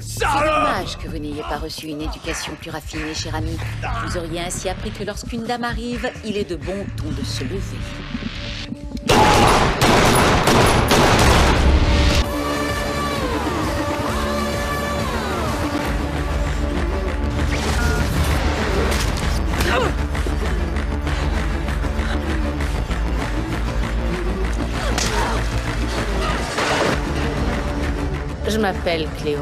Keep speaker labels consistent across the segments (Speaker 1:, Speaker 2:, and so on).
Speaker 1: C'est
Speaker 2: Salope
Speaker 1: dommage que vous n'ayez pas reçu une éducation plus raffinée, cher ami. Vous auriez ainsi appris que lorsqu'une dame arrive, il est de bon ton de se lever.
Speaker 3: Je m'appelle Cléo.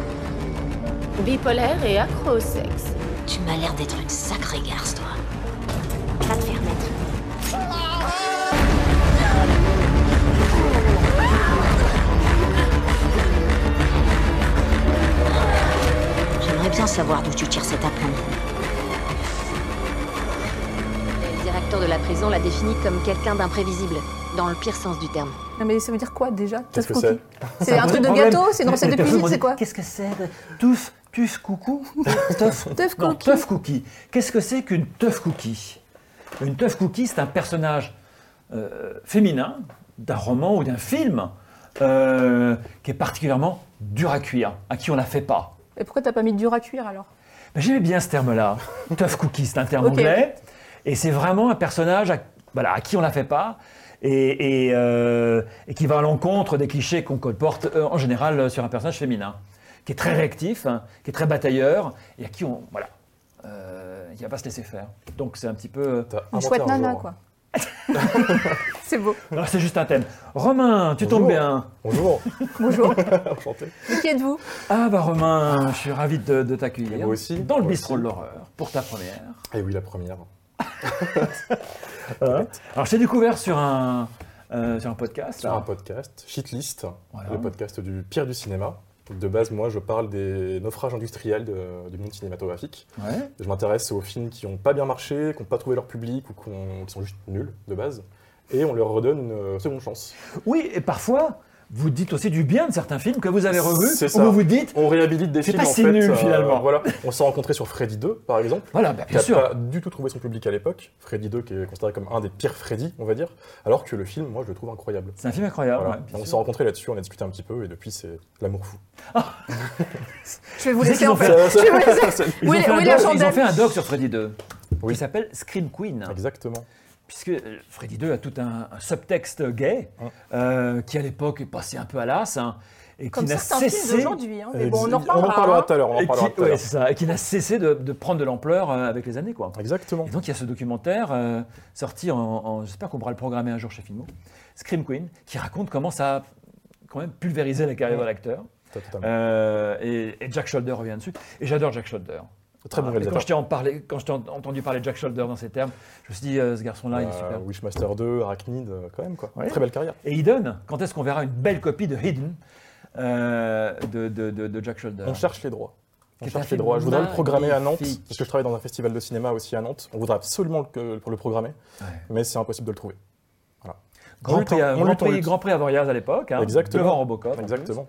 Speaker 3: Bipolaire et accro au sexe.
Speaker 4: Tu m'as l'air d'être une sacrée garce, toi. Va te faire mettre. J'aimerais bien savoir d'où tu tires cet aplomb.
Speaker 5: Le directeur de la prison l'a défini comme quelqu'un d'imprévisible, dans le pire sens du terme.
Speaker 6: Non, mais ça veut dire quoi déjà
Speaker 7: Qu'est-ce que
Speaker 6: Toast cookie C'est un truc de gâteau C'est une recette de cuisine C'est quoi
Speaker 8: Qu'est-ce que c'est de Touf, tuf, coucou Teuf
Speaker 6: Teuf
Speaker 8: Non,
Speaker 6: cookie.
Speaker 8: teuf cookie. Qu'est-ce que c'est qu'une teuf cookie Une teuf cookie, c'est un personnage euh, féminin d'un roman ou d'un film euh, qui est particulièrement dur à cuire, à qui on la fait pas.
Speaker 6: Et pourquoi t'as pas mis dur à cuire alors
Speaker 8: Ben, J'aimais bien ce terme-là. Tough cookie, c'est un terme
Speaker 6: Ok.
Speaker 8: anglais. Et c'est vraiment un personnage à, voilà, à qui on la fait pas et, et, euh, et qui va à l'encontre des clichés qu'on colporte euh, en général euh, sur un personnage féminin, qui est très réactif, hein, qui est très batailleur et à qui on. Voilà. Euh, Il ne va pas se laisser faire. Donc c'est un petit peu.
Speaker 7: T'as
Speaker 6: Une
Speaker 7: inventé
Speaker 6: chouette
Speaker 7: un
Speaker 6: nana
Speaker 7: genre.
Speaker 6: quoi. C'est beau.
Speaker 8: Non, euh, c'est juste un thème. Romain, tu tombes
Speaker 7: Bonjour.
Speaker 8: bien.
Speaker 7: hein. Bonjour.
Speaker 6: Bonjour.
Speaker 7: Enchanté.
Speaker 6: Mais qui êtes-vous
Speaker 8: Ah bah Romain, je suis ravi de, de t'accueillir.
Speaker 7: Et moi aussi,
Speaker 8: Dans le
Speaker 7: moi
Speaker 8: bistrot
Speaker 7: aussi.
Speaker 8: de l'horreur, pour ta première.
Speaker 7: Et Eh oui, la première.
Speaker 8: Hein Alors je t'ai découvert sur un, euh, sur un podcast.
Speaker 7: Sur
Speaker 8: là.
Speaker 7: un podcast, Shitlist,
Speaker 8: Voilà.
Speaker 7: le podcast du pire du cinéma. De base, moi, je parle des naufrages industriels de- du monde cinématographique.
Speaker 8: Ouais.
Speaker 7: Je m'intéresse aux films qui n'ont pas bien marché, qui n'ont pas trouvé leur public ou qu'on- qui sont juste nuls de base. Et on leur redonne une euh, seconde chance.
Speaker 8: Oui, et parfois, vous dites aussi du bien de certains films que vous avez revus,
Speaker 7: C'est
Speaker 8: ou
Speaker 7: ça.
Speaker 8: vous vous dites,
Speaker 7: On réhabilite des
Speaker 8: C'est
Speaker 7: films
Speaker 8: pas
Speaker 7: en
Speaker 8: si
Speaker 7: fait, euh,
Speaker 8: nul, finalement.
Speaker 7: Voilà. On s'est rencontrés sur Freddy 2, par exemple.
Speaker 8: voilà, bah,
Speaker 7: qui
Speaker 8: bien
Speaker 7: n'a
Speaker 8: sûr.
Speaker 7: pas du tout trouvé son public à l'époque. Freddy 2 qui est considéré comme un des pires Freddy, on va dire. Alors que le film, moi, je le trouve incroyable.
Speaker 8: C'est un film incroyable.
Speaker 7: Voilà.
Speaker 8: Ah ouais, bien
Speaker 7: on s'est
Speaker 8: sûr.
Speaker 7: rencontrés là-dessus, on a discuté un petit peu, et depuis, c'est l'amour fou.
Speaker 6: Je vais vous
Speaker 8: Vous savez
Speaker 6: laisser
Speaker 8: qu'ils ont
Speaker 6: en fait.
Speaker 8: fait-
Speaker 6: Je vais vous laisser-
Speaker 8: Ils,
Speaker 6: Où
Speaker 8: ont
Speaker 6: est-
Speaker 8: fait
Speaker 6: où
Speaker 8: un
Speaker 6: est la
Speaker 8: doc, ils ont
Speaker 6: chandelle
Speaker 8: fait un doc sur Freddy 2
Speaker 7: Oui.
Speaker 8: qui s'appelle Scream Queen,
Speaker 7: Exactement.
Speaker 8: puisque euh, Freddy 2 a tout un, un subtexte gay
Speaker 7: Hein.
Speaker 8: euh, qui, à l'époque, est passé un peu à l'as hein, et
Speaker 6: Comme
Speaker 8: qui n'a
Speaker 6: certains films
Speaker 8: cessé.
Speaker 6: d'aujourd'hui. hein. Mais bon, on en
Speaker 7: Ex- on en
Speaker 6: reparlera. hein.
Speaker 7: tout à l'heure. On en
Speaker 8: Et
Speaker 7: parlera
Speaker 8: qui,
Speaker 7: tout à
Speaker 8: ouais,
Speaker 7: l'heure.
Speaker 8: c'est ça, et qui n'a cessé de, de prendre de l'ampleur euh, avec les années. Quoi.
Speaker 7: Exactement.
Speaker 8: Et donc il y a ce documentaire euh, sorti en, en- j'espère qu'on pourra le programmer un jour chez Filmo, Scream Queen, qui raconte comment ça a quand même pulvérisé la carrière de l'acteur.
Speaker 7: T'as totalement-
Speaker 8: Euh, et, et Jack Shoulder revient dessus. Et j'adore Jack Shoulder.
Speaker 7: Très bon
Speaker 8: Voilà. Et Euh, quand
Speaker 7: réalisateur.
Speaker 8: je t'ai en parlé- quand je t'ai en- entendu parler de Jack Shoulder dans ces termes, je me suis dit euh, ce garçon-là, il est
Speaker 7: Euh,
Speaker 8: super.
Speaker 7: Wishmaster 2, Arachnid, euh, quand même quoi.
Speaker 8: Ouais.
Speaker 7: Très belle carrière.
Speaker 8: Et Hidden, quand est-ce qu'on verra une belle copie de Hidden euh, de, de- de- de Jack Shoulder
Speaker 7: On cherche les droits. On
Speaker 8: Qui est un
Speaker 7: cherche les
Speaker 8: film
Speaker 7: droits. Je voudrais le programmer à Nantes,
Speaker 8: magnifique.
Speaker 7: parce que je travaille dans un festival de cinéma aussi à Nantes. On voudrait absolument le, que- pour le programmer,
Speaker 8: Ouais.
Speaker 7: mais c'est impossible de le trouver. on
Speaker 8: Grand
Speaker 7: lutte,
Speaker 8: prix, à-
Speaker 7: on
Speaker 8: grand
Speaker 7: lutte, on
Speaker 8: prix,
Speaker 7: lutte.
Speaker 8: grand prix à Voriaz à l'époque, hein,
Speaker 7: Exactement.
Speaker 8: devant Robocop. en plus.
Speaker 7: Exactement.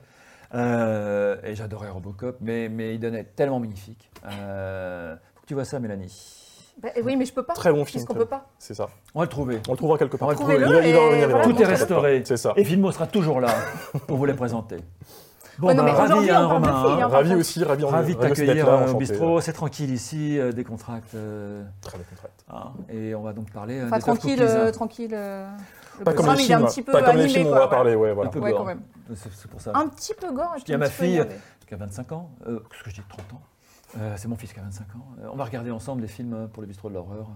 Speaker 8: Euh, et j'adorais Robocop, mais, mais il donnait tellement magnifique. Euh, faut que tu vois ça, Mélanie.
Speaker 6: Bah, eh oui, mais je peux pas.
Speaker 7: Très bon film.
Speaker 6: Puisqu'on
Speaker 7: très
Speaker 6: peut
Speaker 7: bon.
Speaker 6: pas.
Speaker 7: C'est ça.
Speaker 8: On va le trouver.
Speaker 7: On le trouvera quelque part.
Speaker 8: On va le trouver.
Speaker 7: Il va- il va
Speaker 6: et
Speaker 7: revenir, il va
Speaker 6: voilà.
Speaker 7: revenir.
Speaker 8: Tout est
Speaker 7: On le trouvera.
Speaker 8: restauré.
Speaker 7: C'est ça.
Speaker 8: Et Filmo sera toujours là pour vous les présenter. Bon,
Speaker 6: Ouais, non, mais aujourd'hui,
Speaker 8: hein,
Speaker 6: on parle de
Speaker 8: Romain,
Speaker 6: filles,
Speaker 8: hein.
Speaker 6: hein.
Speaker 7: Ravi aussi, ravi,
Speaker 8: Ravi de
Speaker 7: ravi aussi d'être
Speaker 8: t'accueillir
Speaker 7: là,
Speaker 8: euh, au
Speaker 7: enchanté.
Speaker 8: bistrot. C'est tranquille ici, euh, décontracte. euh,
Speaker 7: Très bien, très bien.
Speaker 8: hein. et on va donc parler euh,
Speaker 6: Enfin,
Speaker 8: des soft
Speaker 6: tranquille,
Speaker 8: cookies, hein.
Speaker 6: euh, tranquille. euh, le
Speaker 7: Pas comme
Speaker 6: programme,
Speaker 7: les
Speaker 6: il est un
Speaker 7: films,
Speaker 6: petit peu
Speaker 7: pas comme les
Speaker 6: animé,
Speaker 7: films, on
Speaker 6: quoi,
Speaker 7: va
Speaker 6: ouais.
Speaker 7: parler, ouais,
Speaker 8: Un
Speaker 7: voilà.
Speaker 8: peu
Speaker 6: Ouais,
Speaker 8: gore. Euh,
Speaker 6: quand même.
Speaker 8: C'est c'est pour ça.
Speaker 6: Un petit peu gore.
Speaker 8: Je dis à ma fille,
Speaker 6: regardez.
Speaker 8: qui a 25 ans, euh, qu'est-ce que je dis, 30 ans Euh, C'est mon fils qui a 25 ans. Euh, on va regarder ensemble des films euh, pour le bistrot de l'horreur.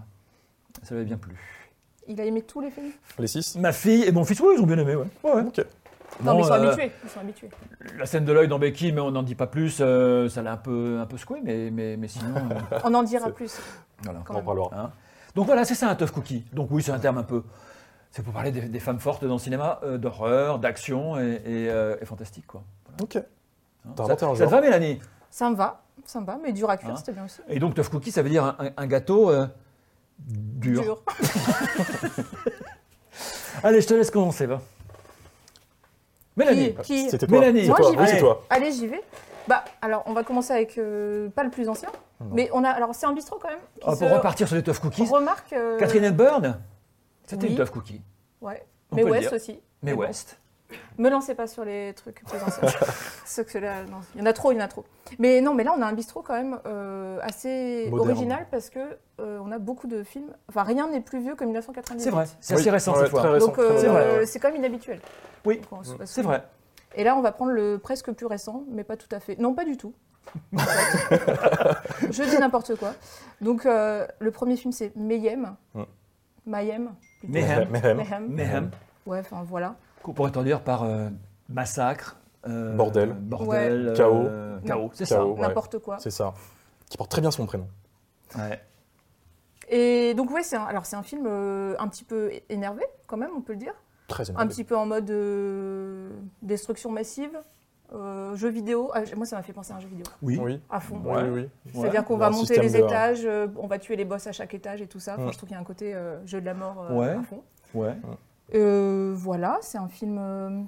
Speaker 8: Ça lui a bien plu.
Speaker 6: Il a aimé tous les films
Speaker 7: Les six
Speaker 8: Ma fille et mon fils, oui, ils ont bien aimé, ouais. Ouais, ouais.
Speaker 7: Ok.
Speaker 6: Non, mais ils sont
Speaker 8: euh,
Speaker 6: habitués. Ils sont habitués.
Speaker 8: La scène de l'œil dans Becky, mais on n'en dit pas plus, euh, ça l'a un peu, un peu secoué, mais, mais, mais sinon. euh,
Speaker 6: On en dira plus.
Speaker 8: voilà.
Speaker 6: Quand
Speaker 7: On en
Speaker 6: même.
Speaker 7: parlera.
Speaker 8: Hein. Donc voilà, c'est ça un tough cookie. Donc oui, c'est un terme un peu. C'est pour parler des, des femmes fortes dans le cinéma, euh, d'horreur, d'action et, et, euh, et fantastique, quoi.
Speaker 7: Ok.
Speaker 8: Hein.
Speaker 7: T'as
Speaker 8: Ça,
Speaker 7: inventé un
Speaker 8: ça
Speaker 7: genre.
Speaker 8: te va, Mélanie
Speaker 6: Ça me va. Ça me va. Mais dur à
Speaker 8: Hein
Speaker 6: cuire, c'était bien aussi.
Speaker 8: Et donc, tough cookie, ça veut dire un, un- un gâteau euh, dur.
Speaker 6: Dur.
Speaker 8: Allez, je te laisse commencer, va. Mélanie
Speaker 6: Qui- qui
Speaker 7: C'était toi.
Speaker 8: Mélanie.
Speaker 7: C'est
Speaker 6: Moi,
Speaker 7: toi.
Speaker 6: j'y
Speaker 7: Oui,
Speaker 6: vais.
Speaker 7: c'est toi.
Speaker 6: Allez, j'y vais. Bah, alors, on va commencer avec euh, pas le plus ancien, mais on a. Alors, c'est un bistrot quand même. qui
Speaker 8: Ah,
Speaker 6: se
Speaker 8: Pour repartir sur les tough cookies,
Speaker 6: Remarque. euh,
Speaker 8: Catherine Hepburn, c'était
Speaker 6: oui.
Speaker 8: une tough cookie.
Speaker 6: Ouais.
Speaker 8: On
Speaker 6: Mais
Speaker 8: peut le
Speaker 6: West
Speaker 8: dire.
Speaker 6: aussi.
Speaker 8: Mais
Speaker 6: bon.
Speaker 8: West.
Speaker 6: Me lancez pas sur les trucs plus anciens. Ceux que là, non, il y en a trop, il y en a trop. Mais non, mais là, on a un bistrot quand même euh, assez
Speaker 7: Moderne.
Speaker 6: original parce que euh, on a beaucoup de films. Enfin, rien n'est plus vieux que 1998.
Speaker 8: C'est vrai, c'est
Speaker 7: Oui,
Speaker 8: assez récent
Speaker 7: ouais,
Speaker 8: cette
Speaker 7: très
Speaker 8: fois.
Speaker 7: récent,
Speaker 6: Donc,
Speaker 7: très
Speaker 6: euh,
Speaker 8: C'est
Speaker 7: récent.
Speaker 8: vrai.
Speaker 6: c'est quand même inhabituel.
Speaker 8: Oui,
Speaker 6: Donc, on se passe
Speaker 8: C'est
Speaker 6: souvent.
Speaker 8: vrai.
Speaker 6: Et là, on va prendre le presque plus récent, mais pas tout à fait. Non, pas du tout. en fait. Je dis n'importe quoi. Donc, euh, le premier film, c'est Mayhem.
Speaker 7: Mm.
Speaker 6: Mayhem. plutôt.
Speaker 8: Mayhem.
Speaker 7: Mayhem.
Speaker 6: Mayhem.
Speaker 8: Mayhem,
Speaker 6: Ouais, enfin voilà.
Speaker 8: qu'on pourrait traduire par euh, massacre, euh,
Speaker 7: Bordel.
Speaker 8: bordel,
Speaker 7: Ouais. Chaos.
Speaker 8: euh, chaos, c'est ça.
Speaker 7: Chaos, ouais.
Speaker 6: N'importe quoi.
Speaker 7: C'est ça. Qui porte très bien son prénom.
Speaker 8: Ouais.
Speaker 6: Et donc, ouais, c'est un, alors, c'est un film euh, un petit peu é- énervé, quand même, on peut le dire.
Speaker 7: Très aimable.
Speaker 6: Un petit peu en mode euh, destruction massive, euh, jeu vidéo. Ah, j- moi, ça m'a fait penser à un jeu vidéo,
Speaker 8: Oui.
Speaker 7: Oui.
Speaker 6: à fond.
Speaker 8: Ouais.
Speaker 7: Oui, oui.
Speaker 6: C'est-à-dire qu'on
Speaker 7: Il y a
Speaker 6: va
Speaker 7: un
Speaker 6: monter
Speaker 7: système
Speaker 6: les
Speaker 7: de-
Speaker 6: étages, euh, on va tuer les boss à chaque étage et tout ça. Enfin,
Speaker 7: Mm.
Speaker 6: je trouve qu'il y a un côté euh, jeu de la mort euh,
Speaker 8: Ouais.
Speaker 6: à fond.
Speaker 8: Ouais.
Speaker 6: Euh, voilà, c'est un film euh,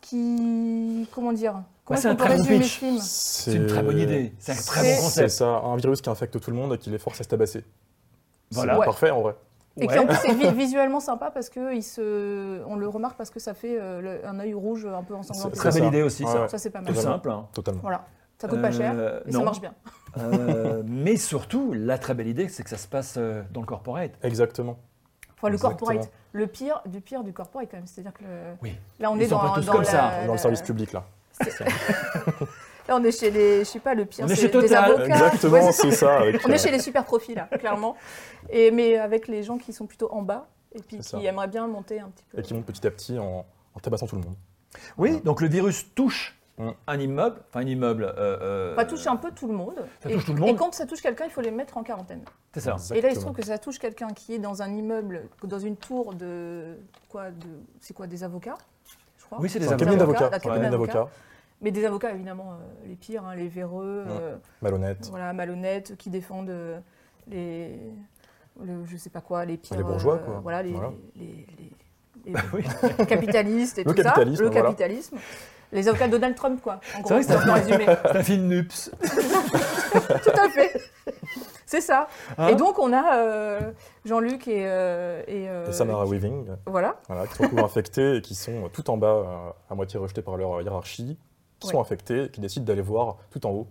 Speaker 6: qui. Comment dire
Speaker 8: Bah,
Speaker 6: Comment
Speaker 8: c'est un
Speaker 6: on peut
Speaker 8: très bon
Speaker 6: résumer
Speaker 8: pitch.
Speaker 6: ce film
Speaker 8: C'est une très bonne idée. C'est un très bon
Speaker 7: C'est
Speaker 8: concept.
Speaker 7: ça, un virus qui infecte tout le monde et qui les force à se tabasser.
Speaker 8: Voilà.
Speaker 7: C'est
Speaker 6: Ouais.
Speaker 7: parfait en vrai.
Speaker 6: Et qui en plus est vi- visuellement sympa parce que il se... on le remarque parce que ça fait euh, le- un œil rouge un peu ensanglanté.
Speaker 8: Très
Speaker 7: C'est
Speaker 8: belle
Speaker 7: ça.
Speaker 8: idée aussi,
Speaker 7: Ouais,
Speaker 8: ça.
Speaker 7: ouais.
Speaker 6: Ça, c'est pas
Speaker 8: Tout
Speaker 6: mal.
Speaker 7: Totalement.
Speaker 8: simple. hein.
Speaker 7: Totalement.
Speaker 6: Voilà. Ça coûte pas cher
Speaker 8: Euh,
Speaker 6: et
Speaker 8: non.
Speaker 6: ça marche bien.
Speaker 8: Euh, mais surtout, la très belle idée, c'est que ça se passe euh, dans le corporate.
Speaker 7: Exactement.
Speaker 6: Enfin, le
Speaker 7: Exactement.
Speaker 6: corporate, le pire du pire du corporate quand même. C'est-à-dire que le-
Speaker 8: Oui.
Speaker 6: là, on
Speaker 8: Ils
Speaker 6: est
Speaker 8: sont
Speaker 6: dans,
Speaker 8: pas tous
Speaker 6: dans
Speaker 8: comme
Speaker 6: la-
Speaker 8: ça,
Speaker 7: Dans
Speaker 6: la-
Speaker 7: le service public là.
Speaker 6: Là, on est chez les, je sais pas, le pire,
Speaker 8: On est
Speaker 6: c'est
Speaker 8: chez
Speaker 6: des
Speaker 8: Total.
Speaker 6: avocats.
Speaker 7: Exactement,
Speaker 6: Ouais,
Speaker 7: c'est
Speaker 6: c'est
Speaker 7: ça. avec,
Speaker 6: On
Speaker 7: euh,
Speaker 6: est chez les super profils, là, clairement. Et, mais avec les gens qui sont plutôt en bas et puis qui
Speaker 7: C'est ça.
Speaker 6: aimeraient bien monter un petit peu.
Speaker 7: Et qui monte petit à petit en, en tabassant tout le monde.
Speaker 8: Oui, donc le virus touche
Speaker 7: Mm.
Speaker 8: un immeuble, enfin un immeuble. euh, euh,
Speaker 6: Enfin, touche un peu tout le monde.
Speaker 8: Ça
Speaker 6: et,
Speaker 8: touche tout le monde.
Speaker 6: et quand ça touche quelqu'un, il faut les mettre en quarantaine.
Speaker 8: C'est ça.
Speaker 6: Et là, il se trouve que ça touche quelqu'un qui est dans un immeuble, dans une tour de. quoi de, C'est quoi Des avocats Je crois.
Speaker 8: Oui, c'est des
Speaker 7: C'est un
Speaker 8: avocats.
Speaker 7: cabinet d'avocats.
Speaker 6: d'un
Speaker 7: Un
Speaker 6: cabinet
Speaker 7: cabinet d'avocats.
Speaker 6: Mais des avocats, évidemment, euh, les pires, hein, les véreux,
Speaker 7: Ouais.
Speaker 6: euh,
Speaker 7: Malhonnête.
Speaker 6: voilà, malhonnêtes, qui défendent euh, les. le- je sais pas quoi, les pires. euh,
Speaker 7: Les bourgeois, quoi.
Speaker 6: Voilà, les-
Speaker 7: Voilà. Ah
Speaker 6: les- les- les-
Speaker 8: Oui.
Speaker 6: le capitaliste et
Speaker 7: Le
Speaker 6: tout ça.
Speaker 7: capitalisme,
Speaker 6: Le
Speaker 7: voilà.
Speaker 6: capitalisme. Les avocats de Donald Trump, quoi. En gros,
Speaker 8: vrai que c'est un
Speaker 6: pour résumer.
Speaker 8: C'est un film nups.
Speaker 6: tout à fait. C'est ça.
Speaker 8: Hein
Speaker 6: et donc, on a euh, Jean-Luc et. euh, et, euh,
Speaker 7: Et Samara Weaving,
Speaker 6: Voilà.
Speaker 7: voilà, qui se retrouvent infectés et qui sont euh, tout en bas, euh, à moitié rejetés par leur hiérarchie, qui sont
Speaker 6: Ouais.
Speaker 7: infectés et qui décident d'aller voir tout en haut,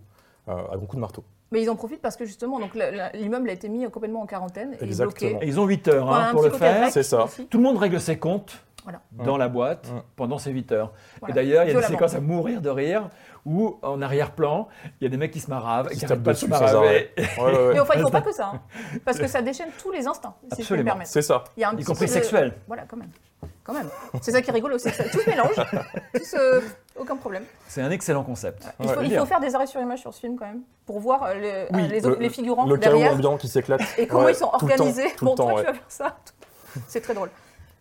Speaker 7: euh, à gros coups de marteau.
Speaker 6: Mais ils en profitent parce que justement, donc la- la- l'immeuble a été mis euh, complètement en quarantaine et
Speaker 7: Exactement.
Speaker 6: bloqué.
Speaker 8: Et ils ont 8 heures hein,
Speaker 6: Voilà, un
Speaker 8: pour
Speaker 6: petit
Speaker 8: le
Speaker 6: côté
Speaker 8: faire.
Speaker 6: black
Speaker 7: c'est ça.
Speaker 6: aussi.
Speaker 8: Tout le monde règle ses comptes
Speaker 6: Voilà.
Speaker 8: dans la boîte
Speaker 7: Mm.
Speaker 8: pendant ces 8 heures.
Speaker 6: Voilà.
Speaker 8: Et d'ailleurs, il y a des
Speaker 6: Violemment.
Speaker 8: séquences à mourir de rire où, en arrière-plan, il y a des mecs qui se maravent et
Speaker 7: Qui
Speaker 8: qui
Speaker 7: se
Speaker 8: n'arrêtent
Speaker 7: tapent
Speaker 8: pas de se
Speaker 7: dessus sans
Speaker 8: maraver.
Speaker 7: arrêt. Ouais, ouais, ouais.
Speaker 6: Mais enfin, ils font pas que ça. hein. parce que ça déchaîne tous les instincts, si je peux me
Speaker 8: Absolument.
Speaker 6: permettre.
Speaker 7: C'est ça.
Speaker 6: Il y a un
Speaker 8: Y
Speaker 6: petit
Speaker 8: compris
Speaker 6: peu de-
Speaker 8: sexuel.
Speaker 6: Voilà, quand même. Quand même. C'est ça qui est rigolo, c'est que ça- tout se mélange. Tout se- Aucun problème.
Speaker 8: C'est un excellent concept.
Speaker 6: Il faut,
Speaker 7: Ouais,
Speaker 6: il
Speaker 7: bien.
Speaker 6: faut faire des arrêts sur image sur ce film quand même pour voir euh, le-
Speaker 8: Oui,
Speaker 6: euh, les,
Speaker 7: Le-
Speaker 6: autres- les figurants
Speaker 7: Le chaos
Speaker 6: derrière
Speaker 7: ambiant qui s'éclate.
Speaker 6: et comment
Speaker 7: Ouais,
Speaker 6: ils sont
Speaker 7: tout le temps,
Speaker 6: organisés.
Speaker 7: tout le
Speaker 6: bon,
Speaker 7: temps,
Speaker 6: toi,
Speaker 7: ouais.
Speaker 6: tu vas faire ça. C'est très drôle.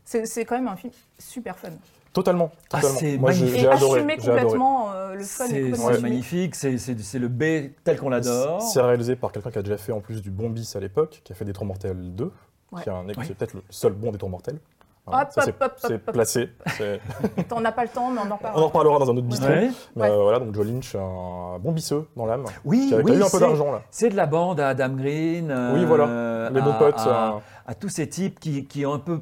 Speaker 6: C'est c'est quand même un film super fun.
Speaker 7: Totalement.
Speaker 8: Ah,
Speaker 7: totalement.
Speaker 8: c'est
Speaker 7: Moi, j'ai-
Speaker 8: magnifique.
Speaker 7: j'ai
Speaker 6: et
Speaker 7: adoré.
Speaker 6: assumer
Speaker 7: j'ai adoré.
Speaker 6: complètement euh, le fun. est
Speaker 8: C'est
Speaker 6: complètement
Speaker 8: c'est
Speaker 6: assumé.
Speaker 8: magnifique, c'est- c'est c'est le B tel qu'on l'adore.
Speaker 7: C'est réalisé par quelqu'un qui a déjà fait en plus du bon bis à l'époque, qui a fait Détour Mortel 2,
Speaker 6: Ouais.
Speaker 7: qui est, un- qui est
Speaker 8: Oui.
Speaker 7: peut-être le seul bon Détour Mortel.
Speaker 6: Hop,
Speaker 7: ça,
Speaker 6: hop,
Speaker 7: c'est-
Speaker 6: hop, hop,
Speaker 7: c'est
Speaker 6: hop.
Speaker 7: placé. c'est-
Speaker 6: On n'a pas le temps, mais on en
Speaker 7: On en
Speaker 6: parle.
Speaker 7: reparlera dans un autre bistrot.
Speaker 8: Ouais.
Speaker 7: Mais,
Speaker 6: Ouais.
Speaker 7: euh, voilà, donc Joe Lynch, un bon bisseux dans l'âme, qui a,
Speaker 8: Oui,
Speaker 7: qui a
Speaker 8: oui,
Speaker 7: eu un peu
Speaker 8: c'est-
Speaker 7: d'argent là.
Speaker 8: C'est de la bande à Adam Green. euh,
Speaker 7: Oui, voilà. Les
Speaker 8: à-
Speaker 7: bons potes,
Speaker 8: À,
Speaker 7: euh,
Speaker 8: à tous ces types qui, qui ont un peu.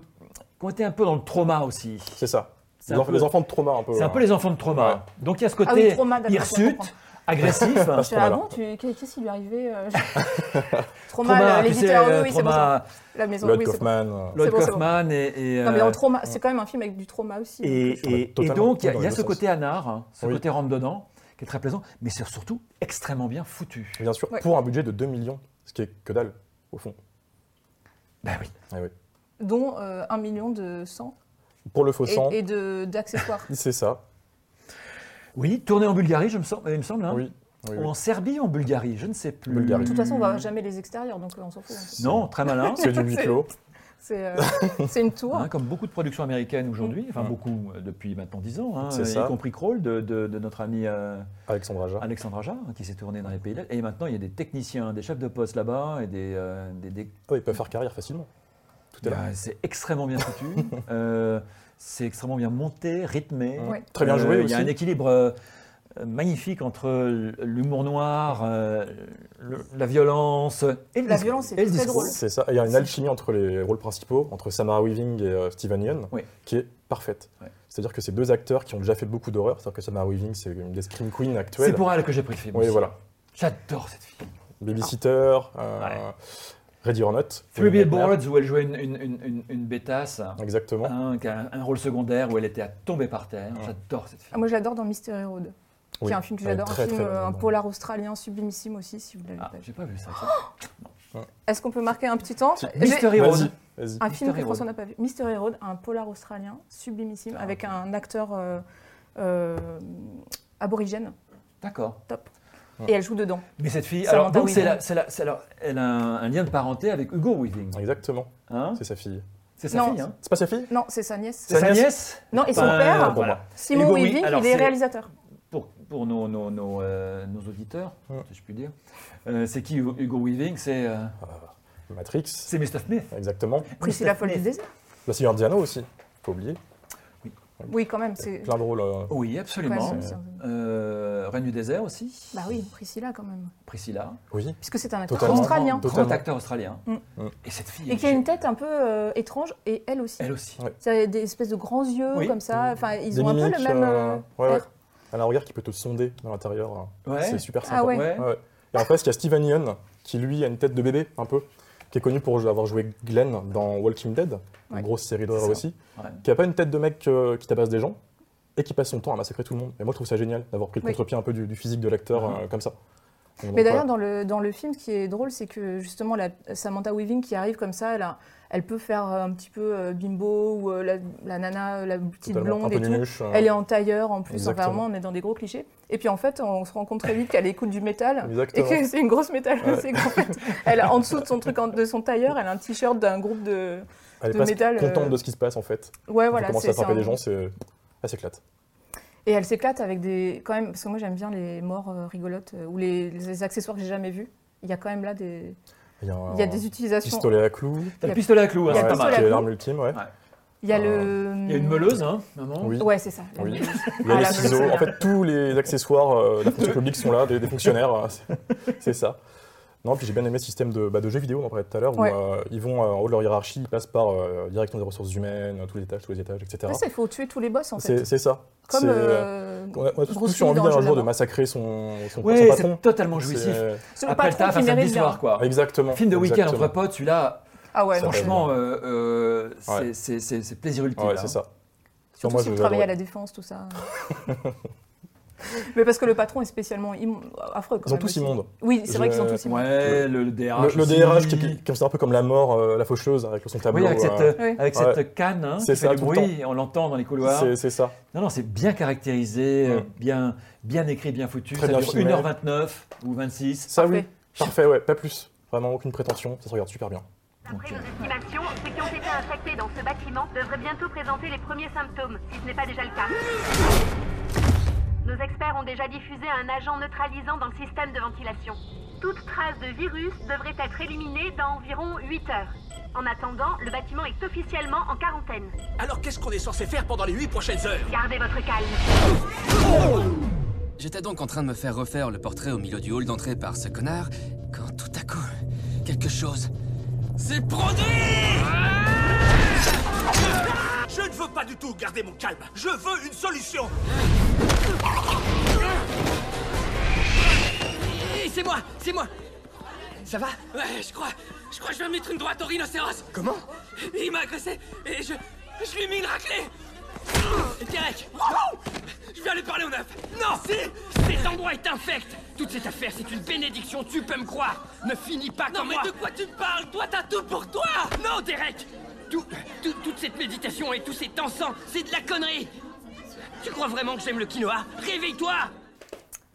Speaker 8: qui ont été un peu dans le trauma aussi.
Speaker 7: c'est ça.
Speaker 8: C'est
Speaker 7: Les,
Speaker 8: un
Speaker 7: enf-
Speaker 8: peu-
Speaker 7: les enfants de trauma un peu. euh,
Speaker 8: C'est un peu les enfants de trauma.
Speaker 7: Ouais.
Speaker 8: Donc il y a ce
Speaker 6: Ah oui,
Speaker 8: côté
Speaker 6: trauma d'accord, je
Speaker 8: hirsute,
Speaker 6: comprends.
Speaker 8: agressif.
Speaker 6: Je fais, ah
Speaker 7: Voilà.
Speaker 6: bon, tu- qu'est- qu'est-ce qui lui est arrivé euh, Trauma,
Speaker 8: Trauma, tu sais,
Speaker 6: l'éditeur, oui,
Speaker 8: euh,
Speaker 6: oui, c'est bon.
Speaker 8: trauma,
Speaker 6: c'est bon. La maison,
Speaker 7: Lloyd
Speaker 6: oui, c'est bon.
Speaker 7: Kaufman. euh,
Speaker 8: Lloyd
Speaker 6: bon, c'est bon.
Speaker 8: Kaufman et. et,
Speaker 6: Non, mais dans
Speaker 8: euh,
Speaker 6: le trauma, c'est quand même un film avec du trauma aussi.
Speaker 7: je
Speaker 8: et-
Speaker 7: suis
Speaker 8: et- et
Speaker 7: totalement
Speaker 8: donc il y a,
Speaker 7: dans
Speaker 8: il y a
Speaker 7: les
Speaker 8: ce
Speaker 7: deux
Speaker 8: côté anard, hein, ce
Speaker 7: Oui.
Speaker 8: côté rentre dedans, qui est très plaisant, mais c'est surtout extrêmement bien foutu.
Speaker 7: Bien sûr,
Speaker 6: Ouais.
Speaker 7: pour un budget de 2 millions, ce qui est que dalle, au fond.
Speaker 8: Ben oui.
Speaker 7: Eh oui.
Speaker 6: Dont euh, un million de sang
Speaker 7: Pour le faux
Speaker 6: et,
Speaker 7: sang,
Speaker 6: et de- d'accessoires.
Speaker 7: c'est ça.
Speaker 8: Oui, tourné en Bulgarie, je me sens, il me semble. hein.
Speaker 7: Oui. oui,
Speaker 8: Ou
Speaker 7: oui.
Speaker 8: en Serbie, en Bulgarie, je ne sais plus.
Speaker 7: Bulgarie.
Speaker 6: De toute façon, on va jamais les extérieurs, donc euh, on s'en fout. hein.
Speaker 8: Non, très malin.
Speaker 7: C'est du huis
Speaker 6: C'est-
Speaker 7: clos.
Speaker 6: C'est euh, c'est une tour.
Speaker 7: Ah,
Speaker 8: Hein, comme beaucoup de productions américaines aujourd'hui, enfin
Speaker 7: Mm.
Speaker 8: beaucoup euh, depuis maintenant 10 ans, hein,
Speaker 7: C'est
Speaker 8: y
Speaker 7: ça.
Speaker 8: compris Crawl de, de- de notre ami euh,
Speaker 7: Alexandre Aja.
Speaker 8: Alexandre Aja, hein, qui s'est tourné dans les pays d'Est. Et maintenant, il y a des techniciens, des chefs de poste là-bas, et des. euh, des- des-
Speaker 7: Ah oui, ils peuvent faire carrière facilement. Tout est là.
Speaker 8: Bah, c'est extrêmement bien foutu, euh, c'est extrêmement bien monté, rythmé.
Speaker 7: Mm.
Speaker 6: Ouais.
Speaker 7: Très bien
Speaker 8: Euh,
Speaker 7: joué
Speaker 8: Il y
Speaker 7: aussi.
Speaker 8: a un équilibre. euh, euh, magnifique entre l'humour noir, euh, le- la violence et le
Speaker 6: La
Speaker 8: dis-
Speaker 6: violence est
Speaker 8: et le
Speaker 6: très
Speaker 8: discours.
Speaker 6: drôle.
Speaker 7: C'est ça. Et Il y a une alchimie entre les rôles principaux, entre Samara Weaving et euh, Steven Yeun,
Speaker 8: Oui.
Speaker 7: qui est parfaite.
Speaker 8: Ouais.
Speaker 7: C'est-à-dire que c'est deux acteurs qui ont déjà fait beaucoup d'horreur. C'est-à-dire que Samara Weaving, c'est une des Scream Queens actuelles.
Speaker 8: C'est pour elle que j'ai pris le film.
Speaker 7: Oui,
Speaker 8: aussi.
Speaker 7: voilà.
Speaker 8: J'adore cette fille.
Speaker 7: Babysitter, euh,
Speaker 8: Ouais.
Speaker 7: Ready or Not.
Speaker 8: Three
Speaker 7: William Wyler.
Speaker 8: Billboards, où elle jouait une, une, une, une- une bêtasse,
Speaker 7: Exactement.
Speaker 6: Ah,
Speaker 8: hein, qui a un, un rôle secondaire où elle était à tomber par terre.
Speaker 7: Ouais.
Speaker 8: J'adore cette fille.
Speaker 6: Ah, moi, je l'adore dans Mystery Road,
Speaker 7: Oui.
Speaker 6: qui est un film que
Speaker 7: Elle est
Speaker 6: j'adore, un
Speaker 7: très,
Speaker 6: film,
Speaker 7: très bonne
Speaker 6: euh, un
Speaker 7: dans-
Speaker 6: polar australien sublimissime aussi, si vous ne l'avez
Speaker 8: Ah,
Speaker 6: pas vu.
Speaker 8: j'ai pas vu ça. ça.
Speaker 6: Est-ce qu'on peut marquer un petit temps J'ai-
Speaker 8: Mystery Road.
Speaker 7: Vas-y, vas-y.
Speaker 6: Un film
Speaker 8: Mystery
Speaker 6: que
Speaker 8: Road.
Speaker 6: François n'a pas vu. Mystery Road, un polar australien sublimissime,
Speaker 8: Ah,
Speaker 6: avec
Speaker 8: ok.
Speaker 6: un acteur euh, euh, aborigène,
Speaker 8: D'accord.
Speaker 6: top.
Speaker 7: Ouais.
Speaker 6: Et elle joue dedans.
Speaker 8: Mais cette fille,
Speaker 6: Samantha
Speaker 8: alors donc c'est
Speaker 6: Weaving.
Speaker 8: la, c'est la- c'est la- elle a un, un lien de parenté avec Hugo Weaving.
Speaker 7: Exactement.
Speaker 8: Hein
Speaker 7: C'est sa fille.
Speaker 8: c'est sa
Speaker 6: Non.
Speaker 8: fille. Hein
Speaker 7: C'est pas sa fille
Speaker 6: Non, c'est sa nièce.
Speaker 8: c'est sa
Speaker 7: nièce
Speaker 8: nièce.
Speaker 6: Non, et son
Speaker 8: Ben,
Speaker 6: père,
Speaker 7: bon.
Speaker 8: voilà.
Speaker 6: Simon
Speaker 8: Hugo, oui.
Speaker 6: Weaving,
Speaker 8: Alors,
Speaker 6: il est
Speaker 8: c'est-
Speaker 6: réalisateur.
Speaker 8: Pour, pour nos, nos, nos, euh, nos auditeurs,
Speaker 7: Ouais.
Speaker 8: si je puis dire, euh, c'est qui Hugo Hugo Weaving C'est euh,
Speaker 7: Matrix.
Speaker 8: c'est Mr. Smith.
Speaker 7: Exactement.
Speaker 6: Priscilla Folle du désert.
Speaker 7: La Seigneur Diana aussi. Faut pas oublier.
Speaker 6: Oui, quand même, c'est...
Speaker 7: Plein de rôles.
Speaker 6: oh.
Speaker 7: euh,
Speaker 8: Oui,
Speaker 6: quand
Speaker 8: absolument.
Speaker 6: même, c'est un-
Speaker 8: Euh, Reine du désert aussi.
Speaker 6: Bah oui, Priscilla quand même.
Speaker 8: Priscilla.
Speaker 7: Oui.
Speaker 6: Puisque c'est un acteur
Speaker 7: Totalement.
Speaker 6: australien.
Speaker 7: Totalement.
Speaker 8: Grand acteur australien.
Speaker 6: Mm.
Speaker 7: Mm.
Speaker 8: Et cette fille,
Speaker 6: Et qui a une tête un peu euh, étrange, et elle aussi.
Speaker 8: elle aussi.
Speaker 7: Ouais.
Speaker 6: C'est des espèces de grands yeux
Speaker 8: Oui.
Speaker 6: comme ça. Enfin, ils
Speaker 7: Des
Speaker 6: ont un peu le
Speaker 7: mimiques,
Speaker 6: même.
Speaker 7: euh,
Speaker 6: euh,
Speaker 7: ouais, ouais.
Speaker 6: air.
Speaker 7: Elle a un regard qui peut te sonder à l'intérieur. hein.
Speaker 8: Ouais.
Speaker 7: C'est super sympa.
Speaker 6: Ah ouais.
Speaker 8: Ouais.
Speaker 7: Ouais. Et après, il y a Steven Yeun, qui lui a une tête de bébé, un peu, qui est connu pour avoir joué Glenn dans Walking Dead,
Speaker 6: Ouais.
Speaker 7: une grosse série
Speaker 8: C'est
Speaker 7: d'horreur
Speaker 8: ça.
Speaker 7: aussi,
Speaker 8: Ouais.
Speaker 7: qui a pas une tête de mec euh, qui tabasse des gens et qui passe son temps à massacrer tout le monde. Et moi, je trouve ça génial d'avoir pris le
Speaker 6: Oui.
Speaker 7: contre-pied un peu du, du physique de l'acteur
Speaker 8: Mhm.
Speaker 7: euh, comme ça. Donc,
Speaker 6: Mais
Speaker 7: voilà.
Speaker 6: d'ailleurs, dans le, dans le film, ce qui est drôle, c'est que justement, la Samantha Weaving qui arrive comme ça, elle, a- elle peut faire euh, un petit peu euh, bimbo ou euh, la, la nana, euh, la petite
Speaker 7: Totalement,
Speaker 6: blonde
Speaker 7: un
Speaker 6: et
Speaker 7: peu
Speaker 6: tout.
Speaker 7: nunuche, euh,
Speaker 6: Elle est en tailleur en plus, enfin
Speaker 7: Exactement.
Speaker 6: vraiment, on est dans des gros clichés. Et puis en fait, on se rend compte très vite qu'elle écoute du métal.
Speaker 7: Exactement.
Speaker 6: Et que c'est une grosse métal,
Speaker 7: Ouais.
Speaker 6: c'est qu'en fait, elle a en dessous de son truc, en- de son tailleur, elle a un t-shirt d'un groupe de.
Speaker 7: Elle est
Speaker 6: de
Speaker 7: presque
Speaker 6: métal, euh,
Speaker 7: contente de ce qui se passe en fait.
Speaker 6: Ouais,
Speaker 7: Quand
Speaker 6: voilà.
Speaker 7: elle commence
Speaker 6: c'est-
Speaker 7: à frapper
Speaker 6: c'est un-
Speaker 7: des gens, c'est... elle s'éclate.
Speaker 6: Et elle s'éclate avec des. Quand même, parce que moi j'aime bien les morts euh, rigolotes euh, ou les, les accessoires que j'ai jamais vus. Il y a quand même là des.
Speaker 7: Il y a, un
Speaker 6: Il y a des
Speaker 7: Oh,
Speaker 6: utilisations.
Speaker 7: pistolet à clous,
Speaker 6: Il y
Speaker 8: T'as le
Speaker 6: a-
Speaker 8: pistolet à clous, hein,
Speaker 6: il y a le
Speaker 8: c'est pas
Speaker 7: qui
Speaker 6: pistolet à
Speaker 8: mal.
Speaker 7: est
Speaker 6: clous.
Speaker 7: l'arme ultime, ouais.
Speaker 8: Ouais.
Speaker 6: Il y a
Speaker 7: Ah.
Speaker 6: le.
Speaker 8: Il y a une meuleuse, hein, maman.
Speaker 7: Oui.
Speaker 6: Ouais, c'est ça. la
Speaker 7: Oui.
Speaker 6: meule.
Speaker 7: Il y a
Speaker 6: Ah,
Speaker 7: les
Speaker 6: la
Speaker 7: ciseaux.
Speaker 6: meule.
Speaker 7: En fait, tous les accessoires euh, de la fonction publique sont là, des, des fonctionnaires. euh, c'est- c'est ça. Non, puis j'ai bien aimé ce système de, bah, de jeux vidéo, on en parlait tout à l'heure, où
Speaker 6: Ouais.
Speaker 7: euh, ils vont euh, en haut de leur hiérarchie, ils passent par euh, direction des ressources humaines, tous les étages, tous les étages, etc.
Speaker 6: Ouais, ça, il faut tuer tous les boss en
Speaker 7: C'est
Speaker 6: fait.
Speaker 7: c'est ça.
Speaker 6: Comme.
Speaker 7: C'est, euh,
Speaker 6: euh,
Speaker 7: on a, on a tous-
Speaker 6: Bruce
Speaker 7: tous eu
Speaker 6: Lee
Speaker 7: envie
Speaker 6: dans
Speaker 7: d'un
Speaker 6: Jeux
Speaker 7: jour de
Speaker 6: d'abord.
Speaker 7: massacrer son, son, son
Speaker 8: Ouais,
Speaker 7: patron.
Speaker 8: c'est totalement jouissif.
Speaker 7: C'est- ah,
Speaker 6: C'est euh, le
Speaker 8: Après le
Speaker 6: patron qui
Speaker 8: taf, un samedi
Speaker 6: mérite bien.
Speaker 8: soir, quoi.
Speaker 7: Exactement.
Speaker 8: Film de week-end
Speaker 7: exactement.
Speaker 8: entre potes, celui-là,
Speaker 6: Ah ouais,
Speaker 7: Ça
Speaker 6: franchement.
Speaker 8: franchement, euh, euh, c'est-
Speaker 7: Ouais.
Speaker 8: c'est c'est- c'est plaisir ultime.
Speaker 7: Ouais,
Speaker 8: là,
Speaker 7: c'est
Speaker 8: hein.
Speaker 7: ça.
Speaker 6: Surtout
Speaker 7: Moi,
Speaker 6: si
Speaker 7: je-
Speaker 6: vous travaillez à
Speaker 7: j'adorais.
Speaker 6: la défense, tout ça. Mais parce que le patron est spécialement immo- affreux quand
Speaker 7: Ils sont
Speaker 6: même
Speaker 7: tous
Speaker 6: aussi.
Speaker 7: immondes.
Speaker 6: Oui, c'est vrai qu'ils sont
Speaker 7: Je-
Speaker 6: tous immondes.
Speaker 8: Ouais, le, le
Speaker 7: Le,
Speaker 8: DRH.
Speaker 7: le
Speaker 8: aussi.
Speaker 7: DRH qui, qui, qui est un peu comme la mort, euh, la faucheuse, avec son tableau.
Speaker 8: Oui, avec cette,
Speaker 7: euh,
Speaker 8: euh, avec
Speaker 7: Ouais.
Speaker 8: cette canne hein,
Speaker 7: C'est
Speaker 8: qui
Speaker 7: ça,
Speaker 8: fait du
Speaker 7: tout le
Speaker 8: bruit, on l'entend dans les couloirs.
Speaker 7: c'est- c'est ça.
Speaker 8: Non, non, c'est bien caractérisé, euh,
Speaker 7: Ouais.
Speaker 8: bien, bien écrit, bien foutu.
Speaker 7: Très
Speaker 8: ça
Speaker 7: bien
Speaker 8: dure
Speaker 7: filmé.
Speaker 8: 1h29 ou 26.
Speaker 7: Ça,
Speaker 6: Parfait.
Speaker 7: oui. Parfait, ouais, pas plus. Vraiment, aucune prétention, ça se regarde super bien.
Speaker 2: D'après nos estimations, ceux qui ont été infectés dans ce bâtiment devraient bientôt présenter les premiers symptômes, si ce n'est pas déjà le cas. Nos experts ont déjà diffusé un agent neutralisant dans le système de ventilation. Toute trace de virus devrait être éliminée dans environ 8 heures. En attendant, le bâtiment est officiellement en quarantaine.
Speaker 9: Alors qu'est-ce qu'on est censé faire pendant les 8 prochaines heures
Speaker 2: Gardez votre calme.
Speaker 10: J'étais donc en train de me faire refaire le portrait au milieu du hall d'entrée par ce connard, quand tout à coup, quelque chose s'est produit
Speaker 9: Je ne veux pas du tout garder mon calme. Je veux une solution.
Speaker 10: Hé, C'est moi C'est moi Ça va Ouais, je crois. Je crois que je vais mettre une droite au rhinocéros. Comment Il m'a agressé et je. Je lui ai mis une raclée Derek Je vais aller parler au neuf Non Si Cet endroit est infect Toute cette affaire, c'est une bénédiction, tu peux me croire Ne finis pas comme moi Non mais de quoi tu me parles Toi, t'as tout pour toi Non, Derek Tout- tout- Toute cette méditation et tous ces dansants, c'est de la connerie Tu crois vraiment que j'aime le quinoa Réveille-toi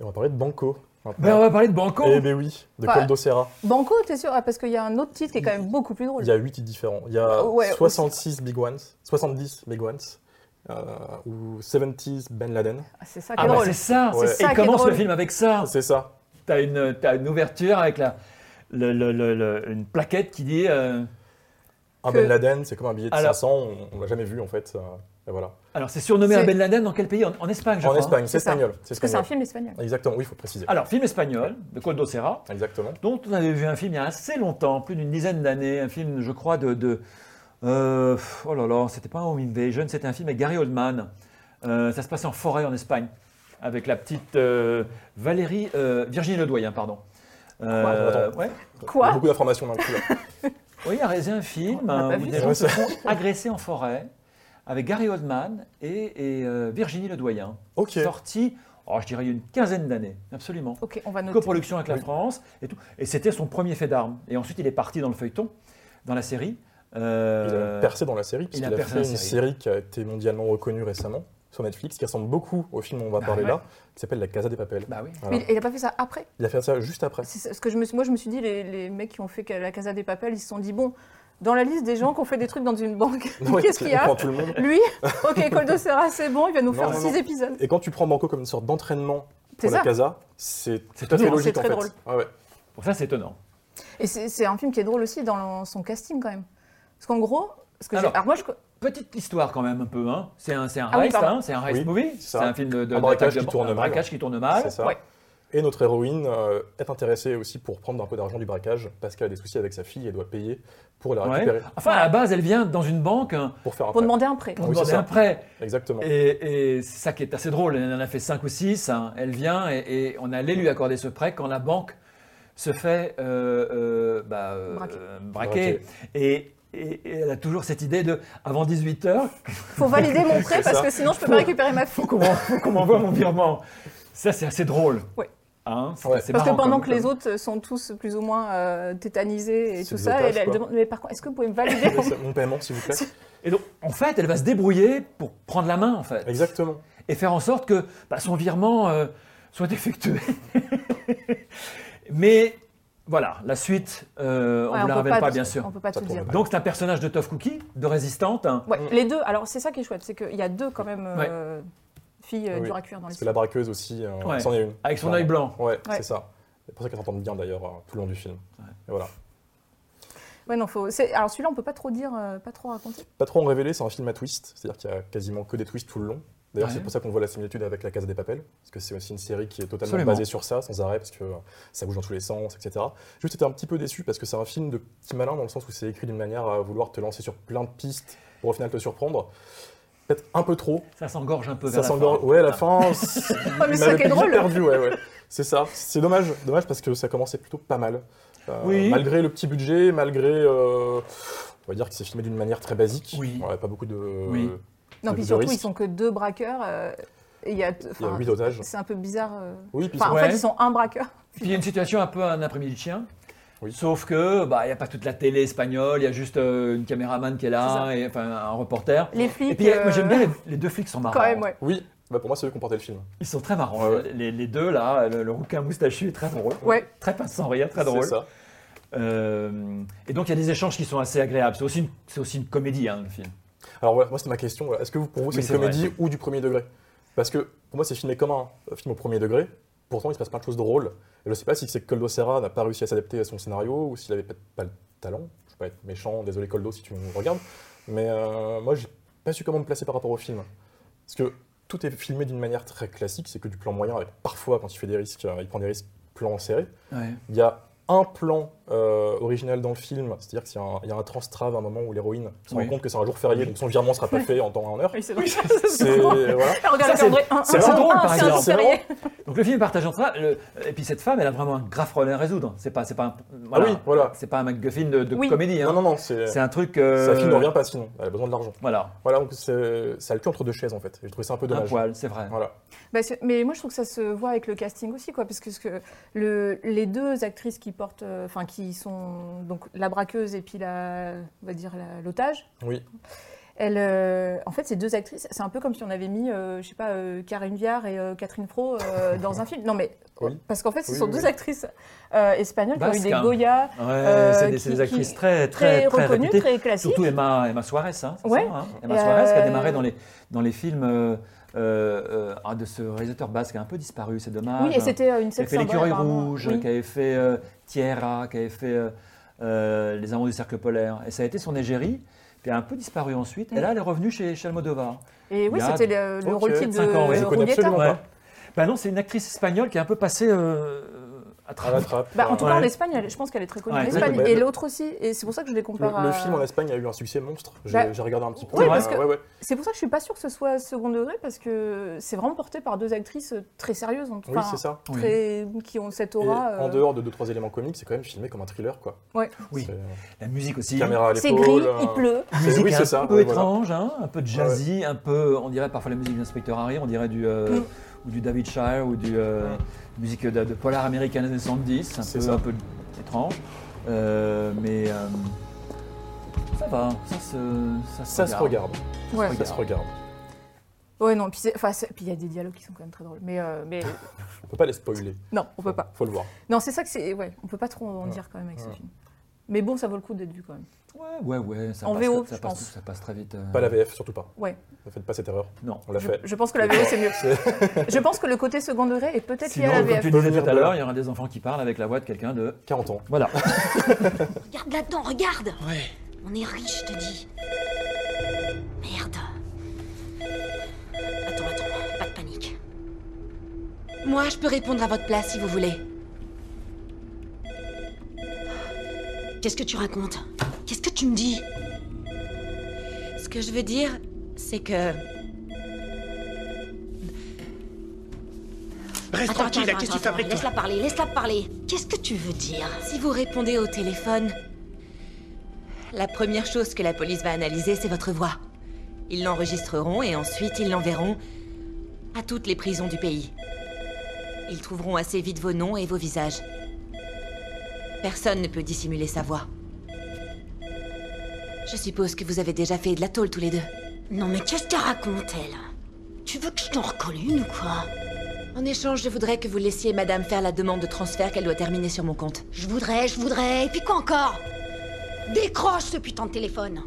Speaker 7: Et on va parler de Banco. maintenant.
Speaker 8: Ben, on va parler de Banco.
Speaker 7: Eh ben oui, de
Speaker 6: Enfin,
Speaker 7: Coldo Serra.
Speaker 6: Banco, t'es sûr Ah, Parce qu'il y a un autre titre qui est quand même beaucoup plus drôle.
Speaker 7: Il y a 8 titres différents. Il y a
Speaker 6: Ouais,
Speaker 7: 66 Big Ones, 70 Big Ones, euh, ou 70 Ben Laden.
Speaker 6: Ah, C'est ça qui
Speaker 8: Ah,
Speaker 6: est
Speaker 8: bah,
Speaker 6: drôle.
Speaker 8: c'est ça.
Speaker 7: Ouais.
Speaker 6: C'est
Speaker 8: Et
Speaker 6: ça
Speaker 8: il
Speaker 6: qui est
Speaker 8: commence le
Speaker 6: drôle.
Speaker 8: film avec
Speaker 6: Ah.
Speaker 8: ça.
Speaker 7: C'est ça.
Speaker 8: T'as une, t'as une ouverture avec la, le- le- le- le- une plaquette qui dit. euh,
Speaker 7: Un
Speaker 6: Que-
Speaker 7: Ben Laden, c'est comme un billet de
Speaker 8: Alors-
Speaker 7: 500, on, on l'a jamais vu en fait. euh, et voilà.
Speaker 8: Alors, c'est surnommé un
Speaker 6: C'est-
Speaker 8: Ben Laden dans quel pays en, en Espagne, je
Speaker 7: En
Speaker 8: crois.
Speaker 7: Espagne, c'est
Speaker 6: C'est ça.
Speaker 7: espagnol. C'est
Speaker 6: Parce que c'est un
Speaker 7: espagnol.
Speaker 6: film Ah. espagnol.
Speaker 7: Exactement, oui, il faut préciser.
Speaker 8: Alors, film espagnol, de Code Serra,
Speaker 7: Exactement.
Speaker 8: dont on avait vu un film il y a assez longtemps, plus d'une dizaine d'années, un film, je crois, de... de- euh, pff, oh là là, c'était pas un Home Invasion, c'était un film avec Gary Oldman. Euh, ça se passait en forêt en Espagne, avec la petite euh, Valérie... euh, Virginie Ledoyen, pardon. Euh,
Speaker 7: Ah, bah, Attends.
Speaker 8: ouais.
Speaker 7: Il y a
Speaker 6: Quoi
Speaker 7: beaucoup d'informations dans le coup. là.
Speaker 8: Oui, il a réalisé un film
Speaker 6: On l'a
Speaker 8: hein,
Speaker 6: pas
Speaker 8: où
Speaker 6: vu,
Speaker 8: des
Speaker 7: ça.
Speaker 8: gens se font agresser en forêt avec Gary Oldman et, et, euh, Virginie Ledoyen.
Speaker 7: Ok.
Speaker 8: Sorti, oh, je dirais, il y a une quinzaine d'années, absolument.
Speaker 6: Ok, on va noter.
Speaker 8: Coproduction avec la
Speaker 7: Oui.
Speaker 8: France et tout. Et c'était son premier fait d'armes. Et ensuite, il est parti dans le feuilleton, dans la série. Euh,
Speaker 7: Il a percé dans la série,
Speaker 8: il
Speaker 7: puisqu'il
Speaker 8: a
Speaker 7: a,
Speaker 8: percé
Speaker 7: fait
Speaker 8: la
Speaker 7: une
Speaker 8: série.
Speaker 7: série qui a été mondialement reconnue récemment sur Netflix, qui ressemble beaucoup au film dont on va
Speaker 8: Bah
Speaker 7: parler
Speaker 8: ouais.
Speaker 7: là, qui s'appelle La Casa des Papel.
Speaker 8: Bah oui.
Speaker 7: Voilà.
Speaker 6: Mais il n'a pas fait ça après.
Speaker 7: Il a fait ça juste après.
Speaker 6: C'est ça, ce que je me suis, moi, je me suis dit, les, les mecs qui ont fait la Casa des Papels, ils se sont dit, bon, dans la liste des gens qui ont fait des trucs dans une banque,
Speaker 7: Ouais,
Speaker 6: qu'est-ce qu'il y
Speaker 7: on
Speaker 6: a
Speaker 7: prend tout le monde.
Speaker 6: Lui Ok, Coldo Serra, c'est bon, il va nous
Speaker 7: Non,
Speaker 6: faire
Speaker 7: non,
Speaker 6: six
Speaker 7: non.
Speaker 6: épisodes.
Speaker 7: Et quand tu prends Banco comme une sorte d'entraînement
Speaker 6: C'est
Speaker 7: pour la
Speaker 6: ça.
Speaker 7: Casa, c'est
Speaker 8: C'est
Speaker 7: tout à fait
Speaker 8: drôle,
Speaker 6: c'est
Speaker 7: logique en
Speaker 6: très
Speaker 7: fait.
Speaker 6: drôle.
Speaker 7: Ah ouais.
Speaker 8: Pour ça, c'est étonnant.
Speaker 6: Et c'est c'est un film qui est drôle aussi dans le- son casting quand même. Parce qu'en gros, ce que j'ai-
Speaker 8: Alors,
Speaker 6: alors moi, je, co-
Speaker 8: Petite histoire quand même un peu. Hein. C'est un, c'est un
Speaker 6: Ah oui,
Speaker 8: heist,
Speaker 6: pardon.
Speaker 8: hein, c'est un heist
Speaker 7: Oui,
Speaker 8: movie.
Speaker 7: c'est
Speaker 8: C'est
Speaker 7: ça.
Speaker 8: un film de, de-
Speaker 7: Un braquage
Speaker 8: d'attaque de
Speaker 7: qui
Speaker 8: ban-
Speaker 7: tourne
Speaker 8: un
Speaker 7: mal.
Speaker 8: braquage qui tourne mal.
Speaker 7: C'est ça.
Speaker 6: Ouais.
Speaker 7: Et notre héroïne euh, est intéressée aussi pour prendre un peu d'argent du braquage parce qu'elle a des soucis avec sa fille et doit payer pour la
Speaker 8: Ouais.
Speaker 7: récupérer,
Speaker 8: Enfin, à la base, elle vient dans une banque hein,
Speaker 7: pour faire un
Speaker 6: pour
Speaker 7: prêt.
Speaker 6: demander un prêt.
Speaker 8: pour
Speaker 7: Oui, c'est
Speaker 8: demander
Speaker 7: ça.
Speaker 8: un prêt.
Speaker 7: Exactement.
Speaker 8: Et, et c'est ça qui est assez drôle, elle en a fait 5 ou 6, elle vient et, et on allait lui accorder ce prêt quand la banque se fait euh, euh, bah, euh,
Speaker 6: Braquer.
Speaker 8: braquer.
Speaker 7: Braquer.
Speaker 8: Et, et- et elle a toujours cette idée de, avant 18h,
Speaker 6: Faut valider mon prêt
Speaker 7: C'est
Speaker 6: parce
Speaker 7: ça.
Speaker 6: que sinon je peux
Speaker 8: Faut-
Speaker 6: pas récupérer ma
Speaker 8: faut
Speaker 6: fille.
Speaker 8: qu'on m'en- faut qu'on m'envoie mon virement. Ça, c'est assez drôle.
Speaker 6: Ouais.
Speaker 8: Hein, c'est
Speaker 7: Ouais.
Speaker 8: assez
Speaker 6: Parce que
Speaker 8: marrant
Speaker 6: pendant
Speaker 8: comme-
Speaker 6: que les autres sont tous plus ou moins euh, tétanisés et
Speaker 7: C'est
Speaker 6: tout
Speaker 7: des
Speaker 6: ça,
Speaker 7: otages,
Speaker 6: elle, elle
Speaker 7: quoi.
Speaker 6: demande, mais par contre, est-ce que vous pouvez me valider mon-
Speaker 7: C'est Mon paiement, s'il vous plaît.
Speaker 8: Et donc, en fait, elle va se débrouiller pour prendre la main, en fait.
Speaker 7: Exactement.
Speaker 8: et faire en sorte que bah, son virement euh, soit effectué. Mais voilà, la suite, euh, on
Speaker 6: Ouais,
Speaker 8: ne vous la
Speaker 6: peut
Speaker 8: révèle pas,
Speaker 6: tout-
Speaker 8: bien sûr.
Speaker 6: On peut pas
Speaker 7: Ça
Speaker 6: tout
Speaker 7: pourrait
Speaker 6: dire.
Speaker 7: pas.
Speaker 8: Donc c'est un personnage de Tough Cookie, de résistante. hein.
Speaker 6: Ouais, les deux. Alors c'est ça qui est chouette, c'est qu'il y a deux quand même euh, filles euh,
Speaker 7: Oui.
Speaker 6: dures à cuire dans
Speaker 7: Parce que
Speaker 6: l'histoire.
Speaker 7: la braqueuse aussi, euh,
Speaker 8: Ouais.
Speaker 7: c'en est une.
Speaker 8: Avec son
Speaker 7: Voilà.
Speaker 8: œil blanc.
Speaker 7: Ouais,
Speaker 6: Ouais.
Speaker 7: c'est ça. C'est pour ça qu'elles s'entendent bien d'ailleurs euh, tout le long du film. Et voilà.
Speaker 6: Ouais, non, faut. c'est- Alors celui-là, on peut pas trop dire, euh, pas trop raconter.
Speaker 7: Pas trop en révélé, c'est un film à twist, c'est-à-dire qu'il y a quasiment que des twists tout le long. D'ailleurs,
Speaker 8: Ah Ouais.
Speaker 7: c'est pour ça qu'on voit la similitude avec La Casa des Papels, parce que c'est aussi une série qui est totalement
Speaker 8: Absolument.
Speaker 7: basée sur ça, sans arrêt, parce que euh, ça bouge dans tous les sens, etc. Juste, j'étais un petit peu déçu parce que c'est un film de petit malin dans le sens où c'est écrit d'une manière à vouloir te lancer sur plein de pistes pour au final te surprendre. Peut-être un peu trop.
Speaker 8: Ça s'engorge un peu vers
Speaker 7: Ça
Speaker 8: la
Speaker 7: s'engorge.
Speaker 8: fin.
Speaker 7: Ouais, la fin. c'est-
Speaker 6: Oh, mais
Speaker 7: il
Speaker 6: c'est ça
Speaker 7: m'avait
Speaker 6: qui est
Speaker 7: bien
Speaker 6: drôle.
Speaker 7: Perdu, ouais, ouais. C'est ça. C'est dommage. Dommage parce que ça commençait plutôt pas mal. Euh,
Speaker 8: Oui.
Speaker 7: Malgré le petit budget, malgré. euh, on va dire que c'est filmé d'une manière très basique.
Speaker 8: Oui.
Speaker 7: Ouais, pas beaucoup de.
Speaker 8: Oui.
Speaker 6: Non,
Speaker 7: de-
Speaker 6: puis
Speaker 7: de
Speaker 6: surtout,
Speaker 7: risque.
Speaker 6: ils sont que deux braqueurs. euh, et il y a.
Speaker 7: Il y a
Speaker 6: enfin,
Speaker 7: 8 otages.
Speaker 6: C'est un peu bizarre. euh.
Speaker 7: Oui, puis ils
Speaker 6: Enfin, en
Speaker 7: sont-
Speaker 8: Ouais.
Speaker 6: fait, ils sont un braqueur.
Speaker 8: Puis il y a une situation un peu un après-midi de chien.
Speaker 7: Oui.
Speaker 8: Sauf que bah il y a pas toute la télé espagnole, il y a juste euh, une caméraman qui est
Speaker 6: C'est
Speaker 8: là, et, enfin un reporter.
Speaker 6: Les flics.
Speaker 8: Et puis moi
Speaker 6: euh,
Speaker 8: j'aime bien les, les deux flics sont marrants.
Speaker 6: Quand même, ouais.
Speaker 7: Oui, bah, pour moi, c'est eux qui ont porté le film.
Speaker 8: Ils sont très marrants.
Speaker 7: Ouais, ouais.
Speaker 8: Les, les deux là, le, le rouquin moustachu est très drôle,
Speaker 6: Ouais.
Speaker 8: très pince sans rire, très
Speaker 7: C'est
Speaker 8: drôle.
Speaker 7: ça.
Speaker 8: Euh, et donc il y a des échanges qui sont assez agréables. C'est aussi une, c'est aussi une comédie, hein, le film.
Speaker 7: Alors, ouais, moi, c'était ma question. voilà. Est-ce que vous, pour vous,
Speaker 8: Oui,
Speaker 7: c'est
Speaker 8: c'est
Speaker 7: une
Speaker 8: vrai.
Speaker 7: comédie ou du premier degré Parce que pour moi, c'est filmé comme un Euh, film au premier degré. Pourtant, il se passe plein de choses drôles. Et je ne sais pas si c'est que Coldo Serra n'a pas réussi à s'adapter à son scénario ou s'il n'avait peut-être pas le talent. Je ne vais pas être méchant, désolé Coldo si tu me regardes. Mais euh, moi, j'ai pas su comment me placer par rapport au film. Parce que tout est filmé d'une manière très classique. C'est que du plan moyen, avec parfois, quand il fait des risques, euh, il prend des risques plans serrés. Il y a un plan euh, original dans le film, c'est-à-dire qu'il y a un, il y a un transtrave à un moment où l'héroïne se
Speaker 8: Oui.
Speaker 7: rend compte que c'est un jour férié, donc son virement sera pas fait en temps et en heure.
Speaker 6: Oui, c'est drôle.
Speaker 7: C'est voilà.
Speaker 6: Ah, Regarde,
Speaker 8: Ça, c'est-
Speaker 6: c'est vrai.
Speaker 8: c'est vraiment drôle, par exemple.
Speaker 6: C'est sérieux.
Speaker 8: Donc le film est partagé entre ça. le- et puis cette femme, elle a vraiment un grave problème à résoudre. C'est pas, c'est pas, un, voilà,
Speaker 7: Ah oui, voilà.
Speaker 8: c'est pas un MacGuffin de, de
Speaker 6: Oui.
Speaker 8: comédie. hein.
Speaker 7: Non non non, c'est
Speaker 8: C'est un truc.
Speaker 7: sa fille ne
Speaker 8: euh,
Speaker 7: revient pas sinon, elle a besoin de l'argent.
Speaker 8: Voilà,
Speaker 7: Voilà donc c'est- ça a le cul entre deux chaises en fait. Et je trouvais ça un peu
Speaker 8: un
Speaker 7: dommage.
Speaker 8: poil, c'est vrai.
Speaker 7: Voilà.
Speaker 6: Bah, c'est- mais moi, je trouve que ça se voit avec le casting aussi, quoi, parce que, ce que le, les deux actrices qui portent, euh, enfin, qui sont donc la braqueuse et puis la, on va dire la- l'otage.
Speaker 7: Oui.
Speaker 6: Elles, euh, en fait, ces deux actrices, c'est un peu comme si on avait mis, euh, je sais pas, euh, Karine Viard et euh, Catherine Fro euh, dans un film. Non, mais
Speaker 7: Oui.
Speaker 6: parce qu'en fait, ce
Speaker 7: Oui,
Speaker 6: sont
Speaker 7: oui,
Speaker 6: deux
Speaker 7: oui.
Speaker 6: actrices euh, espagnoles qui ont eu
Speaker 8: Basques,
Speaker 6: des
Speaker 8: hein.
Speaker 6: Goya,
Speaker 8: Ouais,
Speaker 6: Euh,
Speaker 8: c'est des, c'est
Speaker 6: qui-
Speaker 8: des actrices
Speaker 6: qui-
Speaker 8: très,
Speaker 6: très,
Speaker 8: très, très
Speaker 6: reconnues,
Speaker 8: réputées.
Speaker 6: très classiques.
Speaker 8: Surtout Emma, Emma Suarez, hein, c'est
Speaker 6: Ouais.
Speaker 8: ça, hein Emma
Speaker 6: Et,
Speaker 8: Suarez qui a
Speaker 6: euh,
Speaker 8: démarré dans les, dans les films euh, euh, euh, ah, de ce réalisateur basque un peu disparu, c'est dommage.
Speaker 6: Oui, et c'était euh, une
Speaker 8: qui
Speaker 6: scène
Speaker 8: avait hein.
Speaker 6: symbole,
Speaker 8: fait l'écureuil
Speaker 6: apparemment.
Speaker 8: rouge,
Speaker 6: Oui.
Speaker 8: qui avait fait euh, Tierra, qui avait fait euh, euh, les amants du cercle polaire. Et ça a été son égérie. qui a un peu disparu ensuite. Et là, elle est revenue chez, chez Almodovar.
Speaker 6: Et oui,
Speaker 8: Il y a-
Speaker 6: c'était le, le
Speaker 8: Ok,
Speaker 6: rôle type de
Speaker 8: cinq ans, ouais.
Speaker 7: Je connais
Speaker 6: Ruguetta.
Speaker 7: absolument
Speaker 8: Ouais.
Speaker 7: pas.
Speaker 8: Bah non, c'est une actrice espagnole qui est un peu passée euh, à
Speaker 7: À la
Speaker 8: travers.
Speaker 7: trappe.
Speaker 6: Bah, en tout cas, en
Speaker 8: Ouais.
Speaker 6: Espagne, elle- je pense qu'elle est très connue
Speaker 8: Ouais.
Speaker 6: en Espagne.
Speaker 7: Ouais, bah,
Speaker 6: et
Speaker 7: le-
Speaker 6: l'autre aussi. Et c'est pour ça que je les
Speaker 7: Le,
Speaker 6: compare
Speaker 7: le
Speaker 6: à-
Speaker 7: film en Espagne a eu un succès monstre. J'ai
Speaker 6: Bah,
Speaker 7: j'ai regardé un petit peu.
Speaker 6: oui,
Speaker 7: euh,
Speaker 6: parce que-
Speaker 7: ouais, ouais.
Speaker 6: C'est pour ça que je suis pas sûre que ce soit second degré, parce que c'est vraiment porté par deux actrices très sérieuses. en tout
Speaker 7: Oui,
Speaker 6: enfin,
Speaker 7: c'est ça.
Speaker 8: Oui.
Speaker 6: très- Qui ont cette
Speaker 7: Et
Speaker 6: aura. euh,
Speaker 7: en dehors de 2-3 éléments comiques, c'est quand même filmé comme un thriller. quoi.
Speaker 6: ouais.
Speaker 8: Oui.
Speaker 7: C'est, euh,
Speaker 8: La musique aussi.
Speaker 7: Caméra à
Speaker 6: C'est
Speaker 7: l'épaule. euh, un-
Speaker 6: gris, il pleut.
Speaker 8: La
Speaker 7: C'est-
Speaker 8: musique
Speaker 7: oui,
Speaker 8: est
Speaker 7: c'est
Speaker 8: un
Speaker 7: ça,
Speaker 8: peu
Speaker 7: ouais, voilà.
Speaker 8: étrange, hein, un peu jazzy, un peu, on dirait parfois la musique de l'inspecteur Harry, on dirait du, euh,
Speaker 6: Mm.
Speaker 8: ou du David Shire ou du euh,
Speaker 7: Mm.
Speaker 8: musique de, de polar américaine des années 70, un
Speaker 7: C'est
Speaker 8: peu,
Speaker 7: ça.
Speaker 8: un peu étrange, Euh, mais euh, ça va, ça se, ça se
Speaker 7: Ça se regarde.
Speaker 6: Ouais.
Speaker 7: Ça se regarde.
Speaker 6: Ouais, non, puis c'est- enfin, c'est- puis il y a des dialogues qui sont quand même très drôles. Mais, euh, mais
Speaker 7: On peut pas les spoiler.
Speaker 6: non, on peut pas.
Speaker 7: Faut le voir.
Speaker 6: Non, c'est ça que c'est. Ouais, on peut pas trop en dire quand même avec ce film. Mais bon, ça vaut le coup d'être vu quand même.
Speaker 8: Ouais, ouais, ouais, ça
Speaker 6: En
Speaker 8: passe,
Speaker 6: VO,
Speaker 8: ça,
Speaker 6: je
Speaker 8: passe,
Speaker 6: pense.
Speaker 8: ça passe très vite. euh,
Speaker 7: Pas la VF, surtout pas.
Speaker 6: Ouais.
Speaker 7: Ne faites pas cette erreur.
Speaker 8: Non.
Speaker 7: On l'a
Speaker 6: Je,
Speaker 7: fait.
Speaker 6: je pense que la VO c'est mieux. Je pense que le côté second degré est peut-être lié
Speaker 8: Sinon,
Speaker 6: à la
Speaker 8: comme
Speaker 6: VF.
Speaker 8: tu
Speaker 7: Peut
Speaker 8: disais
Speaker 7: venir
Speaker 8: tout à
Speaker 7: de là.
Speaker 8: l'heure, il y aura des enfants qui parlent avec la voix de quelqu'un de...
Speaker 7: 40 ans.
Speaker 8: Voilà.
Speaker 4: Regarde là-dedans, regarde
Speaker 10: Ouais.
Speaker 4: On est riche, je te dis. Merde. Attends, attends, pas de panique. Moi, je peux répondre à votre place si vous voulez. Qu'est-ce que tu racontes Qu'est-ce que tu me dis Ce que je veux dire, c'est que.
Speaker 9: Reste tranquille, là, qu'est-ce que tu fabriques toi
Speaker 4: laisse-la parler, laisse-la parler. Qu'est-ce que tu veux dire Si vous répondez au téléphone, la première chose que la police va analyser, c'est votre voix. Ils l'enregistreront et ensuite ils l'enverront à toutes les prisons du pays. Ils trouveront assez vite vos noms et vos visages. Personne ne peut dissimuler sa voix. Je suppose que vous avez déjà fait de la tôle tous les deux.
Speaker 5: Non, mais qu'est-ce qu'elle raconte, elle Tu veux que je t'en recolle une ou quoi
Speaker 4: En échange, je voudrais que vous laissiez Madame faire la demande de transfert qu'elle doit terminer sur mon compte.
Speaker 5: Je voudrais, je voudrais, et puis quoi encore Décroche ce putain de téléphone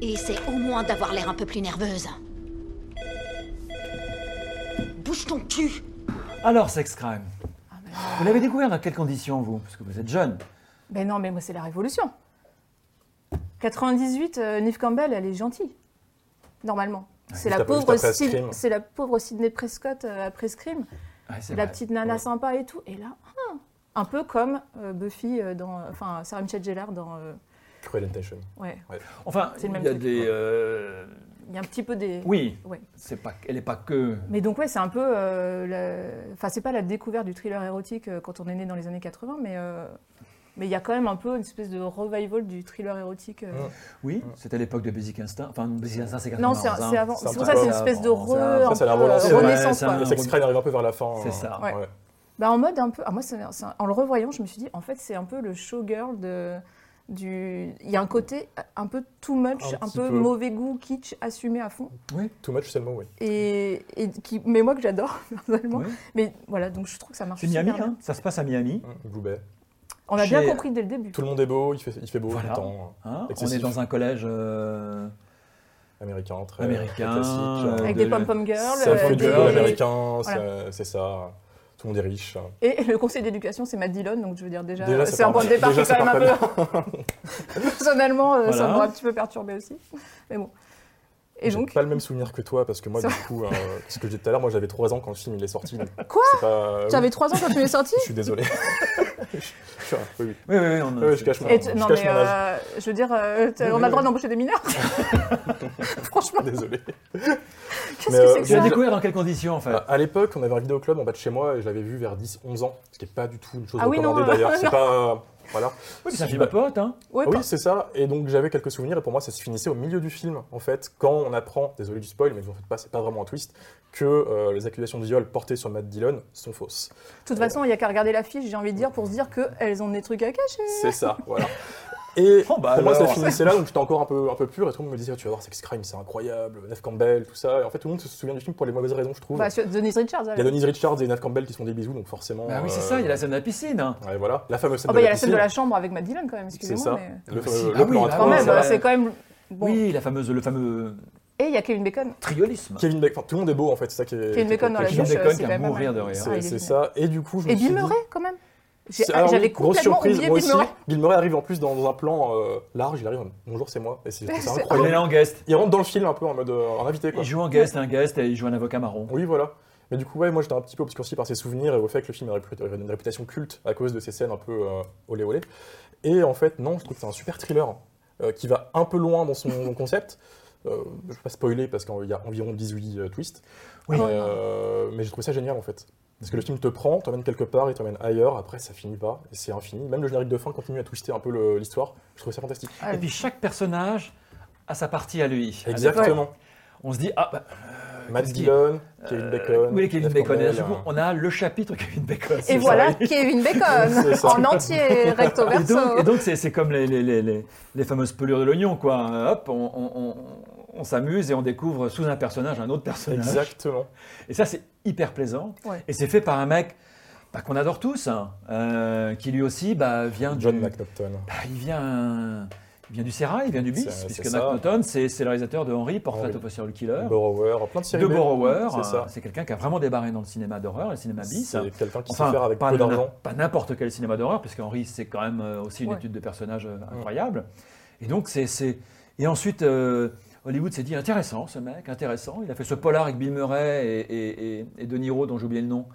Speaker 5: Et essaie au moins d'avoir l'air un peu plus nerveuse. Bouge ton cul
Speaker 8: Alors, Sex Crime,
Speaker 6: Ah,
Speaker 8: vous l'avez découvert dans quelles conditions, vous Parce que vous êtes jeune.
Speaker 6: Ben non, mais moi c'est la révolution. 98, euh, Neve Campbell, elle est gentille. Normalement. C'est
Speaker 7: juste
Speaker 6: la,
Speaker 7: après- juste
Speaker 6: pauvre
Speaker 7: après
Speaker 6: Syd-
Speaker 7: Scream.
Speaker 6: c'est la pauvre Sidney Prescott euh, après Scream,
Speaker 8: Ouais, c'est
Speaker 6: la
Speaker 8: vrai.
Speaker 6: petite nana sympa et tout. Et là, hum, un peu comme euh, Buffy euh, dans. Enfin, Sarah Michelle Gellar dans. euh,
Speaker 7: Cruel Intention.
Speaker 8: Euh,
Speaker 6: ouais.
Speaker 8: Enfin,
Speaker 6: C'est le
Speaker 8: il
Speaker 6: même
Speaker 8: y a
Speaker 6: truc.
Speaker 8: des... euh,
Speaker 6: Il y a un petit peu des.
Speaker 8: Oui,
Speaker 6: Ouais.
Speaker 8: c'est pas, elle n'est pas que...
Speaker 6: Mais donc, ouais, c'est un peu. euh, la- Enfin, c'est pas la découverte du thriller érotique euh, quand on est né dans les années 80, mais. euh, Mais il y a quand même un peu une espèce de revival du thriller érotique. euh,
Speaker 7: Ouais.
Speaker 8: Oui, c'était à l'époque de Basic Instinct. Enfin, Basic Instinct, c'est
Speaker 6: Non,
Speaker 8: 91,
Speaker 6: c'est
Speaker 8: hein.
Speaker 6: c'est avant.
Speaker 7: C'est
Speaker 6: C'est
Speaker 7: un
Speaker 6: pour
Speaker 7: peu
Speaker 6: ça, c'est une
Speaker 8: avant.
Speaker 6: espèce de re-
Speaker 8: Ça,
Speaker 6: un
Speaker 7: ça a
Speaker 6: peu,
Speaker 7: relancé,
Speaker 6: euh,
Speaker 7: ouais,
Speaker 6: renaissance.
Speaker 8: ça
Speaker 6: quoi.
Speaker 8: a
Speaker 7: Les
Speaker 8: Un
Speaker 7: Sex
Speaker 8: bon-
Speaker 7: Crimes arrivent un peu vers la fin.
Speaker 8: C'est
Speaker 7: hein.
Speaker 8: ça.
Speaker 6: Ouais. Bah, en mode un peu. Ah, moi, c'est- c'est- en le revoyant, je me suis dit, en fait, c'est un peu le showgirl de. Du... Il y a un côté un peu too much,
Speaker 7: Un
Speaker 6: un,
Speaker 7: petit
Speaker 6: peu,
Speaker 7: peu.
Speaker 6: mauvais goût, kitsch, assumé à fond.
Speaker 7: Too much, c'est le mot, oui.
Speaker 6: Et, et qui... Mais moi que j'adore, personnellement.
Speaker 8: Ouais.
Speaker 6: Mais voilà, donc je trouve que ça marche
Speaker 8: C'est Miami,
Speaker 6: super bien.
Speaker 8: hein. ça se passe à Miami.
Speaker 7: Blue Bay.
Speaker 6: On a bien
Speaker 8: Chez-
Speaker 6: compris dès le début.
Speaker 7: Tout le monde est beau, il fait, il fait beau
Speaker 8: Voilà.
Speaker 7: tout le temps.
Speaker 8: hein. On
Speaker 7: Excessif.
Speaker 8: est dans un collège euh,
Speaker 7: Américain, très
Speaker 8: Américain,
Speaker 7: très classique.
Speaker 8: euh,
Speaker 7: hein.
Speaker 6: Avec
Speaker 8: de-
Speaker 6: des pom-pom girls.
Speaker 7: Ça
Speaker 8: euh,
Speaker 7: fait du
Speaker 8: des-
Speaker 7: bon américain,
Speaker 6: Voilà.
Speaker 7: ça- c'est ça. Tout le monde est riche. hein.
Speaker 6: Et le conseil d'éducation, c'est Matt Dillon, donc je veux dire déjà,
Speaker 7: Déjà, ça
Speaker 6: c'est
Speaker 7: part
Speaker 6: un point de
Speaker 7: mal.
Speaker 6: départ qui est
Speaker 7: Déjà,
Speaker 6: quand même
Speaker 7: ça
Speaker 6: un peu. Personnellement, euh, ça
Speaker 8: Voilà.
Speaker 6: m'aurait un petit peu perturbé aussi. Mais bon. Et
Speaker 7: J'ai
Speaker 6: donc,
Speaker 7: pas le même souvenir que toi, parce que moi,
Speaker 6: C'est
Speaker 7: du coup, euh, ce que j'ai dit tout à l'heure, moi j'avais 3 ans quand le film il est sorti. donc
Speaker 6: Quoi
Speaker 7: c'est pas- euh,
Speaker 6: tu avais
Speaker 7: Ah oui,
Speaker 6: 3 ans quand tu l'es sorti
Speaker 7: Je suis désolé. Je suis un- oui, oui.
Speaker 8: Oui, oui, oui. on-
Speaker 7: Ouais, je cache mon-
Speaker 6: Et tu-
Speaker 7: je
Speaker 6: Non,
Speaker 7: cache
Speaker 6: mais
Speaker 7: mon
Speaker 6: euh,
Speaker 7: âge.
Speaker 6: je veux dire, euh, t'as- on a le droit d'embaucher des mineurs. Franchement,
Speaker 7: Désolé.
Speaker 6: qu'est-ce
Speaker 7: Mais, euh,
Speaker 6: que c'est
Speaker 8: Tu l'as
Speaker 6: que ça
Speaker 8: découvert dans quelles conditions, en fait
Speaker 7: À Bah, à l'époque, on avait un vidéoclub en bas de chez moi et je l'avais vu vers 10-11 ans, ce qui n'est pas du tout une chose
Speaker 6: Ah oui,
Speaker 7: recommandée
Speaker 6: non, euh,
Speaker 7: d'ailleurs. C'est pas. Voilà.
Speaker 8: Oui, C'est un film à pote, hein.
Speaker 6: Ouais,
Speaker 7: Ah oui,
Speaker 6: pas-
Speaker 7: c'est ça. Et donc j'avais quelques souvenirs et pour moi ça se finissait au milieu du film en fait quand on apprend, désolé du spoil mais vous en faites pas, c'est pas vraiment un twist, que euh, les accusations de viol portées sur Matt Dillon sont fausses.
Speaker 6: De toute façon, il n'y a qu'à regarder l'affiche, j'ai envie de dire, pour se dire qu'elles ont des trucs à cacher.
Speaker 7: C'est ça, voilà. Et
Speaker 8: Oh, bah
Speaker 7: pour moi ça
Speaker 8: alors.
Speaker 7: se finissait là donc j'étais encore un peu, un peu pur et tout le monde me disait tu vas voir Sex Crime c'est incroyable, Neve Campbell, tout ça. Et en fait tout le monde se souvient du film pour les mauvaises raisons je trouve.
Speaker 6: Bah, sur Denise Richards,
Speaker 7: il y a
Speaker 6: alors.
Speaker 7: Denise Richards et Neve Campbell qui sont des bisous donc forcément.
Speaker 8: Bah oui, c'est
Speaker 7: euh,
Speaker 8: ça, il y a la scène de la piscine. hein.
Speaker 7: Ouais, voilà, la fameuse scène
Speaker 6: Ah
Speaker 7: de
Speaker 6: bah, il y
Speaker 7: la
Speaker 6: a la scène de
Speaker 7: piscine.
Speaker 6: la chambre avec Matt Dillon, quand même,
Speaker 7: C'est ça.
Speaker 6: excusez-moi. mais- euh,
Speaker 7: Le,
Speaker 8: Ah, si.
Speaker 7: le
Speaker 8: Ah oui,
Speaker 7: plan à
Speaker 8: bah
Speaker 7: trois,
Speaker 6: Quand
Speaker 8: ouais,
Speaker 6: même,
Speaker 7: c'est
Speaker 8: bah,
Speaker 6: euh,
Speaker 7: vrai.
Speaker 6: c'est quand même. Bon.
Speaker 8: Oui, la fameuse, le fameux
Speaker 6: Et il y a Kevin Bacon.
Speaker 8: triolisme.
Speaker 7: Kevin Bacon, enfin, tout le monde est beau en fait, c'est ça qui est.
Speaker 6: Kevin
Speaker 7: qui est-
Speaker 6: Bacon dans la
Speaker 7: qui est-
Speaker 8: Kevin
Speaker 6: douche,
Speaker 8: Bacon
Speaker 6: c'est
Speaker 8: qui
Speaker 6: quand
Speaker 8: a
Speaker 6: même pas
Speaker 8: mourir
Speaker 6: mal.
Speaker 8: de rire.
Speaker 6: Ah, il
Speaker 7: C'est
Speaker 6: est
Speaker 7: c'est
Speaker 6: génial.
Speaker 7: ça. Et du coup, je me
Speaker 6: Et
Speaker 7: suis
Speaker 6: Bill
Speaker 7: dit-
Speaker 6: Murray, quand même J'ai- ah,
Speaker 7: Alors,
Speaker 6: J'avais
Speaker 7: oui, grosse
Speaker 6: complètement
Speaker 7: surprise,
Speaker 6: oublié
Speaker 7: moi
Speaker 6: Bill
Speaker 7: aussi.
Speaker 6: Murray.
Speaker 7: Bill Murray arrive en plus dans, dans un plan euh, large, il arrive en bonjour, c'est moi. Et c'est c'est
Speaker 6: C'est-
Speaker 8: Il est
Speaker 7: incroyable.
Speaker 8: là en guest.
Speaker 7: Il rentre dans le film un peu en mode euh, en invité quoi.
Speaker 8: Il joue en guest, un guest, et il joue un avocat marron.
Speaker 7: Oui, voilà. Mais du coup, ouais, moi j'étais un petit peu obscurci par ses souvenirs et au fait que le film a répu- a une réputation culte à cause de ces scènes un peu euh, olé olé. Et en fait, non, je trouve que c'est un super thriller euh, qui va un peu loin dans son concept. Euh, je ne vais pas spoiler parce qu'il y a environ 18 euh, twists.
Speaker 8: Oui.
Speaker 7: Mais, euh, mais j'ai trouvé ça génial en fait. Parce que le film te prend, t'emmène quelque part, il t'emmène ailleurs, après ça finit pas, et c'est infini. Même le générique de fin continue à twister un peu le- l'histoire. Je trouve ça fantastique.
Speaker 6: Ah
Speaker 8: Et puis chaque personnage a sa partie à lui.
Speaker 7: Exactement.
Speaker 8: On se dit, ah, bah,
Speaker 7: Matt
Speaker 8: Ah, Qu'est-ce qu'il-
Speaker 7: Dillon, Kevin Bacon.
Speaker 8: oui, Kevin
Speaker 7: Jeff
Speaker 8: Bacon. Et là,
Speaker 7: Campbell,
Speaker 8: du coup,
Speaker 7: euh,
Speaker 8: on a le chapitre Kevin Bacon.
Speaker 6: Et
Speaker 8: c'est
Speaker 6: voilà
Speaker 8: ça.
Speaker 6: Kevin
Speaker 7: C'est
Speaker 6: Bacon
Speaker 7: ça.
Speaker 6: en entier, recto
Speaker 8: Et
Speaker 6: verso.
Speaker 8: donc, et donc, c'est c'est comme les, les- les- les- les fameuses pelures de l'oignon, quoi. Euh, Hop, on, on- on- on s'amuse et on découvre sous un personnage un autre personnage.
Speaker 7: Exactement.
Speaker 8: Et ça, c'est hyper plaisant.
Speaker 6: Ouais.
Speaker 8: Et c'est fait par un mec bah, qu'on adore tous, hein, euh, qui lui aussi bah, vient
Speaker 7: John
Speaker 8: du...
Speaker 7: McNaughton.
Speaker 8: Bah, il, vient, il vient du Serra, il vient du bis,
Speaker 7: C'est-
Speaker 8: puisque
Speaker 7: c'est ça.
Speaker 8: McNaughton, c'est c'est le réalisateur de Henry, Portrait
Speaker 7: Henry.
Speaker 8: of a Serial Killer,
Speaker 7: Borrower, plein de séries.
Speaker 8: de
Speaker 7: B.
Speaker 8: Borrower.
Speaker 7: C'est
Speaker 8: euh,
Speaker 7: ça.
Speaker 8: C'est quelqu'un qui a vraiment débarré dans le cinéma d'horreur, le cinéma bis.
Speaker 7: C'est quelqu'un qui
Speaker 8: Enfin,
Speaker 7: sait faire avec
Speaker 8: pas,
Speaker 7: peu
Speaker 8: na-
Speaker 7: d'argent.
Speaker 8: pas n'importe quel cinéma d'horreur, puisque Henry, c'est quand même euh, aussi une
Speaker 6: Ouais.
Speaker 8: étude de personnages
Speaker 7: Mm.
Speaker 8: euh, incroyable. Et donc, c'est. c'est- Et ensuite, euh, Hollywood s'est dit intéressant, ce mec, intéressant. Il a fait ce polar avec Bill Murray et, et, et- et De Niro, dont j'ai oublié le nom,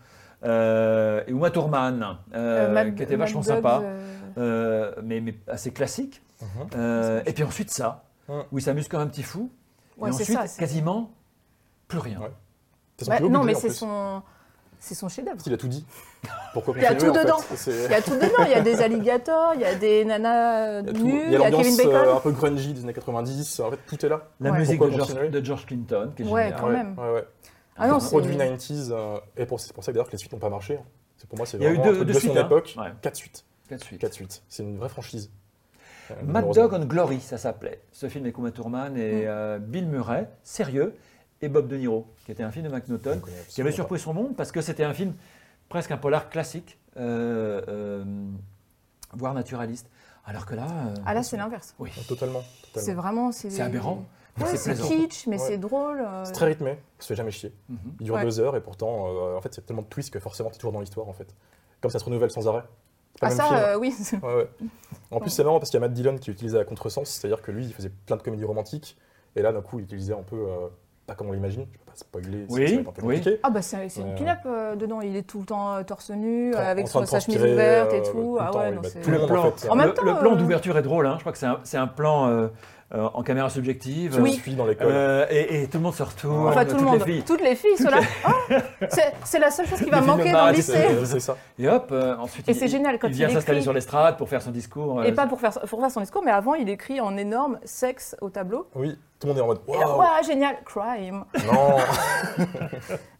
Speaker 8: euh, et Uma Thurman, euh,
Speaker 6: Euh, Mad-
Speaker 8: qui était
Speaker 6: Mad
Speaker 8: vachement
Speaker 6: Dogs,
Speaker 8: sympa,
Speaker 6: euh,
Speaker 8: euh, mais, mais assez classique.
Speaker 7: Mhm.
Speaker 8: Euh, et puis ensuite, ça,
Speaker 7: Mhm.
Speaker 8: où il s'amuse comme un petit fou.
Speaker 6: Ouais,
Speaker 8: et
Speaker 6: c'est
Speaker 8: ensuite,
Speaker 6: ça, c'est-
Speaker 8: quasiment plus rien.
Speaker 7: Ouais. C'est son
Speaker 6: bah,
Speaker 7: plus haut
Speaker 6: non,
Speaker 7: budget,
Speaker 6: mais
Speaker 7: en
Speaker 6: c'est
Speaker 7: plus.
Speaker 6: son, c'est son chef-d'œuvre.
Speaker 7: Il a tout dit. Pourquoi
Speaker 6: Il y a
Speaker 7: continuer,
Speaker 6: tout
Speaker 7: en fait
Speaker 6: dedans.
Speaker 7: C'est-
Speaker 6: Il y a tout dedans, il y a des alligators, il y a des nanas
Speaker 7: il y a tout.
Speaker 6: nues,
Speaker 7: Il y a
Speaker 6: Kevin
Speaker 7: l'ambiance
Speaker 6: Bacon.
Speaker 7: euh, un peu grungy des années 90. En fait, tout est là.
Speaker 8: La
Speaker 6: Ouais.
Speaker 8: musique de
Speaker 7: Pourquoi
Speaker 8: George,
Speaker 7: continuer
Speaker 8: de George Clinton, qui est
Speaker 6: Ouais,
Speaker 8: géniale.
Speaker 6: Quand
Speaker 7: ouais,
Speaker 6: même.
Speaker 7: Ouais, ouais.
Speaker 6: Ah non,
Speaker 7: Le
Speaker 6: c'est-
Speaker 7: produit 90s. euh, et pour, c'est pour ça d'ailleurs que les suites n'ont pas marché. hein. C'est pour moi, c'est
Speaker 8: Il y a eu
Speaker 7: vraiment
Speaker 8: deux-
Speaker 7: un truc
Speaker 8: deux
Speaker 7: de
Speaker 8: suites,
Speaker 7: son
Speaker 8: hein.
Speaker 7: époque.
Speaker 8: Ouais.
Speaker 7: 4 suites.
Speaker 8: Quatre suites.
Speaker 7: 4 suites. C'est une vraie franchise. Euh,
Speaker 8: Mad
Speaker 7: malheureusement. Hmm.
Speaker 8: Dog on Glory, ça s'appelait. Ce film avec Uma Thurman et euh, Bill Murray, sérieux, et Bob De Niro, qui était un film de
Speaker 7: Je
Speaker 8: McNaughton,
Speaker 7: connais
Speaker 8: qui avait
Speaker 7: absolument
Speaker 8: surpris son monde parce que c'était un film presque un polar classique, euh, euh, voire naturaliste. Alors que là. euh,
Speaker 6: Ah là, c'est l'inverse.
Speaker 8: Oui.
Speaker 7: pas. Totalement. totalement.
Speaker 6: C'est vraiment. C'est
Speaker 8: C'est aberrant. mais
Speaker 6: Ouais,
Speaker 8: c'est
Speaker 6: c'est
Speaker 8: plaisant.
Speaker 6: kitsch, mais
Speaker 7: Ouais.
Speaker 6: c'est drôle. euh,
Speaker 7: C'est très rythmé, on se fait jamais chier.
Speaker 8: Mhm.
Speaker 7: Il dure
Speaker 6: Ouais.
Speaker 7: deux heures et pourtant, euh, en fait, c'est tellement de twists que forcément, t'es toujours dans l'histoire, en fait. Comme ça se renouvelle sans arrêt. C'est pas
Speaker 6: Ah,
Speaker 7: le même
Speaker 6: ça,
Speaker 7: film.
Speaker 6: euh, oui.
Speaker 7: Ouais, ouais. En plus, c'est marrant parce qu'il y a Matt Dillon qui utilisait à contresens, c'est-à-dire que lui, il faisait plein de comédies romantiques, et là, d'un coup, il utilisait un peu, euh, pas comme on l'imagine, je peux pas spoiler,
Speaker 8: Oui,
Speaker 7: ça va être un peu
Speaker 8: oui.
Speaker 7: compliqué.
Speaker 6: Ah, bah, c'est c'est une
Speaker 7: Ouais.
Speaker 6: pin-up euh, dedans. Il est tout le temps euh, torse nu, euh,
Speaker 7: En- en
Speaker 6: avec
Speaker 7: train
Speaker 6: son-
Speaker 7: de
Speaker 6: sa chemise
Speaker 7: transpirer,
Speaker 6: ouverte et
Speaker 7: euh,
Speaker 6: tout.
Speaker 7: tout le
Speaker 6: Ah,
Speaker 7: temps,
Speaker 6: ouais,
Speaker 7: il
Speaker 6: non,
Speaker 7: va
Speaker 6: c'est.
Speaker 7: tout
Speaker 8: Le
Speaker 7: monde, en
Speaker 8: plan,
Speaker 7: fait.
Speaker 8: le-
Speaker 7: En
Speaker 6: même temps,
Speaker 8: le plan
Speaker 6: euh,
Speaker 8: d'ouverture est drôle, hein. je crois que c'est un, c'est un plan euh, euh, en caméra subjective.
Speaker 7: On suit dans l'école.
Speaker 8: Euh, et, et tout le monde se retourne,
Speaker 6: Enfin, tout le
Speaker 8: toutes
Speaker 6: monde.
Speaker 8: les filles.
Speaker 6: Toutes les filles sont là. Oh, c'est- C'est la seule chose qui va
Speaker 8: Les filles
Speaker 6: manquer
Speaker 8: de
Speaker 6: dans le
Speaker 8: Marais,
Speaker 6: lycée.
Speaker 7: C'est c'est ça.
Speaker 8: Et hop, euh, ensuite
Speaker 6: Et
Speaker 8: il-
Speaker 6: c'est génial quand
Speaker 8: il
Speaker 6: il
Speaker 8: vient s'installer
Speaker 6: écrit.
Speaker 8: sur l'estrade pour faire son discours.
Speaker 6: Et
Speaker 8: euh,
Speaker 6: pas pour faire, pour faire son discours, mais avant, il écrit en énorme sexe au tableau.
Speaker 7: Oui, tout le monde est en mode
Speaker 6: Et là,
Speaker 7: Waouh
Speaker 6: Ouah, génial, crime.
Speaker 7: Non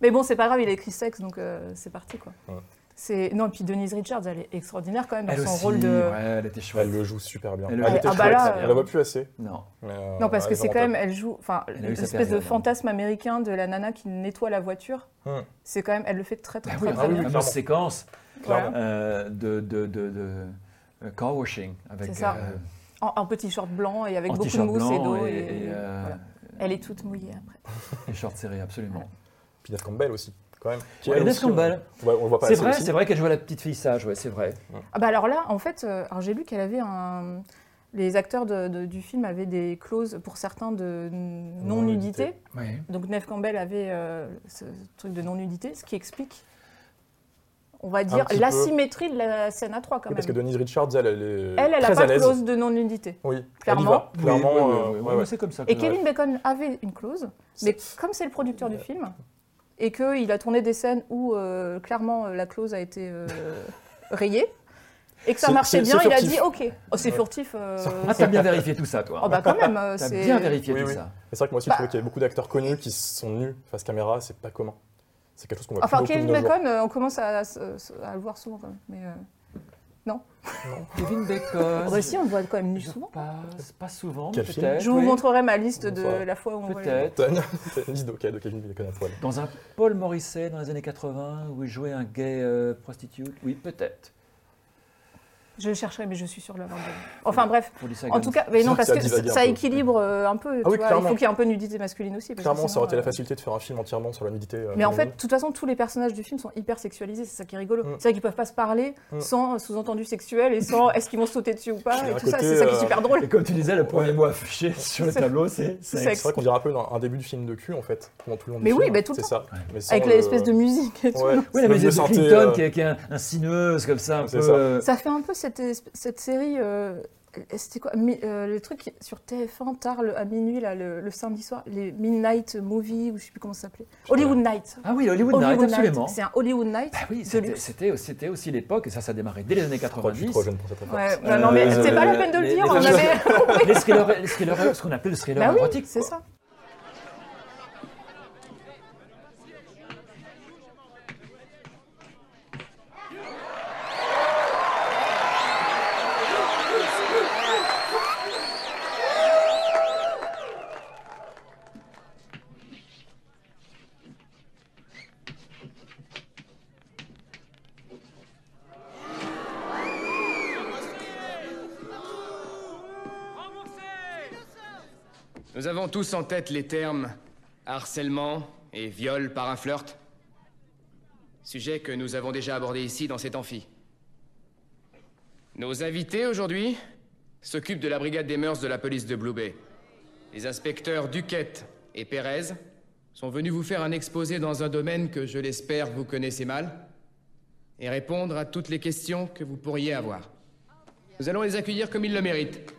Speaker 6: Mais bon, c'est pas grave, il a écrit sexe, donc euh, c'est parti, quoi.
Speaker 7: Ouais.
Speaker 6: C'est Non, et puis Denise Richards, elle est extraordinaire quand même dans
Speaker 8: Elle
Speaker 6: son
Speaker 8: aussi,
Speaker 6: rôle de.
Speaker 8: ouais, elle était chouette.
Speaker 7: Elle le joue super bien.
Speaker 8: Elle
Speaker 7: Elle,
Speaker 8: le-
Speaker 7: était
Speaker 6: Ah, bah
Speaker 7: chouette,
Speaker 6: là,
Speaker 7: on la voit plus assez.
Speaker 8: Non.
Speaker 7: mais, euh,
Speaker 6: Non, parce que
Speaker 7: elle
Speaker 6: c'est
Speaker 7: est
Speaker 6: quand même,
Speaker 7: vraiment
Speaker 6: elle joue, enfin,
Speaker 8: Elle a eu sa
Speaker 6: l'espèce
Speaker 8: période,
Speaker 6: de
Speaker 8: hein.
Speaker 6: fantasme américain de la nana qui nettoie la voiture.
Speaker 7: Hum.
Speaker 6: C'est quand même, elle le fait très très
Speaker 8: Bah
Speaker 6: très,
Speaker 8: oui,
Speaker 6: très
Speaker 7: oui,
Speaker 8: la
Speaker 6: bien.
Speaker 8: fameuse
Speaker 7: clairement.
Speaker 8: séquence
Speaker 6: Voilà.
Speaker 8: euh, de, de, de- de, euh, car washing avec
Speaker 6: C'est ça.
Speaker 8: euh,
Speaker 6: En, en petit short blanc et avec
Speaker 8: en
Speaker 6: beaucoup de
Speaker 8: t-shirt
Speaker 6: mousse et
Speaker 8: blanc
Speaker 6: d'eau.
Speaker 8: et,
Speaker 6: Et,
Speaker 8: et, euh,
Speaker 6: voilà. Elle est toute mouillée après.
Speaker 8: et shorts serrés, absolument.
Speaker 7: top. Puis Neve Campbell aussi, quand même. Qui,
Speaker 8: Ouais,
Speaker 7: elle
Speaker 8: Neve
Speaker 7: aussi, on-
Speaker 8: Campbell.
Speaker 7: ouais, on le voit pas
Speaker 8: C'est
Speaker 7: assez
Speaker 8: vrai,
Speaker 7: aussi.
Speaker 8: c'est vrai qu'elle jouait la petite fille sage, ouais, c'est vrai.
Speaker 6: Ah bah alors là, en fait, euh, alors j'ai lu qu'elle avait un. Les acteurs de- de- du film avaient des clauses pour certains de
Speaker 7: Non-nudité.
Speaker 6: non-nudité.
Speaker 8: Ouais.
Speaker 6: Donc Neve Campbell avait euh, ce truc de non-nudité, ce qui explique, on va dire,
Speaker 7: petit peu.
Speaker 6: l'asymétrie de la scène à 3 quand
Speaker 7: Oui,
Speaker 6: même.
Speaker 7: parce que Denise Richards, elle, elle est
Speaker 6: elle, elle n'a
Speaker 7: très
Speaker 6: pas
Speaker 7: à
Speaker 6: de
Speaker 7: l'aise.
Speaker 6: clause de non-nudité.
Speaker 7: Oui, elle
Speaker 6: Clairement.
Speaker 7: y va.
Speaker 8: Oui,
Speaker 7: Clairement,
Speaker 8: oui, oui,
Speaker 7: euh,
Speaker 8: oui, oui,
Speaker 7: ouais,
Speaker 8: mais
Speaker 7: ouais.
Speaker 8: c'est comme ça.
Speaker 6: Et
Speaker 8: que-
Speaker 6: Kevin Bacon avait une clause, mais comme c'est le producteur du film, et qu'il a tourné des scènes où euh, clairement euh, la clause a été euh, rayée, et que ça
Speaker 7: C'est-
Speaker 6: marchait
Speaker 7: c'est-
Speaker 6: bien,
Speaker 7: c'est
Speaker 6: il a
Speaker 7: furtif.
Speaker 6: dit ok. Oh, c'est
Speaker 7: Ouais.
Speaker 6: furtif. euh,
Speaker 8: Ah,
Speaker 6: c'est-
Speaker 8: t'as bien vérifié tout ça, toi.
Speaker 6: Oh bah quand même, euh,
Speaker 8: t'as
Speaker 6: c'est.
Speaker 8: bien vérifié
Speaker 7: Oui,
Speaker 8: tout
Speaker 7: oui.
Speaker 8: ça.
Speaker 7: Mais c'est vrai que moi aussi,
Speaker 6: Bah.
Speaker 7: je trouve qu'il y a beaucoup d'acteurs connus qui sont nus face caméra, c'est pas commun. C'est quelque chose qu'on voit
Speaker 6: Enfin,
Speaker 7: plus beaucoup de
Speaker 6: Kevin
Speaker 7: nos jours.
Speaker 6: Bacon, euh, on commence à, à- à le voir souvent quand même. Mais euh,
Speaker 8: Kevin Bacon.
Speaker 6: bah si, on le voit quand même nu
Speaker 8: je
Speaker 6: souvent.
Speaker 8: passe, pas souvent,
Speaker 7: Quel film
Speaker 8: peut-être.
Speaker 6: Je vous
Speaker 8: oui.
Speaker 6: montrerai ma liste de
Speaker 7: Bonsoir.
Speaker 6: la fois où on voit les-
Speaker 8: Peut-être.
Speaker 7: C'est une liste de, de Kevin Bacon à poil.
Speaker 8: Dans un Paul Morisset dans les années 80 où il jouait un gay euh, prostitute Oui, peut-être.
Speaker 6: Je le chercherai, mais je suis sûre de l'avoir déjà vu. Enfin bref.
Speaker 8: Faut dire ça
Speaker 6: En
Speaker 8: également.
Speaker 6: tout cas, mais non,
Speaker 7: Ça,
Speaker 6: parce
Speaker 7: ça
Speaker 6: que
Speaker 7: divague un
Speaker 6: ça
Speaker 7: peu.
Speaker 6: équilibre euh, un peu. tu
Speaker 7: Ah oui,
Speaker 6: vois, il
Speaker 7: clairement.
Speaker 6: faut qu'il y ait un peu de nudité masculine aussi. parce que
Speaker 7: Clairement, ça
Speaker 6: sinon,
Speaker 7: aurait été la
Speaker 6: euh,
Speaker 7: facilité de faire un film entièrement sur la nudité. euh,
Speaker 6: Mais en fait,
Speaker 7: féminine.
Speaker 6: de toute façon, tous les personnages du film sont hyper sexualisés, c'est ça qui est rigolo.
Speaker 7: Mm.
Speaker 6: C'est vrai qu'ils peuvent pas se parler
Speaker 7: Mm.
Speaker 6: sans euh, sous-entendu sexuel et sans est-ce qu'ils vont sauter dessus ou pas,
Speaker 7: Et
Speaker 6: et
Speaker 7: à
Speaker 6: ah tout ça,
Speaker 7: côté,
Speaker 6: c'est ça qui est
Speaker 7: euh,
Speaker 6: super drôle.
Speaker 8: Et comme tu disais, le premier mot affiché sur le
Speaker 6: C'est-
Speaker 8: tableau, c'est
Speaker 6: c'est
Speaker 8: sexe.
Speaker 7: C'est vrai qu'on dirait un peu un, un début de film de cul en fait, pendant tout le long du
Speaker 6: Mais oui,
Speaker 7: film.
Speaker 6: bah, tout le
Speaker 7: C'est
Speaker 6: temps.
Speaker 7: ça. Mais sans
Speaker 6: Avec
Speaker 7: le-
Speaker 6: l'espèce de musique et tout.
Speaker 7: Ouais.
Speaker 8: Oui,
Speaker 7: Le
Speaker 8: la musique de
Speaker 7: synthé,
Speaker 8: Clinton
Speaker 7: euh,
Speaker 8: qui est, qui est un, insinueuse comme ça, un
Speaker 7: C'est
Speaker 8: peu.
Speaker 7: ça.
Speaker 8: euh,
Speaker 6: Ça fait un peu cette, es- cette série. euh, C'était quoi mi- euh, Le truc qui- sur TF1 tard le- à minuit, là, le, le samedi soir, les Midnight Movie, ou je sais plus comment ça s'appelait. Hollywood Night.
Speaker 8: Ah oui, Hollywood, Night,
Speaker 6: Hollywood
Speaker 8: absolument.
Speaker 6: C'est un Hollywood Night.
Speaker 8: Ah oui,
Speaker 6: de
Speaker 8: c'était-
Speaker 6: luxe.
Speaker 8: c'était c'était aussi l'époque, et ça, ça a démarré dès les années
Speaker 7: Je crois que je
Speaker 8: 90.
Speaker 7: suis trop jeune pour cette référence.
Speaker 6: Ouais, bah non, mais
Speaker 8: Euh,
Speaker 6: c'est pas la peine de le
Speaker 8: les-
Speaker 6: dire,
Speaker 8: les
Speaker 6: on
Speaker 8: fameux-
Speaker 6: avait compris.
Speaker 8: Les thrillers- les thrillers- ce qu'on appelait le thriller
Speaker 6: Bah oui,
Speaker 8: érotique.
Speaker 6: c'est
Speaker 8: quoi.
Speaker 6: ça.
Speaker 10: Nous avons tous en tête les termes harcèlement et viol par un flirt. Sujet que nous avons déjà abordé ici dans cet amphi. Nos invités aujourd'hui s'occupent de la brigade des mœurs de la police de Blue Bay. Les inspecteurs Duquette et Pérez sont venus vous faire un exposé dans un domaine que, je l'espère, vous connaissez mal et répondre à toutes les questions que vous pourriez avoir. Nous allons les accueillir comme ils le méritent.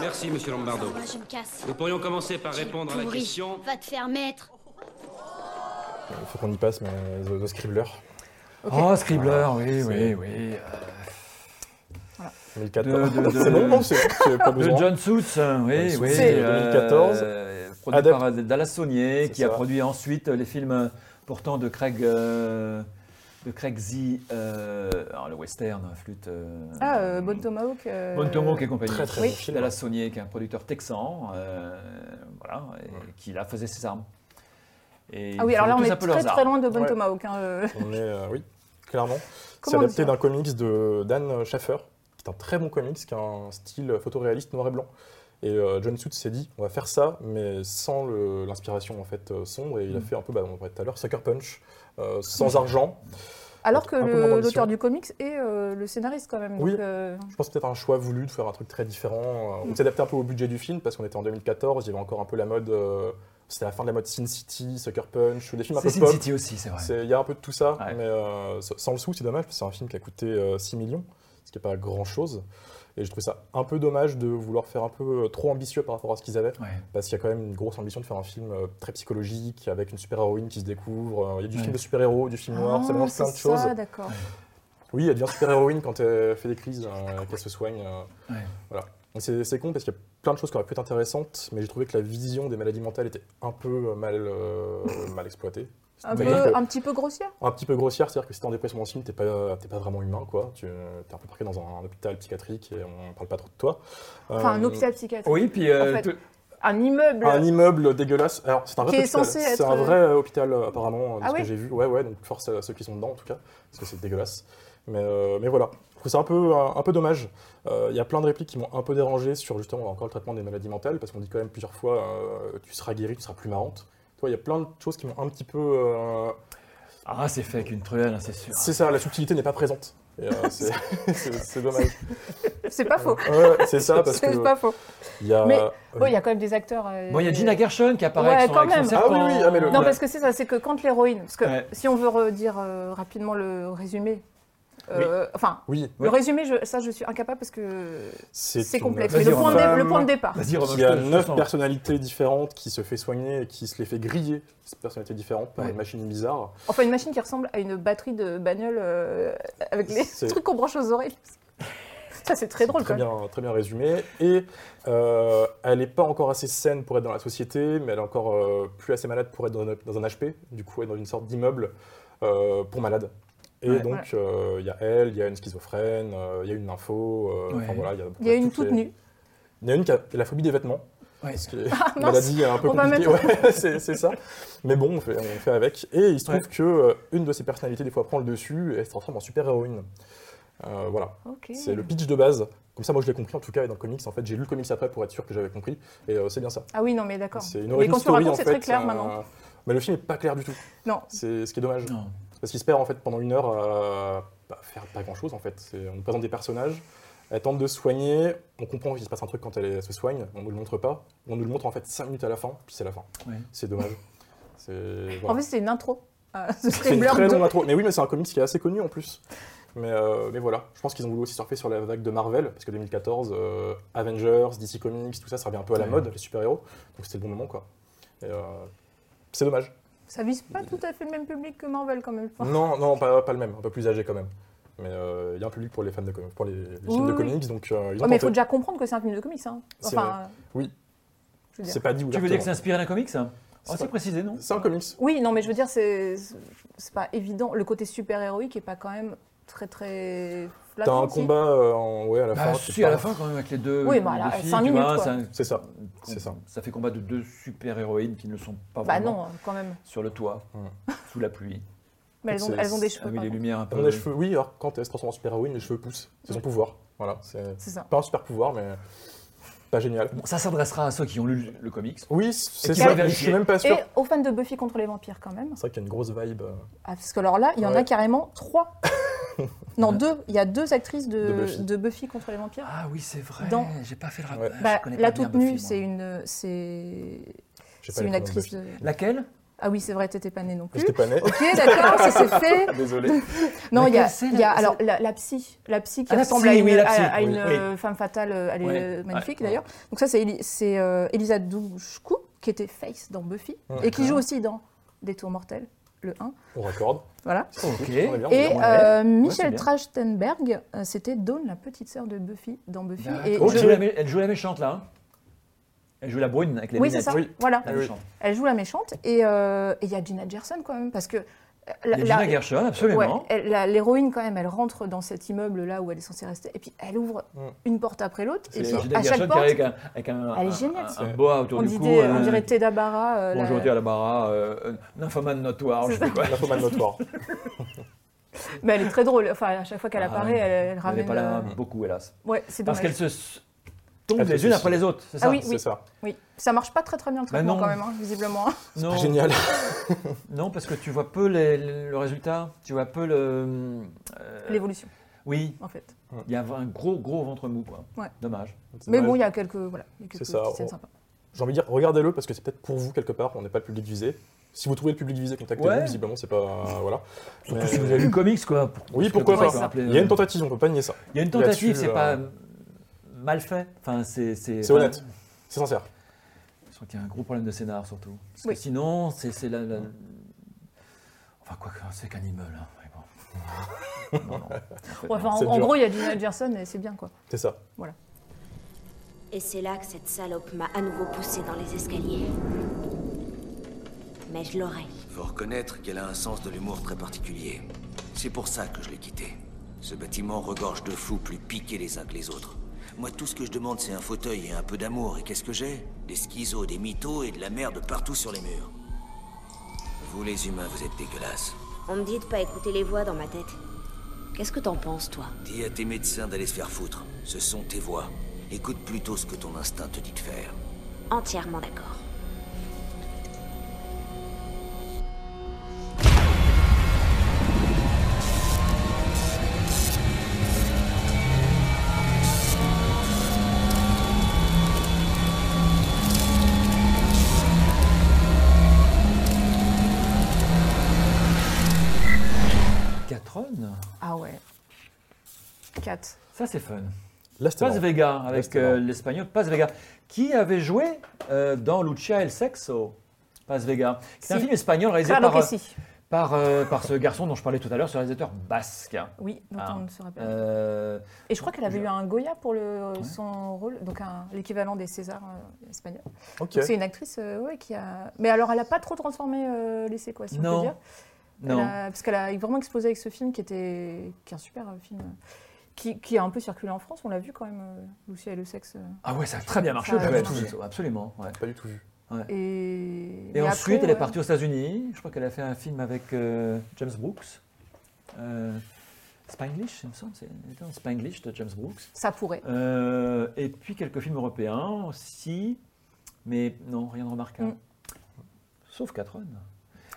Speaker 11: Merci, monsieur Lombardo.
Speaker 5: Moi, je me casse.
Speaker 11: Nous pourrions commencer par répondre à la
Speaker 5: Pourri.
Speaker 11: question.
Speaker 5: Va te faire mettre.
Speaker 7: Il faut qu'on y passe, mais euh, The, The Scribbler,
Speaker 8: Oh, Scribbler, oui, oui,
Speaker 7: C'est-
Speaker 8: oui. euh,
Speaker 7: 2014.
Speaker 8: De- de- de-
Speaker 7: C'est long, non C'est c'est pas
Speaker 8: Le
Speaker 7: besoin.
Speaker 8: John Suits, euh, oui,
Speaker 7: John
Speaker 8: oui.
Speaker 7: Suits, de
Speaker 8: euh,
Speaker 7: 2014,
Speaker 8: euh, produit
Speaker 7: adapte-
Speaker 8: par Dallas Saunier,
Speaker 7: C'est
Speaker 8: qui a
Speaker 7: ça.
Speaker 8: produit ensuite les films euh, pourtant de Craig, euh, de Craig Z, euh, alors le western, flûte. euh,
Speaker 6: Ah, euh, Bon Tomahawk. euh,
Speaker 8: Bon Tomahawk et compagnie.
Speaker 7: très, très bon film.
Speaker 8: Dallas Saunier, qui est un producteur texan, euh, voilà, et qui là faisait ses armes. Et
Speaker 6: Ah oui,
Speaker 8: ils
Speaker 6: alors là, on
Speaker 8: faisaient tous
Speaker 6: est
Speaker 8: un peu leurs
Speaker 6: très très
Speaker 8: armes.
Speaker 6: loin de Bon
Speaker 7: Ouais.
Speaker 6: Tomahawk. hein, euh.
Speaker 7: On est, euh, oui, clairement. C'est
Speaker 6: Comment
Speaker 7: adapté
Speaker 6: dire
Speaker 7: d'un comics de Dan Schaffer, qui est un très bon comics, qui a un style photoréaliste noir et blanc. Et euh, John Suits s'est dit, on va faire ça, mais sans le- l'inspiration en fait euh, sombre.
Speaker 8: Mm.
Speaker 7: Et il a fait un peu, bah, on parlait tout à l'heure, Sucker Punch, euh, sans argent.
Speaker 6: Alors que
Speaker 7: Un peu
Speaker 6: le-
Speaker 7: moins d'ambition.
Speaker 6: l'auteur du comics est euh, le scénariste quand même.
Speaker 7: Oui.
Speaker 6: donc, euh,
Speaker 7: Je pense peut-être un choix voulu de faire un truc très différent.
Speaker 8: Mm.
Speaker 7: euh, On s'adaptait un peu au budget du film parce qu'on était en 2014, il y avait encore un peu la mode. euh, C'était la fin de la mode Sin City, Sucker Punch, des films un peu
Speaker 8: C'est Sin
Speaker 7: pop.
Speaker 8: City aussi, c'est vrai.
Speaker 7: C'est- Il y a un peu de tout ça,
Speaker 8: Ouais.
Speaker 7: mais euh, sa- sans le sou, c'est dommage parce que c'est un film qui a coûté euh, 6 millions, ce qui n'est pas grand-chose. Et je trouve ça un peu dommage de vouloir faire un peu euh, trop ambitieux par rapport à ce qu'ils avaient,
Speaker 8: Ouais.
Speaker 7: parce qu'il y a quand même une grosse ambition de faire un film euh, très psychologique, avec une super-héroïne qui se découvre. euh, Il y a du
Speaker 8: Ouais.
Speaker 7: film de super-héros, du film noir, ça
Speaker 6: ah,
Speaker 7: mélange
Speaker 6: c'est
Speaker 7: plein de choses.
Speaker 6: Ça, d'accord.
Speaker 7: Oui, elle devient super-héroïne quand elle fait des crises, euh, qu'elle se soigne. euh,
Speaker 8: Ouais.
Speaker 7: Voilà. Donc C'est c'est con parce qu'il y a plein de choses qui auraient pu être intéressantes, mais j'ai trouvé que la vision des maladies mentales était un peu euh, mal, euh, mal exploitée.
Speaker 6: Un,
Speaker 7: C'est-à-dire
Speaker 6: peu-
Speaker 7: que-
Speaker 6: un petit peu grossière.
Speaker 7: un petit peu grossière, c'est-à-dire que si t'es en dépression dans ce film, t'es pas, t'es pas vraiment humain, quoi. Tu es un peu parqué dans un, hôpital psychiatrique et on parle pas trop de toi.
Speaker 6: Enfin, un
Speaker 7: Euh,
Speaker 6: hôpital psychiatrique.
Speaker 8: Oui, puis euh,
Speaker 6: En fait,
Speaker 8: tout-
Speaker 6: Un immeuble.
Speaker 7: Un immeuble dégueulasse. Alors, c'est un vrai
Speaker 6: Qui est
Speaker 7: hôpital.
Speaker 6: censé
Speaker 7: C'est
Speaker 6: être,
Speaker 7: un vrai euh, hôpital, euh, apparemment, euh, de
Speaker 6: Ah
Speaker 7: ce
Speaker 6: ouais
Speaker 7: que j'ai vu. Ouais, ouais, donc force à ceux qui sont dedans, en tout cas, parce que c'est dégueulasse. Mais, euh, mais voilà. Je trouve ça un peu, un, un peu dommage. Euh, Il y a plein de répliques qui m'ont un peu dérangé sur justement encore le traitement des maladies mentales, parce qu'on dit quand même plusieurs fois euh, tu seras guéri, tu seras plus marrante. Tu vois, Il y a plein de choses qui m'ont un petit peu. euh,
Speaker 8: ah, c'est fait avec une truelle, hein, c'est sûr.
Speaker 7: C'est ça, la subtilité n'est pas présente. Et, euh, c'est- c'est c'est dommage.
Speaker 6: C'est pas faux.
Speaker 7: Ouais, ouais, c'est ça, parce que.
Speaker 6: C'est pas faux.
Speaker 7: Il y a... euh,
Speaker 6: Mais-
Speaker 7: Oui.
Speaker 6: Bon, il y a quand même des acteurs. euh,
Speaker 8: Bon, il y a Gina Gershon qui apparaît
Speaker 6: Ouais,
Speaker 8: avec son,
Speaker 6: quand
Speaker 8: avec son
Speaker 6: même.
Speaker 7: Ah oui,
Speaker 8: serpent.
Speaker 7: oui, ah, mais le-
Speaker 6: Non,
Speaker 7: Ouais.
Speaker 6: parce que c'est ça, c'est que quand l'héroïne. Parce que
Speaker 8: Ouais.
Speaker 6: si on veut redire euh, rapidement le résumé. euh, Enfin,
Speaker 7: Oui,
Speaker 6: le résumé, je- ça, je suis incapable parce que
Speaker 7: c'est
Speaker 6: c'est
Speaker 7: une
Speaker 6: complexe.
Speaker 8: Vas-y,
Speaker 6: Mais le point, de,
Speaker 7: femme
Speaker 6: le point de départ.
Speaker 8: Vas-y, Romain,
Speaker 7: qui
Speaker 8: je te-
Speaker 7: a
Speaker 8: je te
Speaker 7: neuf
Speaker 8: sens.
Speaker 7: personnalités différentes, qui se fait soigner et qui se les fait griller, ces personnalités différentes, par
Speaker 8: Ouais.
Speaker 7: une machine bizarre.
Speaker 6: Enfin, une machine qui ressemble à une batterie de bagnole euh, avec les
Speaker 7: C'est-
Speaker 6: trucs qu'on branche aux oreilles. Ça, c'est très drôle,
Speaker 7: Très
Speaker 6: quand même.
Speaker 7: bien, très bien résumé. Et euh, elle n'est pas encore assez saine pour être dans la société, mais elle est encore euh, plus assez malade pour être dans un, dans un HP. Du coup, elle est dans une sorte d'immeuble euh, pour malades. Et
Speaker 8: Ouais.
Speaker 7: donc, euh, il y a elle, il y a une schizophrène, euh, il y a une info.
Speaker 8: Ouais.
Speaker 7: voilà, il y a,
Speaker 6: Il y a une
Speaker 7: toutes
Speaker 6: toute
Speaker 7: les-
Speaker 6: nue.
Speaker 7: Il y en a une qui a la phobie des vêtements. Parce que
Speaker 6: Ah, mince.
Speaker 7: maladie euh, un peu
Speaker 6: On va
Speaker 7: compliquée,
Speaker 6: mettre-
Speaker 7: ouais, c'est c'est ça. Mais bon, on fait, on fait avec. Et il se trouve
Speaker 8: Ouais.
Speaker 7: que euh, une de ses personnalités, des fois, prend le dessus et elle se transforme en super-héroïne. Euh, voilà.
Speaker 6: Ok.
Speaker 7: C'est le pitch de base. Comme ça, moi, je l'ai compris en tout cas. Et dans le comics, en fait, j'ai lu le comics après pour être sûr que j'avais compris. Et euh, c'est bien ça.
Speaker 6: Ah oui, non, mais d'accord.
Speaker 7: C'est une
Speaker 6: Mais
Speaker 7: origin
Speaker 6: quand tu le
Speaker 7: story, en
Speaker 6: racontes, c'est
Speaker 7: fait.
Speaker 6: très clair
Speaker 7: euh,
Speaker 6: maintenant.
Speaker 7: Mais le film est pas clair du tout.
Speaker 6: Non.
Speaker 7: C'est ce qui est dommage.
Speaker 8: Non.
Speaker 7: Parce qu'il se perd en fait pendant une heure à bah, faire pas grand chose en fait. C'est- On nous présente des personnages, elle tente de se soigner, on comprend qu'il se passe un truc quand elle elle se soigne, on nous le montre pas, on nous le montre en fait 5 minutes à la fin, puis c'est la fin.
Speaker 8: Ouais.
Speaker 7: C'est dommage. C'est
Speaker 6: En
Speaker 7: voilà.
Speaker 6: fait, c'est une intro. à ce
Speaker 7: C'est une
Speaker 6: Blur
Speaker 7: très
Speaker 6: 2.
Speaker 7: longue intro. Mais oui, mais c'est un comics qui est assez connu en plus. Mais, euh, mais voilà, je pense qu'ils ont voulu aussi surfer sur la vague de Marvel, parce que 2014, euh, Avengers, DC Comics, tout ça, ça revient un peu à la
Speaker 8: Ouais.
Speaker 7: mode, les super-héros. Donc c'était le bon moment quoi. Et, euh, c'est dommage.
Speaker 6: Ça vise pas tout à fait le même public que Marvel quand même. Oh, je pense.
Speaker 7: Non, non, pas, pas le même, un peu plus âgé quand même. Mais euh, il y a un public pour les fans de comics, pour les, les films
Speaker 6: Oui,
Speaker 7: de
Speaker 6: oui.
Speaker 7: comics, donc euh, ils ont
Speaker 6: Ouais, mais il
Speaker 7: tenté.
Speaker 6: faut déjà comprendre que c'est un film de comics. hein.
Speaker 7: C'est
Speaker 6: Enfin,
Speaker 7: vrai.
Speaker 6: euh,
Speaker 7: Oui,
Speaker 6: je veux dire.
Speaker 7: c'est pas dit
Speaker 8: Tu veux dire que c'est
Speaker 7: ouvertement.
Speaker 8: inspiré d'un comics ça
Speaker 7: C'est
Speaker 8: Oh, C'est
Speaker 7: pas-
Speaker 8: précisé, non
Speaker 7: C'est un comics.
Speaker 6: Oui, non, mais je veux dire, c'est c'est pas évident. Le côté super héroïque est pas quand même très très.
Speaker 7: T'as
Speaker 6: flagrant,
Speaker 7: un
Speaker 6: si.
Speaker 7: combat euh, en- ouais, à la
Speaker 8: Bah,
Speaker 7: fin. c'est
Speaker 8: si, à
Speaker 7: pas-
Speaker 8: la fin, quand même, avec les deux.
Speaker 6: Oui, bah,
Speaker 8: les
Speaker 6: là,
Speaker 8: deux filles,
Speaker 6: cinq
Speaker 8: tu
Speaker 6: minutes,
Speaker 8: vois,
Speaker 6: quoi.
Speaker 8: c'est un-
Speaker 7: C'est ça, c'est ça.
Speaker 8: Ça fait combat de deux super-héroïnes qui ne le sont pas
Speaker 6: Bah
Speaker 8: vraiment
Speaker 6: non, quand même.
Speaker 8: sur le toit,
Speaker 7: Ouais.
Speaker 8: sous la pluie,
Speaker 6: Mais elles ont,
Speaker 7: C'est-
Speaker 6: elles ont des cheveux.
Speaker 8: avec
Speaker 6: par
Speaker 8: les
Speaker 6: contre.
Speaker 8: lumières un peu.
Speaker 7: On a les cheveux, oui, alors quand elle se transforme en super-héroïne, les cheveux poussent. C'est son pouvoir. Voilà, c'est
Speaker 6: C'est ça.
Speaker 7: pas un super-pouvoir, mais pas génial.
Speaker 8: Bon, ça s'adressera à ceux qui ont lu le comics.
Speaker 7: Oui, c'est
Speaker 8: qui
Speaker 7: ça,
Speaker 8: va
Speaker 7: je suis
Speaker 8: vérifier.
Speaker 7: même pas sûr.
Speaker 6: Et aux fans de Buffy contre les vampires quand même.
Speaker 7: C'est vrai qu'il y a une grosse vibe euh,
Speaker 6: Ah, parce que alors là, il y en
Speaker 7: Ouais.
Speaker 6: a carrément trois. non, deux. Il y a deux actrices de,
Speaker 7: De
Speaker 6: de,
Speaker 7: Buffy.
Speaker 6: Buffy. contre les vampires.
Speaker 8: Ah oui, c'est vrai.
Speaker 6: Dans-
Speaker 8: J'ai pas fait le
Speaker 7: Ouais.
Speaker 8: rappel.
Speaker 6: bah,
Speaker 8: Je connais
Speaker 6: la
Speaker 8: pas bien
Speaker 6: toute
Speaker 8: Buffy,
Speaker 6: nue,
Speaker 8: moi.
Speaker 6: c'est une, c'est
Speaker 7: je sais pas les
Speaker 6: c'est une
Speaker 7: prénoms de
Speaker 6: actrice
Speaker 7: Buffy.
Speaker 6: de.
Speaker 8: Laquelle
Speaker 6: Ah oui, c'est vrai, t'étais pas née non plus.
Speaker 7: J'étais pas né.
Speaker 6: Ok, d'accord, ça c'est fait.
Speaker 7: Désolé.
Speaker 6: Non, il y
Speaker 8: Laquelle
Speaker 6: a,
Speaker 8: c'est,
Speaker 6: il y a-
Speaker 8: la-
Speaker 6: alors la, la psy, la psy qui
Speaker 8: Ah, la
Speaker 6: ressemble
Speaker 8: psy,
Speaker 6: à une,
Speaker 8: oui, la psy,
Speaker 6: à- à
Speaker 8: oui,
Speaker 6: une,
Speaker 8: oui.
Speaker 6: euh, femme fatale, euh, elle est
Speaker 8: Ouais,
Speaker 6: euh, magnifique
Speaker 8: ouais,
Speaker 6: d'ailleurs. Donc ça c'est Eli- c'est euh, Elisa Dushku qui était Face dans Buffy et qui joue aussi dans Des tours mortels, le 1.
Speaker 7: On raccorde.
Speaker 6: Voilà.
Speaker 8: Ok.
Speaker 7: On est bien, on est
Speaker 6: Et
Speaker 7: bien.
Speaker 6: euh,
Speaker 8: c'est
Speaker 6: Michel
Speaker 8: bien.
Speaker 6: Trachtenberg, euh, c'était Dawn, la petite sœur de Buffy dans Buffy.
Speaker 8: D'accord. Oh,
Speaker 6: Et
Speaker 8: Bah, Elle
Speaker 6: je-
Speaker 8: joue la mé- Elle joue la méchante, là. hein Elle joue la brune avec les
Speaker 6: Oui, c'est
Speaker 8: lunettes.
Speaker 6: ça.
Speaker 7: Oui.
Speaker 6: Voilà.
Speaker 8: La
Speaker 7: Oui.
Speaker 8: méchante.
Speaker 6: Elle joue la méchante et euh, et il y a Gina Gerson quand même parce que euh, la-
Speaker 8: Il y a
Speaker 6: la-
Speaker 8: Gina Gershon,
Speaker 6: Ouais,
Speaker 8: absolument.
Speaker 6: elle- la- l'héroïne quand même, elle rentre dans cet immeuble là où elle est censée rester, et puis elle ouvre
Speaker 7: Mm.
Speaker 6: une porte après l'autre,
Speaker 7: C'est
Speaker 6: et puis
Speaker 7: ça.
Speaker 8: Gina
Speaker 6: à chaque
Speaker 8: Gershon qui
Speaker 6: porte,
Speaker 8: arrive avec un, avec un,
Speaker 6: Elle est
Speaker 8: un-
Speaker 6: géniale,
Speaker 8: un-
Speaker 6: ça.
Speaker 8: un boa autour
Speaker 6: on,
Speaker 8: du cou.
Speaker 6: disait- on
Speaker 8: euh,
Speaker 6: dirait Teda Barra. euh,
Speaker 8: Bonjour,
Speaker 6: la-
Speaker 8: Théa Labara, euh, un nymphomane notoire, je sais quoi.
Speaker 7: L'infoman notoire.
Speaker 6: Mais elle est très drôle, enfin à chaque fois qu'elle
Speaker 8: Ah,
Speaker 6: apparaît,
Speaker 8: ouais.
Speaker 6: elle, elle
Speaker 8: Elle
Speaker 6: ramène.
Speaker 8: n'est pas là
Speaker 6: euh,
Speaker 8: beaucoup, hélas.
Speaker 6: Ouais, c'est
Speaker 8: Parce
Speaker 6: dommage.
Speaker 8: qu'elles se s- tombent
Speaker 7: Elles se
Speaker 8: les unes
Speaker 7: suicident.
Speaker 8: après les autres, c'est ça
Speaker 6: Ah oui,
Speaker 7: C'est ça.
Speaker 6: Oui, ça marche pas très très bien le traitement
Speaker 8: Bah, non.
Speaker 6: quand même, hein, visiblement.
Speaker 8: non,
Speaker 7: Pas Génial.
Speaker 8: non, parce que tu vois peu les- le le résultat, tu vois peu le. euh,
Speaker 6: L'évolution,
Speaker 8: oui,
Speaker 6: en fait.
Speaker 8: il y a un gros, gros ventre mou, quoi.
Speaker 6: Ouais.
Speaker 8: Dommage.
Speaker 6: Mais bon, il y a quelques, voilà, il y a quelques
Speaker 7: ça,
Speaker 6: petites scènes
Speaker 7: on-
Speaker 6: sympas.
Speaker 7: J'ai envie de dire, regardez-le parce que c'est peut-être pour vous quelque part, on n'est pas le public visé. Si vous trouvez le public visé, contactez-nous,
Speaker 8: Ouais.
Speaker 7: visiblement c'est pas. voilà.
Speaker 8: Surtout
Speaker 7: Mais-
Speaker 8: si vous avez lu comics, quoi. pour-
Speaker 7: Euh, Oui,
Speaker 8: parce que
Speaker 7: pourquoi
Speaker 8: comme ça,
Speaker 7: pas
Speaker 8: on peut rappeler,
Speaker 7: Il y a une
Speaker 8: euh,
Speaker 7: tentative, on peut pas nier ça.
Speaker 8: il y a une
Speaker 7: là-dessus,
Speaker 8: tentative, c'est
Speaker 7: euh,
Speaker 8: pas mal fait. Enfin, c'est.
Speaker 7: C'est
Speaker 8: enfin,
Speaker 7: honnête, c'est sincère.
Speaker 8: Je crois qu'il y a un gros problème de scénar surtout. Parce que
Speaker 6: Oui.
Speaker 8: sinon, c'est c'est la, la- Enfin, quoi que, c'est qu'un immeuble. hein, mais bon. Non, non.
Speaker 6: Ouais, enfin,
Speaker 7: C'est
Speaker 6: en, en
Speaker 7: dur.
Speaker 6: gros, il y a Gina Gerson et c'est bien quoi.
Speaker 7: C'est ça.
Speaker 12: Et c'est là que cette salope m'a à nouveau poussée dans les escaliers. Mais je l'aurai.
Speaker 9: Faut reconnaître qu'elle a un sens de l'humour très particulier. C'est pour ça que je l'ai quitté. Ce bâtiment regorge de fous plus piqués les uns que les autres. Moi, tout ce que je demande, c'est un fauteuil et un peu d'amour. Et qu'est-ce que j'ai Des schizos, des mythos et de la merde partout sur les murs. Vous, les humains, vous êtes dégueulasses.
Speaker 12: On me dit de pas écouter les voix dans ma tête. Qu'est-ce que t'en penses, toi
Speaker 9: Dis à tes médecins d'aller se faire foutre. Ce sont tes voix. Écoute plutôt ce que ton instinct te dit de faire.
Speaker 12: Entièrement d'accord.
Speaker 8: Catron
Speaker 6: Ah ouais. 4.
Speaker 8: Ça, c'est fun.
Speaker 7: Là, c'était
Speaker 8: Paz
Speaker 7: marrant.
Speaker 8: Vega,
Speaker 7: Ouais,
Speaker 8: avec
Speaker 7: c'était
Speaker 8: euh,
Speaker 7: marrant.
Speaker 8: l'espagnol Paz Vega, qui avait joué euh, dans Lucia el Sexo. Paz Vega. C'est un
Speaker 6: Si.
Speaker 8: film espagnol réalisé
Speaker 6: Claro
Speaker 8: par,
Speaker 6: que
Speaker 8: euh,
Speaker 6: Ah, si.
Speaker 8: par, euh, par ce garçon dont je parlais tout à l'heure, ce réalisateur basque.
Speaker 6: Oui, dont
Speaker 8: Ah.
Speaker 6: on ne se rappelle
Speaker 8: Euh,
Speaker 6: Et je crois qu'elle avait
Speaker 8: Je-
Speaker 6: eu un Goya pour le, son rôle, donc un- l'équivalent des Césars euh, espagnols.
Speaker 7: Ok.
Speaker 6: Donc C'est une actrice euh, ouais, qui a. Mais alors, elle n'a pas trop transformé euh, l'essai, quoi, si on
Speaker 8: non.
Speaker 6: peut dire. Elle
Speaker 8: Non.
Speaker 6: a- parce qu'elle a vraiment explosé avec ce film qui était qui est un super euh, film. qui, qui a un peu circulé en France, on l'a vu quand même, euh, Lucia et le sexe. euh.
Speaker 8: Ah ouais, ça a très bien marché.
Speaker 6: Ça a
Speaker 8: au Canada,
Speaker 6: bien
Speaker 8: tout
Speaker 6: marché.
Speaker 8: ça, absolument. ouais.
Speaker 7: Pas du tout vu.
Speaker 8: Ouais.
Speaker 6: Et,
Speaker 8: Et
Speaker 6: mais
Speaker 8: ensuite,
Speaker 6: après,
Speaker 8: elle est
Speaker 6: ouais.
Speaker 8: partie aux États-Unis. Je crois qu'elle a fait un film avec euh, James Brooks. Euh, Spanglish, il me semble. C'est elle était dans Spanglish de James Brooks.
Speaker 6: Ça pourrait.
Speaker 8: Euh, et puis quelques films européens aussi. Mais non, rien de remarquable.
Speaker 6: Mm.
Speaker 8: Sauf Catron.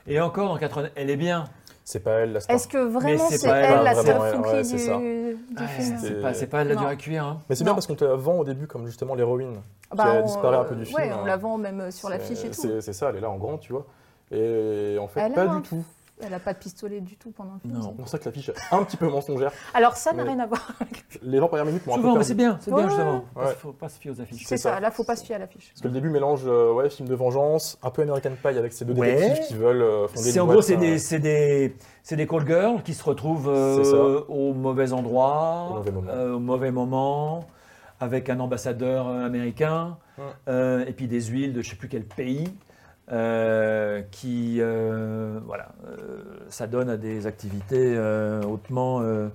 Speaker 8: Et encore dans Catron, elle est bien.
Speaker 7: C'est pas elle la star.
Speaker 6: Est-ce que vraiment
Speaker 8: c'est
Speaker 6: c'est
Speaker 8: pas
Speaker 6: elle,
Speaker 8: elle,
Speaker 6: la
Speaker 7: vraiment,
Speaker 6: star
Speaker 7: elle,
Speaker 6: funky
Speaker 7: ouais,
Speaker 6: du,
Speaker 7: c'est ça.
Speaker 6: du
Speaker 8: Ouais,
Speaker 6: film
Speaker 8: Ah, c'est pas, c'est pas la
Speaker 6: Non.
Speaker 8: dure à cuire. hein.
Speaker 7: Mais c'est bien parce qu'on te la vend au début comme justement l'héroïne qui a
Speaker 6: Bah, on-
Speaker 7: disparu un peu du film. hein.
Speaker 6: Ouais, on la vend même euh, sur l'affiche et
Speaker 7: C'est-
Speaker 6: tout. hein.
Speaker 7: C'est c'est ça, elle est là en grand, tu vois. Et en fait,
Speaker 6: Elle a
Speaker 7: pas
Speaker 6: un-
Speaker 7: du tout.
Speaker 6: Elle a pas de pistolet du tout pendant le film.
Speaker 8: Non.
Speaker 6: c'est-
Speaker 7: C'est pour ça que l'affiche est un petit peu mensongère.
Speaker 6: Alors ça n'a
Speaker 7: Mais-
Speaker 6: rien à voir.
Speaker 7: Les 20 premières minutes m'ont un peu
Speaker 8: Souvent, mais
Speaker 7: perdu.
Speaker 8: c'est bien, c'est bien
Speaker 6: Ouais,
Speaker 8: justement.
Speaker 7: ouais.
Speaker 8: Il faut pas se fier aux affiches.
Speaker 6: C'est ça.
Speaker 7: ça.
Speaker 6: Là, faut pas se fier à l'affiche.
Speaker 7: Parce que le début mélange euh, ouais, film de vengeance, un peu American Pie avec ces deux
Speaker 8: Ouais.
Speaker 7: détectives qui veulent euh, fonder
Speaker 8: C'est
Speaker 7: une
Speaker 8: en
Speaker 7: boîte,
Speaker 8: gros, c'est
Speaker 7: euh,
Speaker 8: des, c'est des, c'est des call girls qui se retrouvent euh,
Speaker 7: C'est ça.
Speaker 8: au mauvais endroit,
Speaker 7: Au mauvais moment.
Speaker 8: euh, au mauvais moment, avec un ambassadeur euh, américain,
Speaker 7: Mm.
Speaker 8: euh, et puis des huiles de je sais plus quel pays, euh, qui, euh, voilà, euh, ça donne à des activités euh, hautement euh,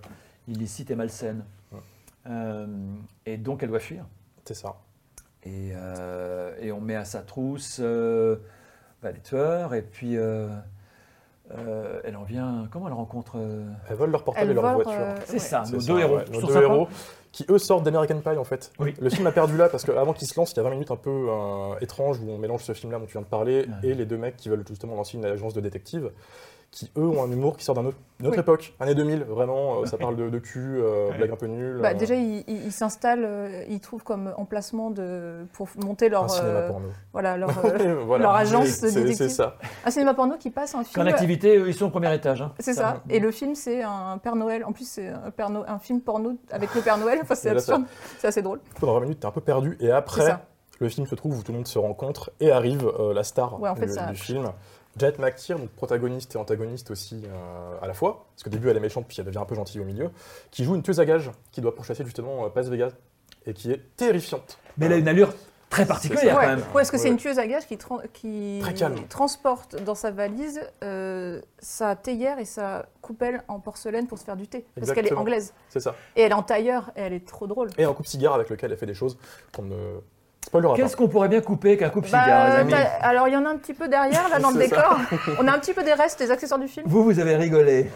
Speaker 8: illicites et malsaines.
Speaker 7: Ouais.
Speaker 8: Euh, et donc, elle doit fuir.
Speaker 7: C'est ça.
Speaker 8: Et, euh, et on met à sa trousse euh, bah, les tueurs, et puis euh, euh, elle en vient. Comment elle rencontre euh,
Speaker 7: Elles volent leur portable
Speaker 6: Elle
Speaker 7: et leur
Speaker 6: vole,
Speaker 7: voiture.
Speaker 6: euh,
Speaker 8: C'est
Speaker 6: ouais.
Speaker 8: ça,
Speaker 7: C'est
Speaker 8: Ah, nos
Speaker 7: ça,
Speaker 8: deux héros.
Speaker 7: ouais,
Speaker 8: qui
Speaker 7: nos
Speaker 8: sont
Speaker 7: deux
Speaker 8: sympas.
Speaker 7: héros qui eux sortent d'American Pie en fait.
Speaker 8: Oui.
Speaker 7: Le film a perdu là parce qu'avant qu'il se lance, il y a 20 minutes un peu euh, étrange où on mélange ce film là dont tu viens de parler
Speaker 8: Ouais.
Speaker 7: et les deux mecs qui veulent justement lancer une agence de détective qui eux ont un humour qui sort d'un autre- d'une autre,
Speaker 6: Oui.
Speaker 7: époque, année 2000, vraiment, euh, ça parle de, de cul, euh, blague un peu nulle.
Speaker 6: Bah,
Speaker 7: euh,
Speaker 6: déjà, ils il, s'installent, euh, ils trouvent comme emplacement de pour monter
Speaker 7: un
Speaker 6: leur
Speaker 7: cinéma
Speaker 6: euh,
Speaker 7: porno.
Speaker 6: voilà leur euh,
Speaker 7: Voilà.
Speaker 6: leur agence
Speaker 7: Oui, c'est-
Speaker 6: détective.
Speaker 7: C'est ça.
Speaker 6: un cinéma porno qui passe un
Speaker 8: Qu'en
Speaker 6: film. euh,
Speaker 8: activité, eux, ils sont au premier étage. hein.
Speaker 6: C'est ça. Et le film, c'est un Père Noël. En plus, c'est un, Père No- un film porno avec le Père Noël. Enfin, c'est
Speaker 7: Et là, ça-
Speaker 6: absurde. C'est assez drôle.
Speaker 7: Du coup, Dans 20 minutes, t'es un peu perdu et
Speaker 6: C'est
Speaker 7: après,
Speaker 6: ça.
Speaker 7: le film se trouve où tout le monde se rencontre et arrive euh, la star
Speaker 6: Ouais, en fait,
Speaker 7: du,
Speaker 6: ça-
Speaker 7: du film. Jet McTeer, donc protagoniste et antagoniste aussi euh, à la fois, parce qu'au début elle est méchante puis elle devient un peu gentille au milieu, qui joue une tueuse à gages qui doit pourchasser justement euh, Paz Vegas et qui est terrifiante.
Speaker 8: Mais elle a une allure très
Speaker 7: ça.
Speaker 8: particulière quand
Speaker 6: Ouais,
Speaker 8: même.
Speaker 6: ouais, parce que c'est
Speaker 7: Ouais.
Speaker 6: une tueuse à gages qui, tran- qui
Speaker 7: Très calme.
Speaker 6: transporte dans sa valise euh, sa théière et sa coupelle en porcelaine pour se faire du thé. Parce qu'elle est
Speaker 7: Exactement.
Speaker 6: anglaise.
Speaker 7: C'est ça.
Speaker 6: Et elle est en tailleur et elle est trop drôle.
Speaker 7: Et un coupe-cigare avec lequel elle fait des choses qu'on ne spoilera pas.
Speaker 8: Qu'est-ce qu'on pourrait bien couper qu'un coupe cigare,
Speaker 6: Bah,
Speaker 8: les amis
Speaker 6: t'as- alors, il y en a un petit peu derrière, là, dans le
Speaker 7: C'est
Speaker 6: décor. On a un petit peu des restes, des accessoires du film.
Speaker 8: Vous, vous avez rigolé.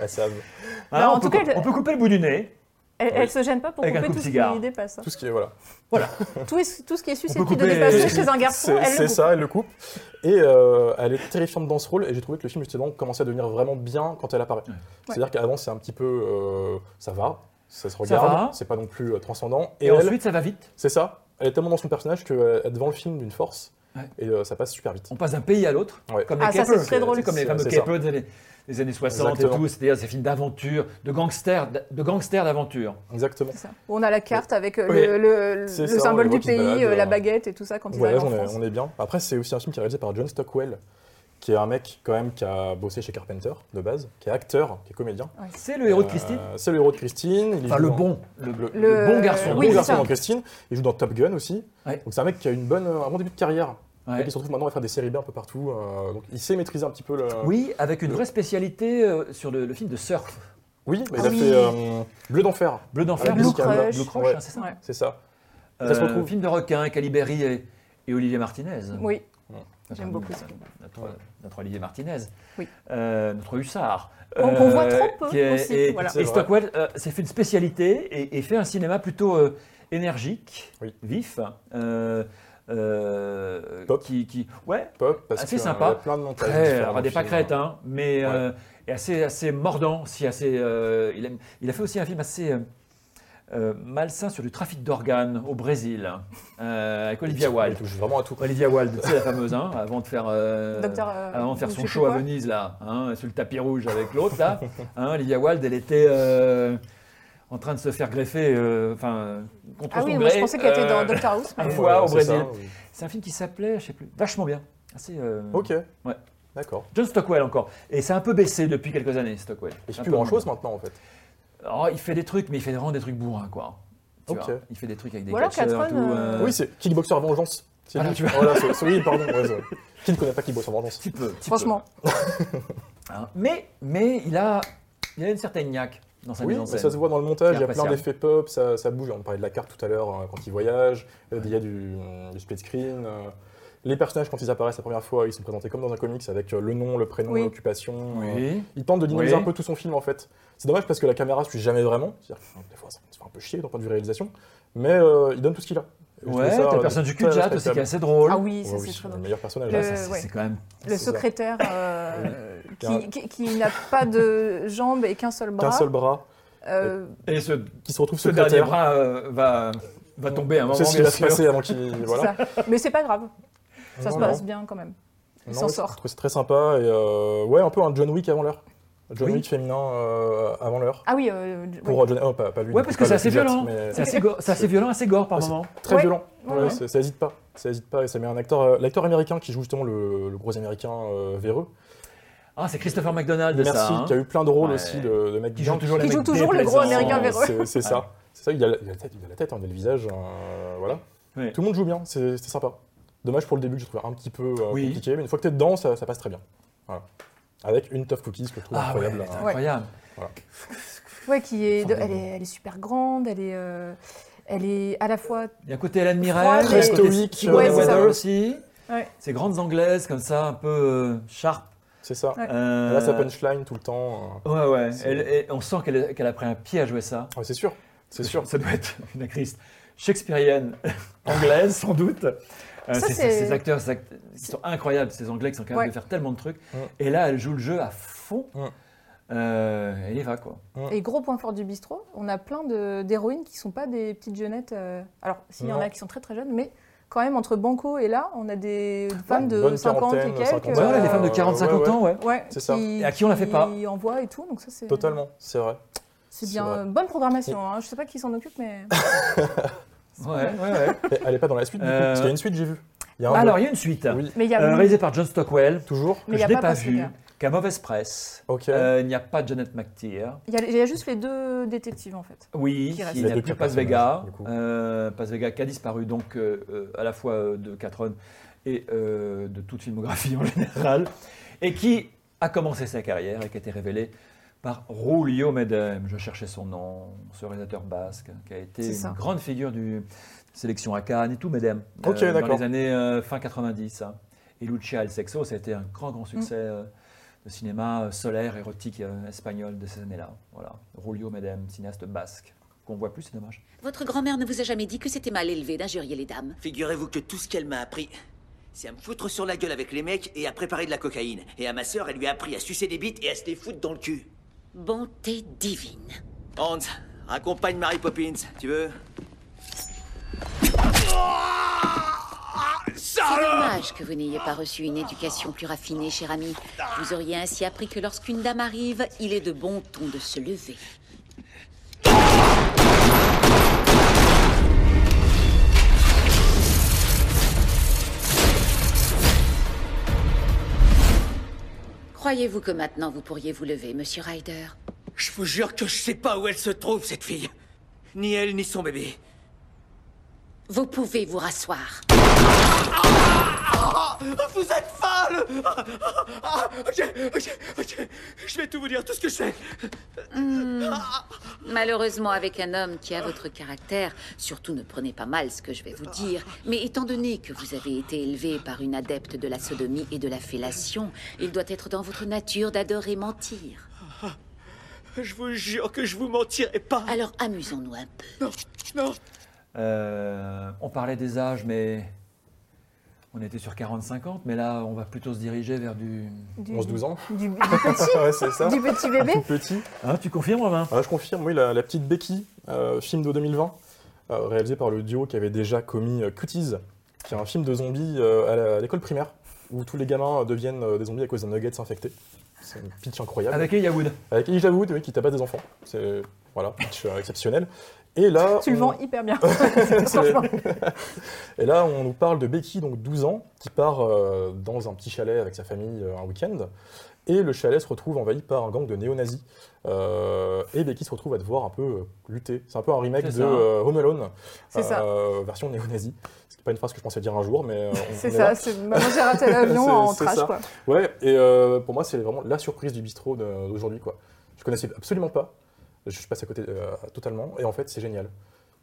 Speaker 7: Elles savent.
Speaker 8: Hein,
Speaker 6: Non, Bah, en
Speaker 8: on,
Speaker 6: tout
Speaker 8: peut,
Speaker 6: cas,
Speaker 8: cou-
Speaker 6: elle-
Speaker 8: on peut couper le bout du nez.
Speaker 6: Elle,
Speaker 7: Oui.
Speaker 6: elle se gêne pas pour
Speaker 8: Avec un
Speaker 6: couper tout ce
Speaker 8: coupe-cigare.
Speaker 6: qui dépasse. hein.
Speaker 7: Tout ce qui est voilà.
Speaker 6: Tout, est- tout ce qui est
Speaker 8: On peut
Speaker 6: susceptible de
Speaker 8: couper-
Speaker 6: dépasser chez un
Speaker 7: C'est
Speaker 6: garçon, elle le
Speaker 7: c'est
Speaker 6: coupe.
Speaker 7: ça, elle le coupe. Et euh, elle est terrifiante dans ce rôle. Et j'ai trouvé que le film, justement, commençait à devenir vraiment bien quand elle apparaît. C'est-à-dire qu'avant, c'est un petit peu. euh, ça va, ça se
Speaker 8: va.
Speaker 7: regarde, c'est pas non plus euh, transcendant. Et,
Speaker 8: Et,
Speaker 7: elle,
Speaker 8: ensuite, ça va vite.
Speaker 7: c'est ça. Elle est tellement dans son personnage qu'elle est devant le film d'une force.
Speaker 8: Ouais.
Speaker 7: Et euh, ça passe super vite.
Speaker 8: On passe d'un pays à l'autre,
Speaker 7: Ouais.
Speaker 8: comme
Speaker 6: Ah,
Speaker 8: les
Speaker 6: ça,
Speaker 8: capeux.
Speaker 6: c'est très drôle.
Speaker 8: C'est comme les
Speaker 7: C'est-
Speaker 8: fameux
Speaker 7: c'est ça.
Speaker 8: capeux des années, des années 60
Speaker 7: Exactement.
Speaker 8: et tout, c'est-à-dire ces films d'aventure, de gangsters, de gangsters d'aventure.
Speaker 7: Exactement.
Speaker 6: C'est ça. On a la carte avec euh,
Speaker 7: Oui.
Speaker 6: le, le- le
Speaker 7: C'est ça, on
Speaker 6: symbole
Speaker 7: les voit
Speaker 6: du
Speaker 7: qui se
Speaker 6: pays,
Speaker 7: baladent,
Speaker 6: euh, la
Speaker 7: euh,
Speaker 6: baguette et tout ça quand ils
Speaker 7: Voyage,
Speaker 6: arrivent en
Speaker 7: on est,
Speaker 6: France.
Speaker 7: on est bien. Après, c'est aussi un film qui est réalisé par John Stockwell, qui est un mec, quand même, qui a bossé chez Carpenter, de base, qui est acteur, qui est comédien.
Speaker 8: C'est le héros de
Speaker 7: Euh,
Speaker 8: Christine.
Speaker 7: c'est le héros de Christine. il
Speaker 8: Enfin,
Speaker 7: joue
Speaker 8: le
Speaker 7: dans-
Speaker 8: bon, le,
Speaker 7: le-
Speaker 8: le bon garçon.
Speaker 7: C'est un
Speaker 6: Oui,
Speaker 7: bon
Speaker 6: c'est
Speaker 7: garçon
Speaker 6: ça.
Speaker 7: dans Christine. Il joue dans Top Gun aussi.
Speaker 8: Ouais.
Speaker 7: Donc c'est un mec qui a une bonne, un bon début de carrière.
Speaker 8: Ouais.
Speaker 7: Et qui se retrouve maintenant à faire des séries B un peu partout. euh, donc il sait maîtriser un petit peu le.
Speaker 8: Oui, avec une vraie spécialité euh, sur le, le film de surf.
Speaker 7: Oui, bah, il
Speaker 6: Ah
Speaker 7: a
Speaker 6: oui.
Speaker 7: fait euh, Bleu d'enfer.
Speaker 8: Bleu d'enfer,
Speaker 7: Ah,
Speaker 8: Blue
Speaker 7: Blue
Speaker 8: Crush,
Speaker 7: Crush.
Speaker 8: Blue Crush,
Speaker 7: Ouais.
Speaker 8: hein, c'est ça.
Speaker 6: Ouais.
Speaker 7: C'est ça.
Speaker 8: Euh,
Speaker 7: Ça se retrouve.
Speaker 8: Film de requin, Caliberi et, et Olivier Martinez.
Speaker 6: Oui,
Speaker 8: Notre-
Speaker 6: j'aime beaucoup
Speaker 8: notre-
Speaker 6: ça.
Speaker 8: Notre, notre Olivier Martinez.
Speaker 6: Oui.
Speaker 8: Euh, notre hussard. Euh,
Speaker 6: Qu'on- qu'on voit trop peu
Speaker 8: qui est-
Speaker 6: aussi,
Speaker 8: Et,
Speaker 6: voilà.
Speaker 8: et
Speaker 7: C'est vrai.
Speaker 8: Stockwell euh, s'est fait une spécialité et, et fait un cinéma plutôt euh, énergique,
Speaker 7: Oui.
Speaker 8: vif. euh, euh,
Speaker 7: Pop.
Speaker 8: Qui, qui, ouais,
Speaker 7: Pop, parce
Speaker 8: Assez
Speaker 7: que, euh,
Speaker 8: Ah, sympa.
Speaker 7: il y a plein de montages.
Speaker 8: Très,
Speaker 7: différents
Speaker 8: alors, des
Speaker 7: films.
Speaker 8: pâquerettes, hein, mais
Speaker 7: Ouais.
Speaker 8: euh, et assez, assez mordant. Si assez, euh, il, aime- il a fait aussi un film assez euh, euh, malsain sur du trafic d'organes au Brésil, euh, avec Olivia
Speaker 7: Il
Speaker 8: Wilde.
Speaker 7: touche vraiment à tout.
Speaker 8: Olivia Wilde, c'est la fameuse, hein, avant de faire, euh,
Speaker 6: Docteur, euh,
Speaker 8: avant de faire
Speaker 6: je
Speaker 8: son
Speaker 6: sais plus
Speaker 8: show à
Speaker 6: quoi.
Speaker 8: Venise, là, hein, sur le tapis rouge avec l'autre, là. hein, Olivia Wilde, elle était euh, en train de se faire greffer, euh, enfin, contre
Speaker 6: Ah
Speaker 8: son
Speaker 6: oui, moi
Speaker 8: gré.
Speaker 6: je pensais qu'elle était
Speaker 8: euh,
Speaker 6: dans Doctor House.
Speaker 8: un
Speaker 6: mais-
Speaker 8: fou. Fois au
Speaker 7: c'est
Speaker 8: Brésil.
Speaker 7: ça, oui.
Speaker 8: C'est un film qui s'appelait, je sais plus, vachement bien. Assez, euh,
Speaker 7: Ok.
Speaker 8: Ouais.
Speaker 7: D'accord.
Speaker 8: John Stockwell encore. Et c'est un peu baissé depuis quelques années, Stockwell.
Speaker 7: Et
Speaker 8: Un
Speaker 7: c'est plus
Speaker 8: peu
Speaker 7: grand chose
Speaker 8: moins.
Speaker 7: maintenant en fait.
Speaker 8: Oh, il fait des trucs, mais il fait vraiment des trucs bourrins, quoi. Tu
Speaker 7: Ok.
Speaker 8: vois, il fait des trucs avec des
Speaker 6: Voilà,
Speaker 8: catcheurs
Speaker 6: Catron,
Speaker 8: et tout,
Speaker 6: euh,
Speaker 7: Oui, c'est Kickboxer Vengeance. C'est
Speaker 8: Voilà,
Speaker 7: lui.
Speaker 8: tu vois.
Speaker 7: Voilà, c'est- c'est- oui, pardon. ouais, c'est- Qui ne connaît pas Kickboxer Vengeance
Speaker 8: petit peu, petit peu.
Speaker 6: Franchement,
Speaker 8: Hein, mais, mais il a, il a une certaine niaque. dans sa
Speaker 7: Oui,
Speaker 8: mise en
Speaker 7: mais
Speaker 8: scène.
Speaker 7: ça se voit dans le montage, il y a plein
Speaker 8: Appréciable.
Speaker 7: d'effets pop, ça, ça bouge. On parlait de la carte tout à l'heure hein, quand ils voyagent, euh, il y a du, du split screen. euh, les personnages, quand ils apparaissent la première fois, ils sont présentés comme dans un comics avec euh, le nom, le prénom,
Speaker 6: Oui.
Speaker 7: l'occupation.
Speaker 8: Oui.
Speaker 7: euh, ils tentent de dynamiser
Speaker 8: Oui.
Speaker 7: un peu tout son film en fait. C'est dommage parce que la caméra suit jamais vraiment. C'est-à-dire que des fois, ça se fait un peu chier d'un point de vue réalisation, mais euh, il donne tout ce qu'il a. Et je
Speaker 8: Ouais,
Speaker 7: trouve ça,
Speaker 8: t'as le
Speaker 7: euh,
Speaker 8: personnage du
Speaker 7: très
Speaker 8: Kudjat aussi
Speaker 7: respectable.
Speaker 8: qui est assez drôle.
Speaker 6: Ah oui, ça
Speaker 7: Ouais,
Speaker 6: c'est très
Speaker 7: le
Speaker 6: drôle.
Speaker 7: meilleur personnage.
Speaker 6: Le-
Speaker 7: hein,
Speaker 8: Ça,
Speaker 7: ça,
Speaker 8: c'est-
Speaker 6: ouais.
Speaker 8: C'est quand même.
Speaker 6: Le secrétaire euh,
Speaker 7: Oui.
Speaker 6: qui, qui- qui n'a pas de jambes et qu'un seul bras.
Speaker 7: Qu'un seul bras
Speaker 6: Euh,
Speaker 8: Et ce,
Speaker 7: qui se retrouve
Speaker 8: ce dernier
Speaker 7: secrétaire.
Speaker 8: bras euh, va, va tomber à un moment.
Speaker 7: C'est ce qui va
Speaker 8: bien
Speaker 7: se
Speaker 8: sûr.
Speaker 7: passer avant qu'il. Voilà.
Speaker 6: ça. Mais c'est pas grave. Ça
Speaker 7: Non,
Speaker 6: se passe
Speaker 7: non.
Speaker 6: bien quand même. Il
Speaker 7: Non,
Speaker 6: s'en
Speaker 7: oui, je
Speaker 6: sort.
Speaker 7: trouve C'est très sympa et euh, ouais, un peu un John Wick avant l'heure. John
Speaker 8: Oui.
Speaker 7: Wick féminin euh, avant l'heure.
Speaker 6: Ah oui, euh, oui.
Speaker 7: Pour euh, John, ah, pas, pas lui.
Speaker 8: Ouais,
Speaker 7: du
Speaker 8: parce
Speaker 7: coup,
Speaker 8: que
Speaker 7: pas
Speaker 8: c'est assez
Speaker 7: Jack,
Speaker 8: violent. hein.
Speaker 7: mais-
Speaker 8: C'est assez, go- c'est assez violent, assez gore par
Speaker 7: Ouais, c'est
Speaker 8: moment.
Speaker 7: Très
Speaker 6: Ouais.
Speaker 7: violent.
Speaker 6: Ouais,
Speaker 7: Ouais,
Speaker 6: ouais.
Speaker 7: c'est- Ça hésite pas. Ça hésite pas et ça met un acteur, euh, l'acteur américain qui joue justement le, le gros américain euh, véreux.
Speaker 8: Ah, c'est Christopher McDonald de
Speaker 7: Merci,
Speaker 8: ça. hein.
Speaker 7: qui a eu plein de rôles
Speaker 8: Ouais.
Speaker 7: aussi de, de mec
Speaker 8: Qui joue
Speaker 7: bien.
Speaker 8: toujours, les
Speaker 6: Qui joue
Speaker 8: mecs
Speaker 6: toujours le gros
Speaker 8: déplaisants.
Speaker 6: américain véreux.
Speaker 7: hein. C'est c'est ça. C'est ça. Il a, la- il a la tête, il a la tête, hein, il a le visage, euh, voilà.
Speaker 8: Ouais.
Speaker 7: Tout le monde joue bien. C'est c'est sympa. Dommage pour le début que j'ai trouvé un petit peu euh,
Speaker 8: Oui.
Speaker 7: compliqué, mais une fois que t'es dedans, ça, ça passe très bien. Voilà. Avec une tough cookies que je trouve
Speaker 8: Ah, ouais,
Speaker 7: incroyable.
Speaker 8: c'est
Speaker 7: hein.
Speaker 8: incroyable.
Speaker 6: Ouais, qui est, de- elle est, elle est super grande, elle est, euh, elle est à la fois.
Speaker 8: Il y a un côté Hélène
Speaker 6: Froid,
Speaker 8: Mirren,
Speaker 6: mais-
Speaker 8: un côté
Speaker 7: Stoïque,
Speaker 8: Sigourney
Speaker 6: ouais, c'est
Speaker 8: Weaver
Speaker 6: ça.
Speaker 8: aussi.
Speaker 6: Ouais.
Speaker 8: Ces grandes anglaises comme ça, un peu euh, sharp.
Speaker 7: C'est ça.
Speaker 6: Ouais.
Speaker 8: Euh,
Speaker 7: Là, ça punchline tout le temps.
Speaker 8: Ouais, ouais.
Speaker 7: C'est-
Speaker 8: Elle- elle- on sent qu'elle est- qu'elle a pris un pied à jouer ça.
Speaker 7: Ouais, c'est sûr. C'est sûr.
Speaker 8: Ça doit être une actrice shakespearienne, anglaise sans doute. Euh,
Speaker 6: Ça,
Speaker 8: c'est-
Speaker 6: c'est-
Speaker 8: ces acteurs ces act- ils sont incroyables, ces anglais qui sont capables
Speaker 6: Ouais.
Speaker 8: de faire tellement de trucs.
Speaker 7: Mm.
Speaker 8: Et là, elle joue le jeu à fond.
Speaker 7: Mm.
Speaker 8: Euh, elle y va quoi.
Speaker 6: Et gros point fort du bistrot, on a plein de- d'héroïnes qui sont pas des petites jeunettes. euh, alors, s'il y en
Speaker 7: Non.
Speaker 6: a qui sont très très jeunes, mais quand même, entre Banco et là, on a des femmes de
Speaker 7: Ah, bonne
Speaker 6: 50 et
Speaker 7: quarantaine,
Speaker 6: quelques.
Speaker 7: cinquantaine.
Speaker 8: Ouais, voilà, les
Speaker 6: euh,
Speaker 8: femmes de
Speaker 7: ouais,
Speaker 8: 40-50
Speaker 7: ouais.
Speaker 8: ans, ouais.
Speaker 6: Ouais,
Speaker 7: C'est ça.
Speaker 6: Qui,
Speaker 8: Et à qui on la fait pas.
Speaker 6: Qui envoie et tout, donc ça c'est.
Speaker 7: Totalement, c'est vrai.
Speaker 6: C'est
Speaker 7: C'est
Speaker 6: bien.
Speaker 7: vrai.
Speaker 6: euh, bonne programmation, hein. je sais pas qui s'en occupe, mais.
Speaker 8: Ouais, ouais, ouais.
Speaker 7: Mais elle est pas dans la suite du coup,
Speaker 8: Euh,
Speaker 7: parce qu'il y a une suite, j'ai vu. Il y a un
Speaker 8: Alors,
Speaker 7: jeu.
Speaker 8: il y a une suite,
Speaker 7: Oui,
Speaker 6: Mais il y a.
Speaker 8: euh, réalisée par John Stockwell,
Speaker 7: toujours.
Speaker 8: que
Speaker 6: Mais il y
Speaker 8: je
Speaker 6: a
Speaker 8: n'ai
Speaker 6: pas
Speaker 8: pas
Speaker 6: Patrick,
Speaker 8: vue,
Speaker 6: hein.
Speaker 8: qui a mauvaise presse.
Speaker 7: Ok.
Speaker 8: Euh, il n'y a pas Janet McTeer.
Speaker 6: Il y, a- il y a juste les deux détectives en fait.
Speaker 8: Oui,
Speaker 6: Qui reste.
Speaker 8: il
Speaker 7: Il y
Speaker 8: n'y
Speaker 7: a
Speaker 8: a
Speaker 7: deux
Speaker 8: plus Paz
Speaker 7: personnages,
Speaker 8: Vega.
Speaker 7: du coup.
Speaker 8: Euh, Paz Vega qui a disparu donc euh, euh, à la fois euh, de Catron et euh, de toute filmographie en général, et qui a commencé sa carrière et qui a été révélé par Julio Medem. Je cherchais son nom, ce réalisateur basque hein, qui a été
Speaker 6: C'est
Speaker 8: une
Speaker 6: ça.
Speaker 8: grande figure du sélection à Cannes et tout Medem.
Speaker 7: Ok,
Speaker 8: Dans
Speaker 7: d'accord.
Speaker 8: les années euh, fin 90. hein. Et Lucia El Sexo, ça a été un grand grand succès.
Speaker 7: Mm.
Speaker 8: euh, de cinéma euh, solaire, érotique, euh, espagnol de ces années-là. Voilà. Julio Medem, cinéaste basque, qu'on voit plus, c'est dommage.
Speaker 1: Votre grand-mère ne vous a jamais dit que c'était mal élevé d'injurier les dames.
Speaker 9: Figurez-vous que tout ce qu'elle m'a appris, c'est à me foutre sur la gueule avec les mecs et à préparer de la cocaïne. Et à ma sœur, elle lui a appris à sucer des bites et à se les foutre dans le cul.
Speaker 1: Bonté divine.
Speaker 9: Hans, accompagne Mary Poppins, tu veux
Speaker 1: C'est dommage que vous n'ayez pas reçu une éducation plus raffinée, cher ami. Vous auriez ainsi appris que lorsqu'une dame arrive, il est de bon ton de se lever. Croyez-vous que maintenant vous pourriez vous lever, monsieur Ryder
Speaker 9: Je vous jure que je sais pas où elle se trouve, cette fille. Ni elle, ni son bébé.
Speaker 1: Vous pouvez vous rasseoir.
Speaker 9: Vous êtes folle Ah, ah, ah, ok, ok, ok. Je vais tout vous dire, tout ce que je sais.
Speaker 1: Malheureusement, avec un homme qui a votre caractère, surtout ne prenez pas mal ce que je vais vous dire, mais étant donné que vous avez été élevé par une adepte de la sodomie et de la fellation, il doit être dans votre nature d'adorer mentir.
Speaker 9: Je vous jure que je vous mentirai pas.
Speaker 1: Alors amusons-nous un peu.
Speaker 9: Non.
Speaker 8: Euh, on parlait des âges, mais on était sur 40-50, mais là, on va plutôt se diriger vers du...
Speaker 6: Du-
Speaker 7: 11-12 ans.
Speaker 6: Du, du petit,
Speaker 7: ouais, c'est ça.
Speaker 6: du petit
Speaker 7: Un
Speaker 6: bébé.
Speaker 7: tout petit.
Speaker 8: Hein, tu confirmes, Romain
Speaker 7: Ah, je confirme, oui, la, la petite Becky, euh, film de 2020, euh, réalisé par le duo qui avait déjà commis euh, Cuties, qui est un film de zombies euh, à la- à l'école primaire, où tous les gamins euh, deviennent euh, des zombies à cause d'un nuggets infecté. C'est une pitch incroyable. Avec,
Speaker 8: Avec Elijah Wood.
Speaker 7: Elijah Wood, oui, qui tabasse des enfants. C'est, voilà, pitch euh, exceptionnel. Et là,
Speaker 6: Tu le
Speaker 7: on-
Speaker 6: vends hyper bien.
Speaker 7: C'est-
Speaker 6: Franchement.
Speaker 7: Et là, on nous parle de Becky, donc 12 ans, qui part euh, dans un petit chalet avec sa famille euh, un week-end. Et le chalet se retrouve envahi par un gang de néo-nazis. Euh, et Becky se retrouve à devoir un peu euh, lutter. C'est un peu un remake
Speaker 8: C'est
Speaker 7: de
Speaker 8: ça.
Speaker 7: euh, Home Alone,
Speaker 6: C'est ça.
Speaker 7: euh, version néo-nazie. Ce qui n'est pas une phrase que je pensais dire un jour, mais euh, on,
Speaker 6: C'est
Speaker 7: on est là.
Speaker 6: ça, c'est maman j'ai raté l'avion
Speaker 7: C'est-
Speaker 6: en
Speaker 7: c'est
Speaker 6: trash
Speaker 7: ça.
Speaker 6: quoi.
Speaker 7: Ouais, et euh, pour moi, c'est vraiment la surprise du bistrot de- d'aujourd'hui, quoi. Je connaissais absolument pas. Je suis passé à côté euh, totalement. Et en fait, c'est génial.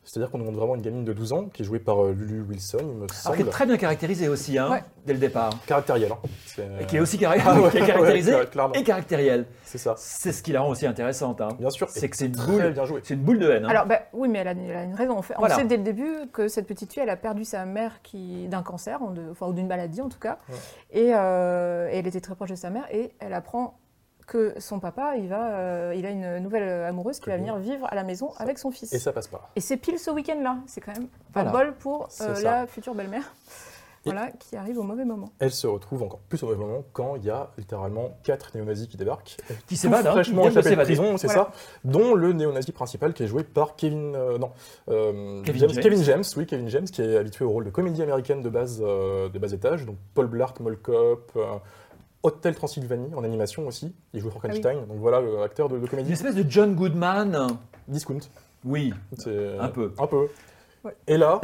Speaker 7: C'est-à-dire qu'on nous montre vraiment une gamine de 12 ans qui est jouée par euh, Lulu Wilson, il me
Speaker 8: Alors
Speaker 7: semble.
Speaker 8: qu'elle est très bien caractérisée aussi, hein,
Speaker 7: Ouais.
Speaker 8: dès le départ.
Speaker 7: Caractérielle. hein.
Speaker 8: Et qui est aussi caractérisée,
Speaker 7: Ah ouais,
Speaker 8: qui est caractérisée
Speaker 7: ouais, clairement.
Speaker 8: et caractérielle.
Speaker 7: C'est ça.
Speaker 8: C'est ce qui la rend aussi intéressante. hein. Bien sûr. C'est que c'est une
Speaker 7: très
Speaker 8: boule.
Speaker 7: bien
Speaker 8: C'est une boule de haine. hein.
Speaker 6: Alors, bah, oui, mais elle a, elle a une raison. On, fait- on
Speaker 8: Voilà.
Speaker 6: sait dès le début que cette petite fille, elle a perdu sa mère qui d'un cancer, on de- enfin, ou d'une maladie en tout cas.
Speaker 8: Ouais.
Speaker 6: Et, euh, et elle était très proche de sa mère et elle apprend que son papa, il, va, euh, il a une nouvelle euh, amoureuse qui va venir vivre à la maison avec son fils.
Speaker 7: Et ça passe pas.
Speaker 6: Et c'est pile ce week-end-là. C'est quand même pas
Speaker 7: Voilà.
Speaker 6: de bol pour
Speaker 7: C'est
Speaker 6: euh,
Speaker 7: ça.
Speaker 6: la future belle-mère voilà, qui arrive au mauvais moment.
Speaker 7: Elle se retrouve encore plus au mauvais moment quand il y a littéralement quatre néo-nazis qui débarquent. Tout
Speaker 8: Qui s'évadent, hein, qui
Speaker 7: Fraîchement
Speaker 8: viennent de
Speaker 7: échappés de
Speaker 8: s'évader.
Speaker 7: prison, c'est
Speaker 8: Voilà.
Speaker 7: ça. Dont le néo-nazi principal qui est joué par Kevin. euh, non. euh,
Speaker 8: Kevin James.
Speaker 7: Kevin James, oui, Kevin James, qui est habitué au rôle de comédie américaine de base, euh, de bas étage. Donc Paul Blart, Mall Cop, euh, Hotel Transylvanie en animation aussi. Il joue
Speaker 6: Ah
Speaker 7: Frankenstein. Donc voilà, euh, acteur de, de comédie.
Speaker 8: Une espèce de John Goodman.
Speaker 7: Discount.
Speaker 8: Oui.
Speaker 7: C'est-
Speaker 8: Un peu.
Speaker 7: Un peu.
Speaker 6: Ouais.
Speaker 7: Et là,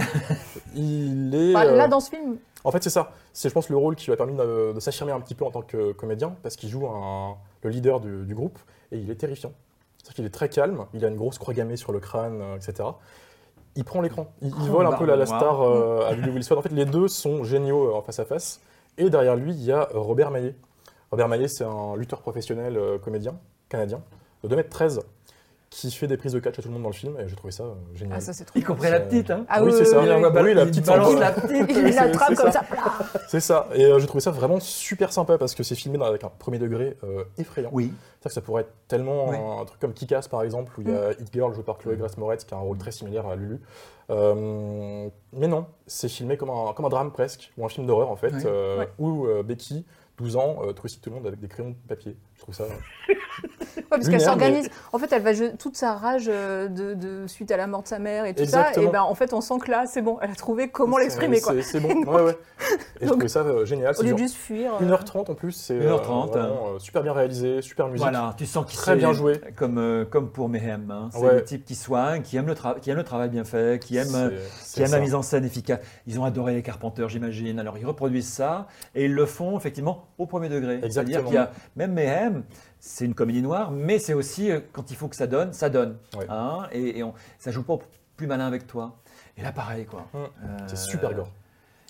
Speaker 7: il est.
Speaker 6: Bah,
Speaker 7: euh,
Speaker 6: Là, dans ce film,
Speaker 7: en fait, c'est ça. C'est, je pense, le rôle qui lui a permis de, de s'affirmer un petit peu en tant que euh, comédien, parce qu'il joue un- le leader du, du groupe, et il est terrifiant. C'est-à-dire qu'il est très calme, il a une grosse croix gammée sur le crâne, euh, etc. Il prend l'écran. Il, il
Speaker 8: Oh,
Speaker 7: vole un peu la, la
Speaker 8: Barbe
Speaker 7: star
Speaker 8: Noire.
Speaker 7: euh, à Lulu Wilson. En fait, les deux sont géniaux euh, en face à face. Et derrière lui, il y a euh, Robert Maillet. Robert Maillet, c'est un lutteur professionnel euh, comédien canadien de 2m13 qui fait des prises de catch à tout le monde dans le film, et j'ai trouvé ça euh, génial.
Speaker 6: Ah, ça, c'est trop
Speaker 8: Y compris la petite. Hein.
Speaker 6: Ah
Speaker 7: oui,
Speaker 6: oui,
Speaker 7: c'est
Speaker 6: oui,
Speaker 7: ça.
Speaker 6: oui,
Speaker 7: la,
Speaker 6: oui.
Speaker 7: oui, la
Speaker 6: Il
Speaker 7: petite
Speaker 6: balance
Speaker 7: s'en va.
Speaker 6: la petite, il
Speaker 7: C'est-
Speaker 6: l'attrape
Speaker 7: c'est
Speaker 6: comme ça.
Speaker 7: C'est ça. Et euh, j'ai trouvé ça vraiment super sympa parce que c'est filmé dans- avec un premier degré euh, effrayant.
Speaker 8: Oui.
Speaker 7: C'est-à-dire que ça pourrait être tellement
Speaker 8: Oui.
Speaker 7: un, un truc comme Kick-Ass par exemple, où il y a
Speaker 6: Mm.
Speaker 7: Hit Girl joué par Chloé Grace Moretz qui a un rôle très similaire à Lulu. Euh, mais non, c'est filmé comme un, comme un drame presque, ou un film d'horreur en fait,
Speaker 8: Ouais.
Speaker 7: euh,
Speaker 6: Ouais.
Speaker 7: où euh, Becky, 12 ans, euh, trucide tout le monde avec des crayons de papier. Je trouve ça.
Speaker 6: Ouais, parce qu'elle
Speaker 7: lunaire, mais-
Speaker 6: s'organise. En fait, elle va je- toute sa rage euh, de, de- suite à la mort de sa mère et tout ça.
Speaker 7: Exactement.
Speaker 6: Et ben, en fait, on sent que là, c'est bon. Elle a trouvé comment l'exprimer,
Speaker 7: C'est-
Speaker 6: quoi.
Speaker 7: C'est c'est bon. Ouais, ouais. Et je
Speaker 6: Donc,
Speaker 7: trouvais ça euh, génial.
Speaker 6: au
Speaker 7: c'est
Speaker 6: lieu de
Speaker 7: dur.
Speaker 6: juste fuir. euh,
Speaker 7: 1h30 en plus, c'est euh,
Speaker 8: 1h30,
Speaker 7: vraiment, euh, super bien réalisé, super musique.
Speaker 8: Voilà, tu sens qu'il
Speaker 7: Très
Speaker 8: sait-
Speaker 7: bien joué.
Speaker 8: Comme, euh, comme pour Mayhem. hein. C'est
Speaker 7: Ouais.
Speaker 8: le type qui soigne, qui aime le, tra- qui aime le travail bien fait, qui aime,
Speaker 7: C'est-
Speaker 8: euh,
Speaker 7: c'est
Speaker 8: qui aime la
Speaker 7: ça.
Speaker 8: mise en scène efficace. Ils ont adoré les Carpenters, j'imagine. Alors ils reproduisent ça et ils le font effectivement au premier degré. C'est-à-dire
Speaker 7: Exactement.
Speaker 8: qu'il y a même Mayhem, c'est une comédie noire, mais c'est aussi euh, quand il faut que ça donne, ça donne.
Speaker 7: Ouais.
Speaker 8: Hein, et et on, ça joue pas au plus malin avec toi. Et là, pareil, quoi.
Speaker 7: Mm.
Speaker 6: Euh,
Speaker 7: C'est super gore.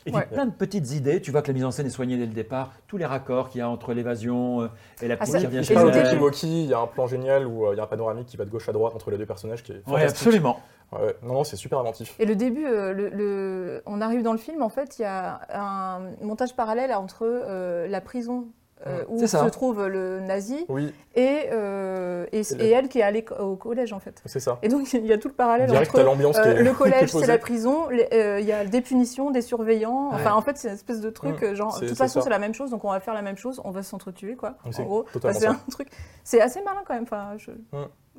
Speaker 8: Et
Speaker 6: Ouais.
Speaker 8: puis plein de petites idées, tu vois que la mise en scène est soignée dès le départ, tous les raccords qu'il y a entre l'évasion euh, et la
Speaker 6: Ah,
Speaker 8: petite
Speaker 6: ça-
Speaker 8: qui
Speaker 7: Il
Speaker 8: revient
Speaker 7: se
Speaker 8: chez
Speaker 6: Et
Speaker 7: parle au
Speaker 6: le
Speaker 8: elle.
Speaker 6: début.
Speaker 7: Milwaukee, il y a un plan génial où euh, il y a un panoramique qui va de gauche à droite entre les deux personnages qui est
Speaker 8: Oui,
Speaker 7: fantastique.
Speaker 8: absolument.
Speaker 7: Ouais, ouais. non, non, c'est super inventif.
Speaker 6: Et le début, euh, le, le- on arrive dans le film, en fait, il y a un montage parallèle entre euh, la prison euh, où
Speaker 8: C'est ça.
Speaker 6: se trouve le nazi
Speaker 7: Oui,
Speaker 6: et, euh, et,
Speaker 7: Et la-
Speaker 6: et elle qui est allée co- au collège, en fait.
Speaker 7: c'est ça.
Speaker 6: Et donc, il y a tout le parallèle
Speaker 7: Direct,
Speaker 6: entre
Speaker 7: t'as l'ambiance qui est-
Speaker 6: Euh, le
Speaker 7: qui
Speaker 6: collège,
Speaker 7: est
Speaker 6: c'est
Speaker 7: posée.
Speaker 6: la prison, les- euh, il y a des punitions, des surveillants. Enfin, en fait, c'est une espèce de truc,
Speaker 7: Mm,
Speaker 6: euh, genre,
Speaker 7: c'est-
Speaker 6: de toute
Speaker 7: c'est
Speaker 6: façon,
Speaker 7: ça.
Speaker 6: c'est la même chose, donc on va faire la même chose, on va s'entretuer, quoi.
Speaker 7: Donc,
Speaker 6: En
Speaker 7: c'est
Speaker 6: gros, Enfin,
Speaker 7: totalement
Speaker 6: c'est
Speaker 7: ça. Mm.
Speaker 6: un truc. C'est assez malin quand même. Enfin, je-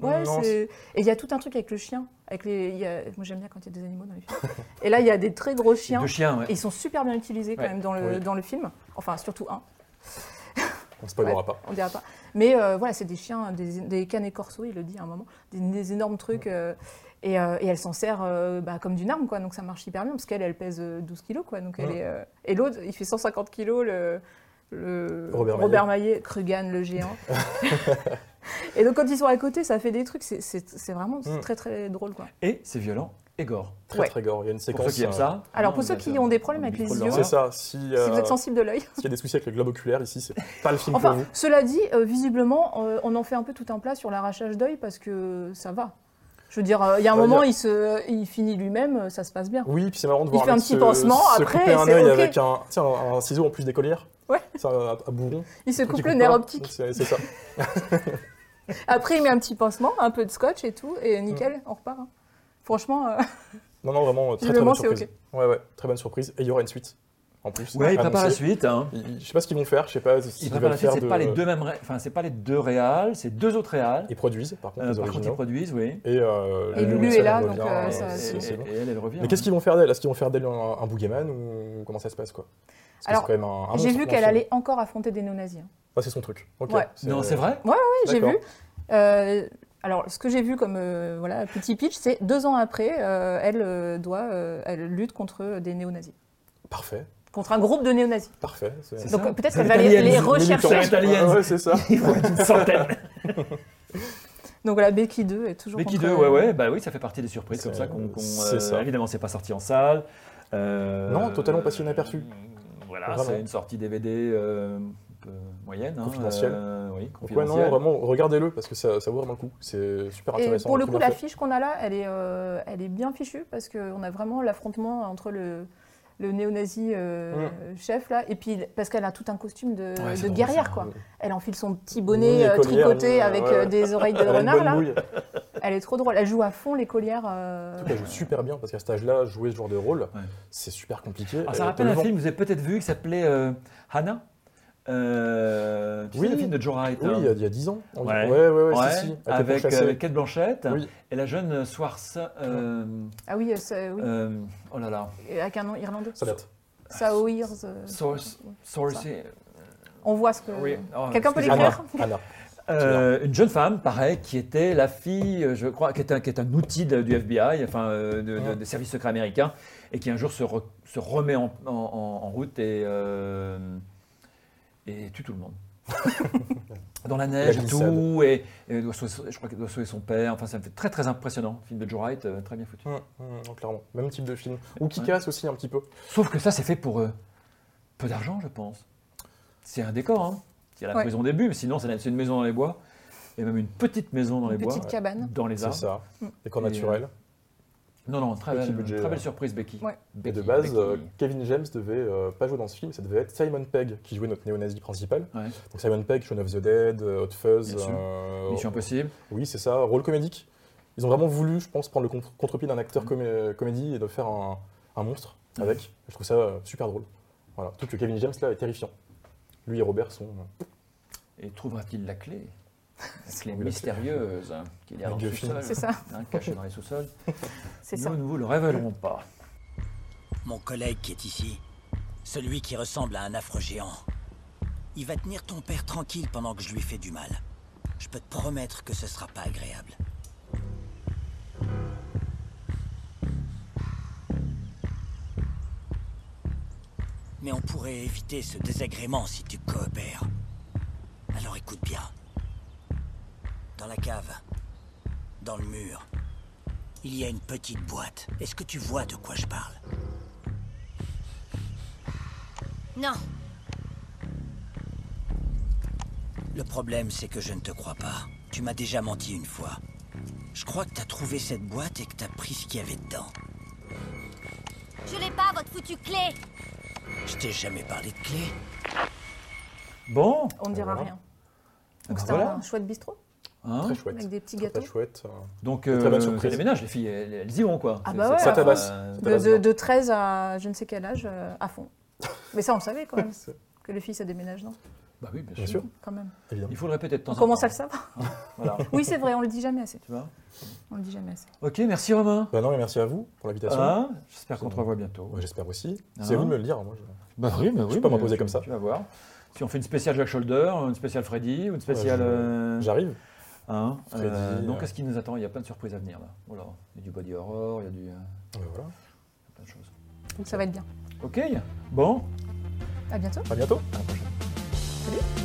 Speaker 6: Ouais,
Speaker 7: Non,
Speaker 6: c'est- Et il y a tout un truc avec le chien. Avec les... il y a- Moi, j'aime bien quand il y a des animaux dans les films. Et là, il y a des très gros chiens.
Speaker 8: Deux chiens, ouais.
Speaker 6: Et ils sont super bien utilisés quand
Speaker 8: Ouais.
Speaker 6: même dans le,
Speaker 7: Oui.
Speaker 6: dans le film. Enfin, surtout un,
Speaker 7: on ne spoilera pas.
Speaker 6: on dira pas. Mais euh, voilà, c'est des chiens, des, des canets corso, il le dit à un moment, des, des énormes trucs. euh, et, euh, et elle s'en sert euh, bah, comme d'une arme, quoi. Donc ça marche hyper bien, parce qu'elle, elle pèse euh, 12 kilos, quoi. Donc elle
Speaker 7: Mm.
Speaker 6: est, euh, Et l'autre, il fait 150 kilos, le. le-
Speaker 7: Robert
Speaker 6: Maillet, Krugan, le géant. et donc quand ils sont à côté, ça fait des trucs, c'est- c'est c'est vraiment c'est
Speaker 7: Mm.
Speaker 6: très très drôle, quoi.
Speaker 8: Et c'est violent et gore.
Speaker 7: Très
Speaker 6: Ouais.
Speaker 7: très gore. Il y a une séquence.
Speaker 8: Pour ceux qui aiment
Speaker 7: euh,
Speaker 8: ça.
Speaker 6: Alors,
Speaker 8: hein,
Speaker 6: pour ceux
Speaker 8: bah,
Speaker 6: qui
Speaker 8: ça-
Speaker 6: ont des problèmes avec
Speaker 8: du
Speaker 6: les
Speaker 8: trop de
Speaker 6: yeux,
Speaker 8: l'horreur.
Speaker 7: C'est ça. Si,
Speaker 6: Si vous
Speaker 7: euh,
Speaker 6: êtes sensible de l'œil.
Speaker 7: s'il y a des soucis avec le globe oculaire ici, c'est pas le film
Speaker 6: Enfin,
Speaker 7: pour vous.
Speaker 6: cela dit, euh, visiblement, euh, on en fait un peu tout un plat sur l'arrachage d'œil parce que ça va. Je veux dire, euh, il y a un
Speaker 7: Ouais,
Speaker 6: moment,
Speaker 7: il y
Speaker 6: il, se, il finit lui-même, euh, ça se passe bien.
Speaker 7: Oui, puis c'est marrant de voir.
Speaker 6: fait
Speaker 7: un
Speaker 6: un
Speaker 7: mec
Speaker 6: petit
Speaker 7: se-
Speaker 6: pansement,
Speaker 7: se
Speaker 6: après,
Speaker 7: couper un
Speaker 6: c'est
Speaker 7: œil
Speaker 6: ok.
Speaker 7: avec un, tu sais, un, un ciseau en plus des collières.
Speaker 6: Ouais.
Speaker 7: C'est un, un- un bourron.
Speaker 6: Il se
Speaker 7: Tu
Speaker 6: coupe
Speaker 7: coupes
Speaker 6: le nerf
Speaker 7: pas. bah,
Speaker 6: optique.
Speaker 7: C'est c'est ça.
Speaker 6: Après, il met un petit pansement, un peu de scotch et tout, et nickel, on repart. hein. Franchement,
Speaker 7: Ah,
Speaker 6: euh,
Speaker 7: Non, non, vraiment euh, très très
Speaker 6: Visiblement,
Speaker 7: bonne
Speaker 6: c'est
Speaker 7: surprise. Ouais, ouais, très bonne surprise. Et il y aura une suite. En plus.
Speaker 8: Ouais, il prépare la
Speaker 7: annoncée.
Speaker 8: suite. Hein.
Speaker 7: Ils- Je sais pas ce qu'ils vont faire, je sais pas
Speaker 8: Il
Speaker 7: s'ils
Speaker 8: prépare
Speaker 7: veulent
Speaker 8: la suite,
Speaker 7: faire
Speaker 8: c'est
Speaker 7: de...
Speaker 8: pas les deux mêmes, ré- enfin c'est pas les deux réals, c'est deux autres réals.
Speaker 7: Ils produisent, par contre,
Speaker 8: Euh,
Speaker 7: les
Speaker 8: par contre, ils
Speaker 7: originaux.
Speaker 8: produisent, oui.
Speaker 7: Et, euh,
Speaker 6: Et Lulu
Speaker 7: Wilson,
Speaker 6: est là,
Speaker 7: elle
Speaker 6: donc,
Speaker 7: revient,
Speaker 6: euh,
Speaker 7: euh,
Speaker 6: ça,
Speaker 7: c'est-
Speaker 8: et,
Speaker 7: c'est
Speaker 8: et-
Speaker 7: bon.
Speaker 8: et elle, elle revient.
Speaker 7: Mais qu'est-ce qu'ils vont faire d'elle Est-ce qu'ils vont faire d'elle un, un boogeyman ou comment ça se passe quoi Parce que
Speaker 6: Alors,
Speaker 7: c'est quand même un- un
Speaker 6: j'ai
Speaker 7: monstre
Speaker 6: vu
Speaker 7: dans
Speaker 6: qu'elle
Speaker 7: le
Speaker 6: allait encore affronter des néo-nazis. hein.
Speaker 7: film. Ah, c'est son truc. Ok.
Speaker 6: Ouais.
Speaker 8: hein. Non, c'est vrai
Speaker 6: Oui, j'ai vu.
Speaker 7: D'accord.
Speaker 6: Euh, alors, ce que j'ai vu comme euh, voilà, petit pitch, c'est deux ans après, euh, elle, euh, doit, euh, elle lutte contre des néo-nazis.
Speaker 7: Parfait,
Speaker 6: Contre un groupe de néo-nazis.
Speaker 7: parfait. c'est-
Speaker 8: C'est
Speaker 6: Donc
Speaker 8: ça.
Speaker 6: euh, peut-être
Speaker 8: C'est
Speaker 6: qu'elle va les,
Speaker 8: l'italienne,
Speaker 6: les
Speaker 8: c'est
Speaker 6: rechercher.
Speaker 8: militant. italienne.
Speaker 7: Ouais, ouais, c'est ça.
Speaker 8: Il faut une centaine.
Speaker 6: Donc voilà, Becky 2 est toujours.
Speaker 8: Becky
Speaker 6: contre-
Speaker 8: 2, ouais, ouais, bah oui, ça fait partie des surprises comme
Speaker 7: C'est-
Speaker 8: ça qu'on. qu'on,
Speaker 7: c'est
Speaker 8: euh,
Speaker 7: ça.
Speaker 8: Évidemment, c'est pas sorti en salle. Euh,
Speaker 7: Non, totalement passé inaperçu.
Speaker 8: Voilà,
Speaker 7: Vraiment.
Speaker 8: c'est une sortie DVD euh, un peu moyenne. hein,
Speaker 7: Confidentielle.
Speaker 8: euh, oui,
Speaker 7: Donc ouais, non,
Speaker 8: confidentielle.
Speaker 7: vraiment, regardez-le parce que ça, ça vaut vraiment le coup. C'est super
Speaker 6: Et
Speaker 7: intéressant.
Speaker 6: pour le coup,
Speaker 7: première
Speaker 6: la
Speaker 7: fois.
Speaker 6: fiche qu'on a là, elle est, euh, elle est bien fichue parce qu'on a vraiment l'affrontement entre le, le néo-nazi euh, chef là, et puis parce qu'elle a tout un costume de,
Speaker 7: Mm. Ouais,
Speaker 6: euh, de
Speaker 7: c'est drôle,
Speaker 6: guerrière
Speaker 7: ça.
Speaker 6: quoi. Elle enfile son petit
Speaker 7: Une
Speaker 6: bonnet euh,
Speaker 7: écolière,
Speaker 6: tricoté
Speaker 7: une-
Speaker 6: avec
Speaker 7: ouais, ouais.
Speaker 6: euh, des oreilles de
Speaker 7: Elle a une
Speaker 6: renard
Speaker 7: bonne
Speaker 6: là.
Speaker 7: mouille.
Speaker 6: Elle est trop drôle. Elle joue à fond les collières. euh,
Speaker 7: Elle joue super bien parce qu'à cet âge-là, jouer ce genre de rôle, c'est super compliqué. Euh, Elle
Speaker 8: Alors, Ah, ça
Speaker 7: te
Speaker 8: rappelle
Speaker 7: le
Speaker 8: un
Speaker 7: vend.
Speaker 8: film que vous avez peut-être vu qui s'appelait euh, Hannah. Euh, tu
Speaker 7: Oui.
Speaker 8: sais, le film de Joe Wright.
Speaker 7: Oui,
Speaker 8: hein.
Speaker 7: il y a- il y a 10 ans, on dit.
Speaker 8: Ouais,
Speaker 7: Ouais, ouais, ouais, si,
Speaker 8: Ouais,
Speaker 7: si, elle était
Speaker 8: Avec,
Speaker 7: pourchassée.
Speaker 8: avec Kate Blanchett
Speaker 7: Oui.
Speaker 8: et la jeune Swartz. euh,
Speaker 6: Ah oui, euh, ça- oui.
Speaker 8: euh, oh là là.
Speaker 6: Et avec un nom irlandais.
Speaker 7: Ça date.
Speaker 6: Sawyers, euh, ça.
Speaker 8: Source. Source.
Speaker 6: On voit ce que.
Speaker 8: Oui. Oh,
Speaker 6: Quelqu'un peut
Speaker 8: excusez-moi.
Speaker 6: l'écrire
Speaker 8: Euh, une jeune femme, pareil, qui était la fille, euh, je crois, qui est un, qui est un outil de- du FBI, enfin euh, de- de-
Speaker 7: Ouais.
Speaker 8: des services secrets américains, et qui un jour se, re- se remet en, en- en- en route et, euh, et tue tout le monde. Dans la neige
Speaker 7: La
Speaker 8: et tout, et, et doit sauver- je crois qu'elle doit sauver son père. Enfin, ça me fait très très impressionnant. Film de Joe Wright, euh, très bien foutu.
Speaker 7: Hum, hum, non, clairement, même type de film. Ou qui casse aussi un petit peu.
Speaker 8: Sauf que ça, c'est fait pour euh, peu d'argent, je pense. C'est un décor, hein. C'est la
Speaker 6: Ouais.
Speaker 8: prison au début, mais sinon, c'est c'est une maison dans les bois. Et même une petite maison dans les bois.
Speaker 6: petite cabane.
Speaker 8: Dans les
Speaker 7: C'est
Speaker 8: arbres.
Speaker 7: ça.
Speaker 6: Mm.
Speaker 7: Décor
Speaker 8: Et, euh,
Speaker 7: naturel.
Speaker 8: Non, non, très
Speaker 7: Petit
Speaker 8: belle,
Speaker 7: budget,
Speaker 8: très
Speaker 7: ouais.
Speaker 8: belle surprise, Becky.
Speaker 6: Ouais.
Speaker 8: Becky,
Speaker 7: et de base,
Speaker 8: Becky.
Speaker 7: euh, Kevin James devait euh, pas jouer dans ce film, ça devait être Simon Pegg qui jouait notre néo-nazi principal.
Speaker 8: Ouais.
Speaker 7: Donc Simon Pegg, Shaun of the Dead, euh, Hot Fuzz.
Speaker 8: Bien sûr.
Speaker 7: euh,
Speaker 8: Mission Impossible.
Speaker 7: Oui, c'est ça, rôle comédique. Ils ont vraiment voulu, je pense, prendre le contre- contre-pied d'un
Speaker 8: Hum.
Speaker 7: acteur comé- euh, comédie et de faire un, un monstre avec. Je trouve ça euh, super drôle. Voilà. Tout que Kevin James là est terrifiant. Lui et Robert sont euh,
Speaker 8: Et trouvera-t-il la clé La clé
Speaker 7: clé.
Speaker 8: mystérieuse hein, qu'il y a
Speaker 7: Un
Speaker 8: dans
Speaker 7: vieux
Speaker 8: le
Speaker 7: film.
Speaker 8: sous-sol.
Speaker 6: C'est ça.
Speaker 8: hein, cachée dans les sous-sols.
Speaker 6: C'est
Speaker 8: Nous,
Speaker 6: ça.
Speaker 8: nous vous le révélerons pas.
Speaker 13: Mon collègue qui est ici, celui qui ressemble à un affreux géant, il va tenir ton père tranquille pendant que je lui fais du mal. Je peux te promettre que ce sera pas agréable. Mais on pourrait éviter ce désagrément si tu coopères. Alors écoute bien. Dans la cave, dans le mur, il y a une petite boîte. Est-ce que tu vois de quoi je parle
Speaker 12: Non,
Speaker 13: Le problème, c'est que je ne te crois pas. Tu m'as déjà menti une fois. Je crois que t'as trouvé cette boîte et que t'as pris ce qu'il y avait dedans.
Speaker 12: je l'ai pas, votre foutue clé
Speaker 13: Je t'ai jamais parlé de clé.
Speaker 8: Bon,
Speaker 6: On ne dira rien.
Speaker 8: ben
Speaker 6: Donc
Speaker 7: Ah,
Speaker 6: c'était
Speaker 8: voilà.
Speaker 6: un chouette bistrot
Speaker 8: hein.
Speaker 7: très chouettes.
Speaker 6: Ah avec des petits
Speaker 7: Très, très
Speaker 6: gâteaux.
Speaker 7: chouettes. euh.
Speaker 8: Donc,
Speaker 7: Très bonne
Speaker 8: euh,
Speaker 7: surprise.
Speaker 8: c'est les ménages, les filles, elles, elles y vont quoi.
Speaker 6: Ah
Speaker 8: C'est-
Speaker 6: bah
Speaker 8: c'est
Speaker 6: ouais,
Speaker 8: pas,
Speaker 7: Ça tabasse.
Speaker 8: euh,
Speaker 7: Ça
Speaker 6: De,
Speaker 7: tabasse
Speaker 6: de-
Speaker 7: bien.
Speaker 6: de 13 à je ne sais quel âge, euh, à fond. Mais ça, on le savait quand même,
Speaker 7: C'est-
Speaker 6: que les filles, ça déménage, non
Speaker 8: Bah oui, bien
Speaker 7: Bien
Speaker 8: sûr.
Speaker 7: sûr,
Speaker 6: Quand même.
Speaker 7: évidemment.
Speaker 8: Il faut le répéter de temps
Speaker 6: On
Speaker 8: en temps.
Speaker 6: commence à le savoir.
Speaker 8: Voilà.
Speaker 6: Oui, c'est vrai, on le dit jamais assez.
Speaker 8: Tu vois
Speaker 6: On le dit jamais assez.
Speaker 8: Ok, merci Romain.
Speaker 7: Bah non, mais merci à vous pour l'invitation.
Speaker 8: Hein J'espère qu'on te revoit bientôt.
Speaker 7: Ouais, J'espère aussi.
Speaker 8: Hein
Speaker 7: C'est à vous de me le dire. Moi, je-
Speaker 8: Bah oui, bah oui.
Speaker 7: Je peux pas
Speaker 8: mais
Speaker 7: m'imposer
Speaker 8: tu-
Speaker 7: comme ça.
Speaker 8: Tu vas voir. Si on fait une spéciale Jack Shoulder, une spéciale Freddy, ou une spéciale.
Speaker 7: Ouais, je-
Speaker 8: euh,
Speaker 7: J'arrive.
Speaker 8: hein,
Speaker 7: Freddy,
Speaker 8: euh, donc
Speaker 7: euh,
Speaker 8: qu'est-ce qui nous attend Il y a plein de surprises à venir là. Oh là, il y a du body horror, il y a du euh,
Speaker 7: Ah bah voilà.
Speaker 8: plein de choses.
Speaker 6: Donc ça va être bien.
Speaker 8: Ok. Bon.
Speaker 6: À bientôt.
Speaker 7: À bientôt.
Speaker 8: À la prochaine.
Speaker 6: Salut.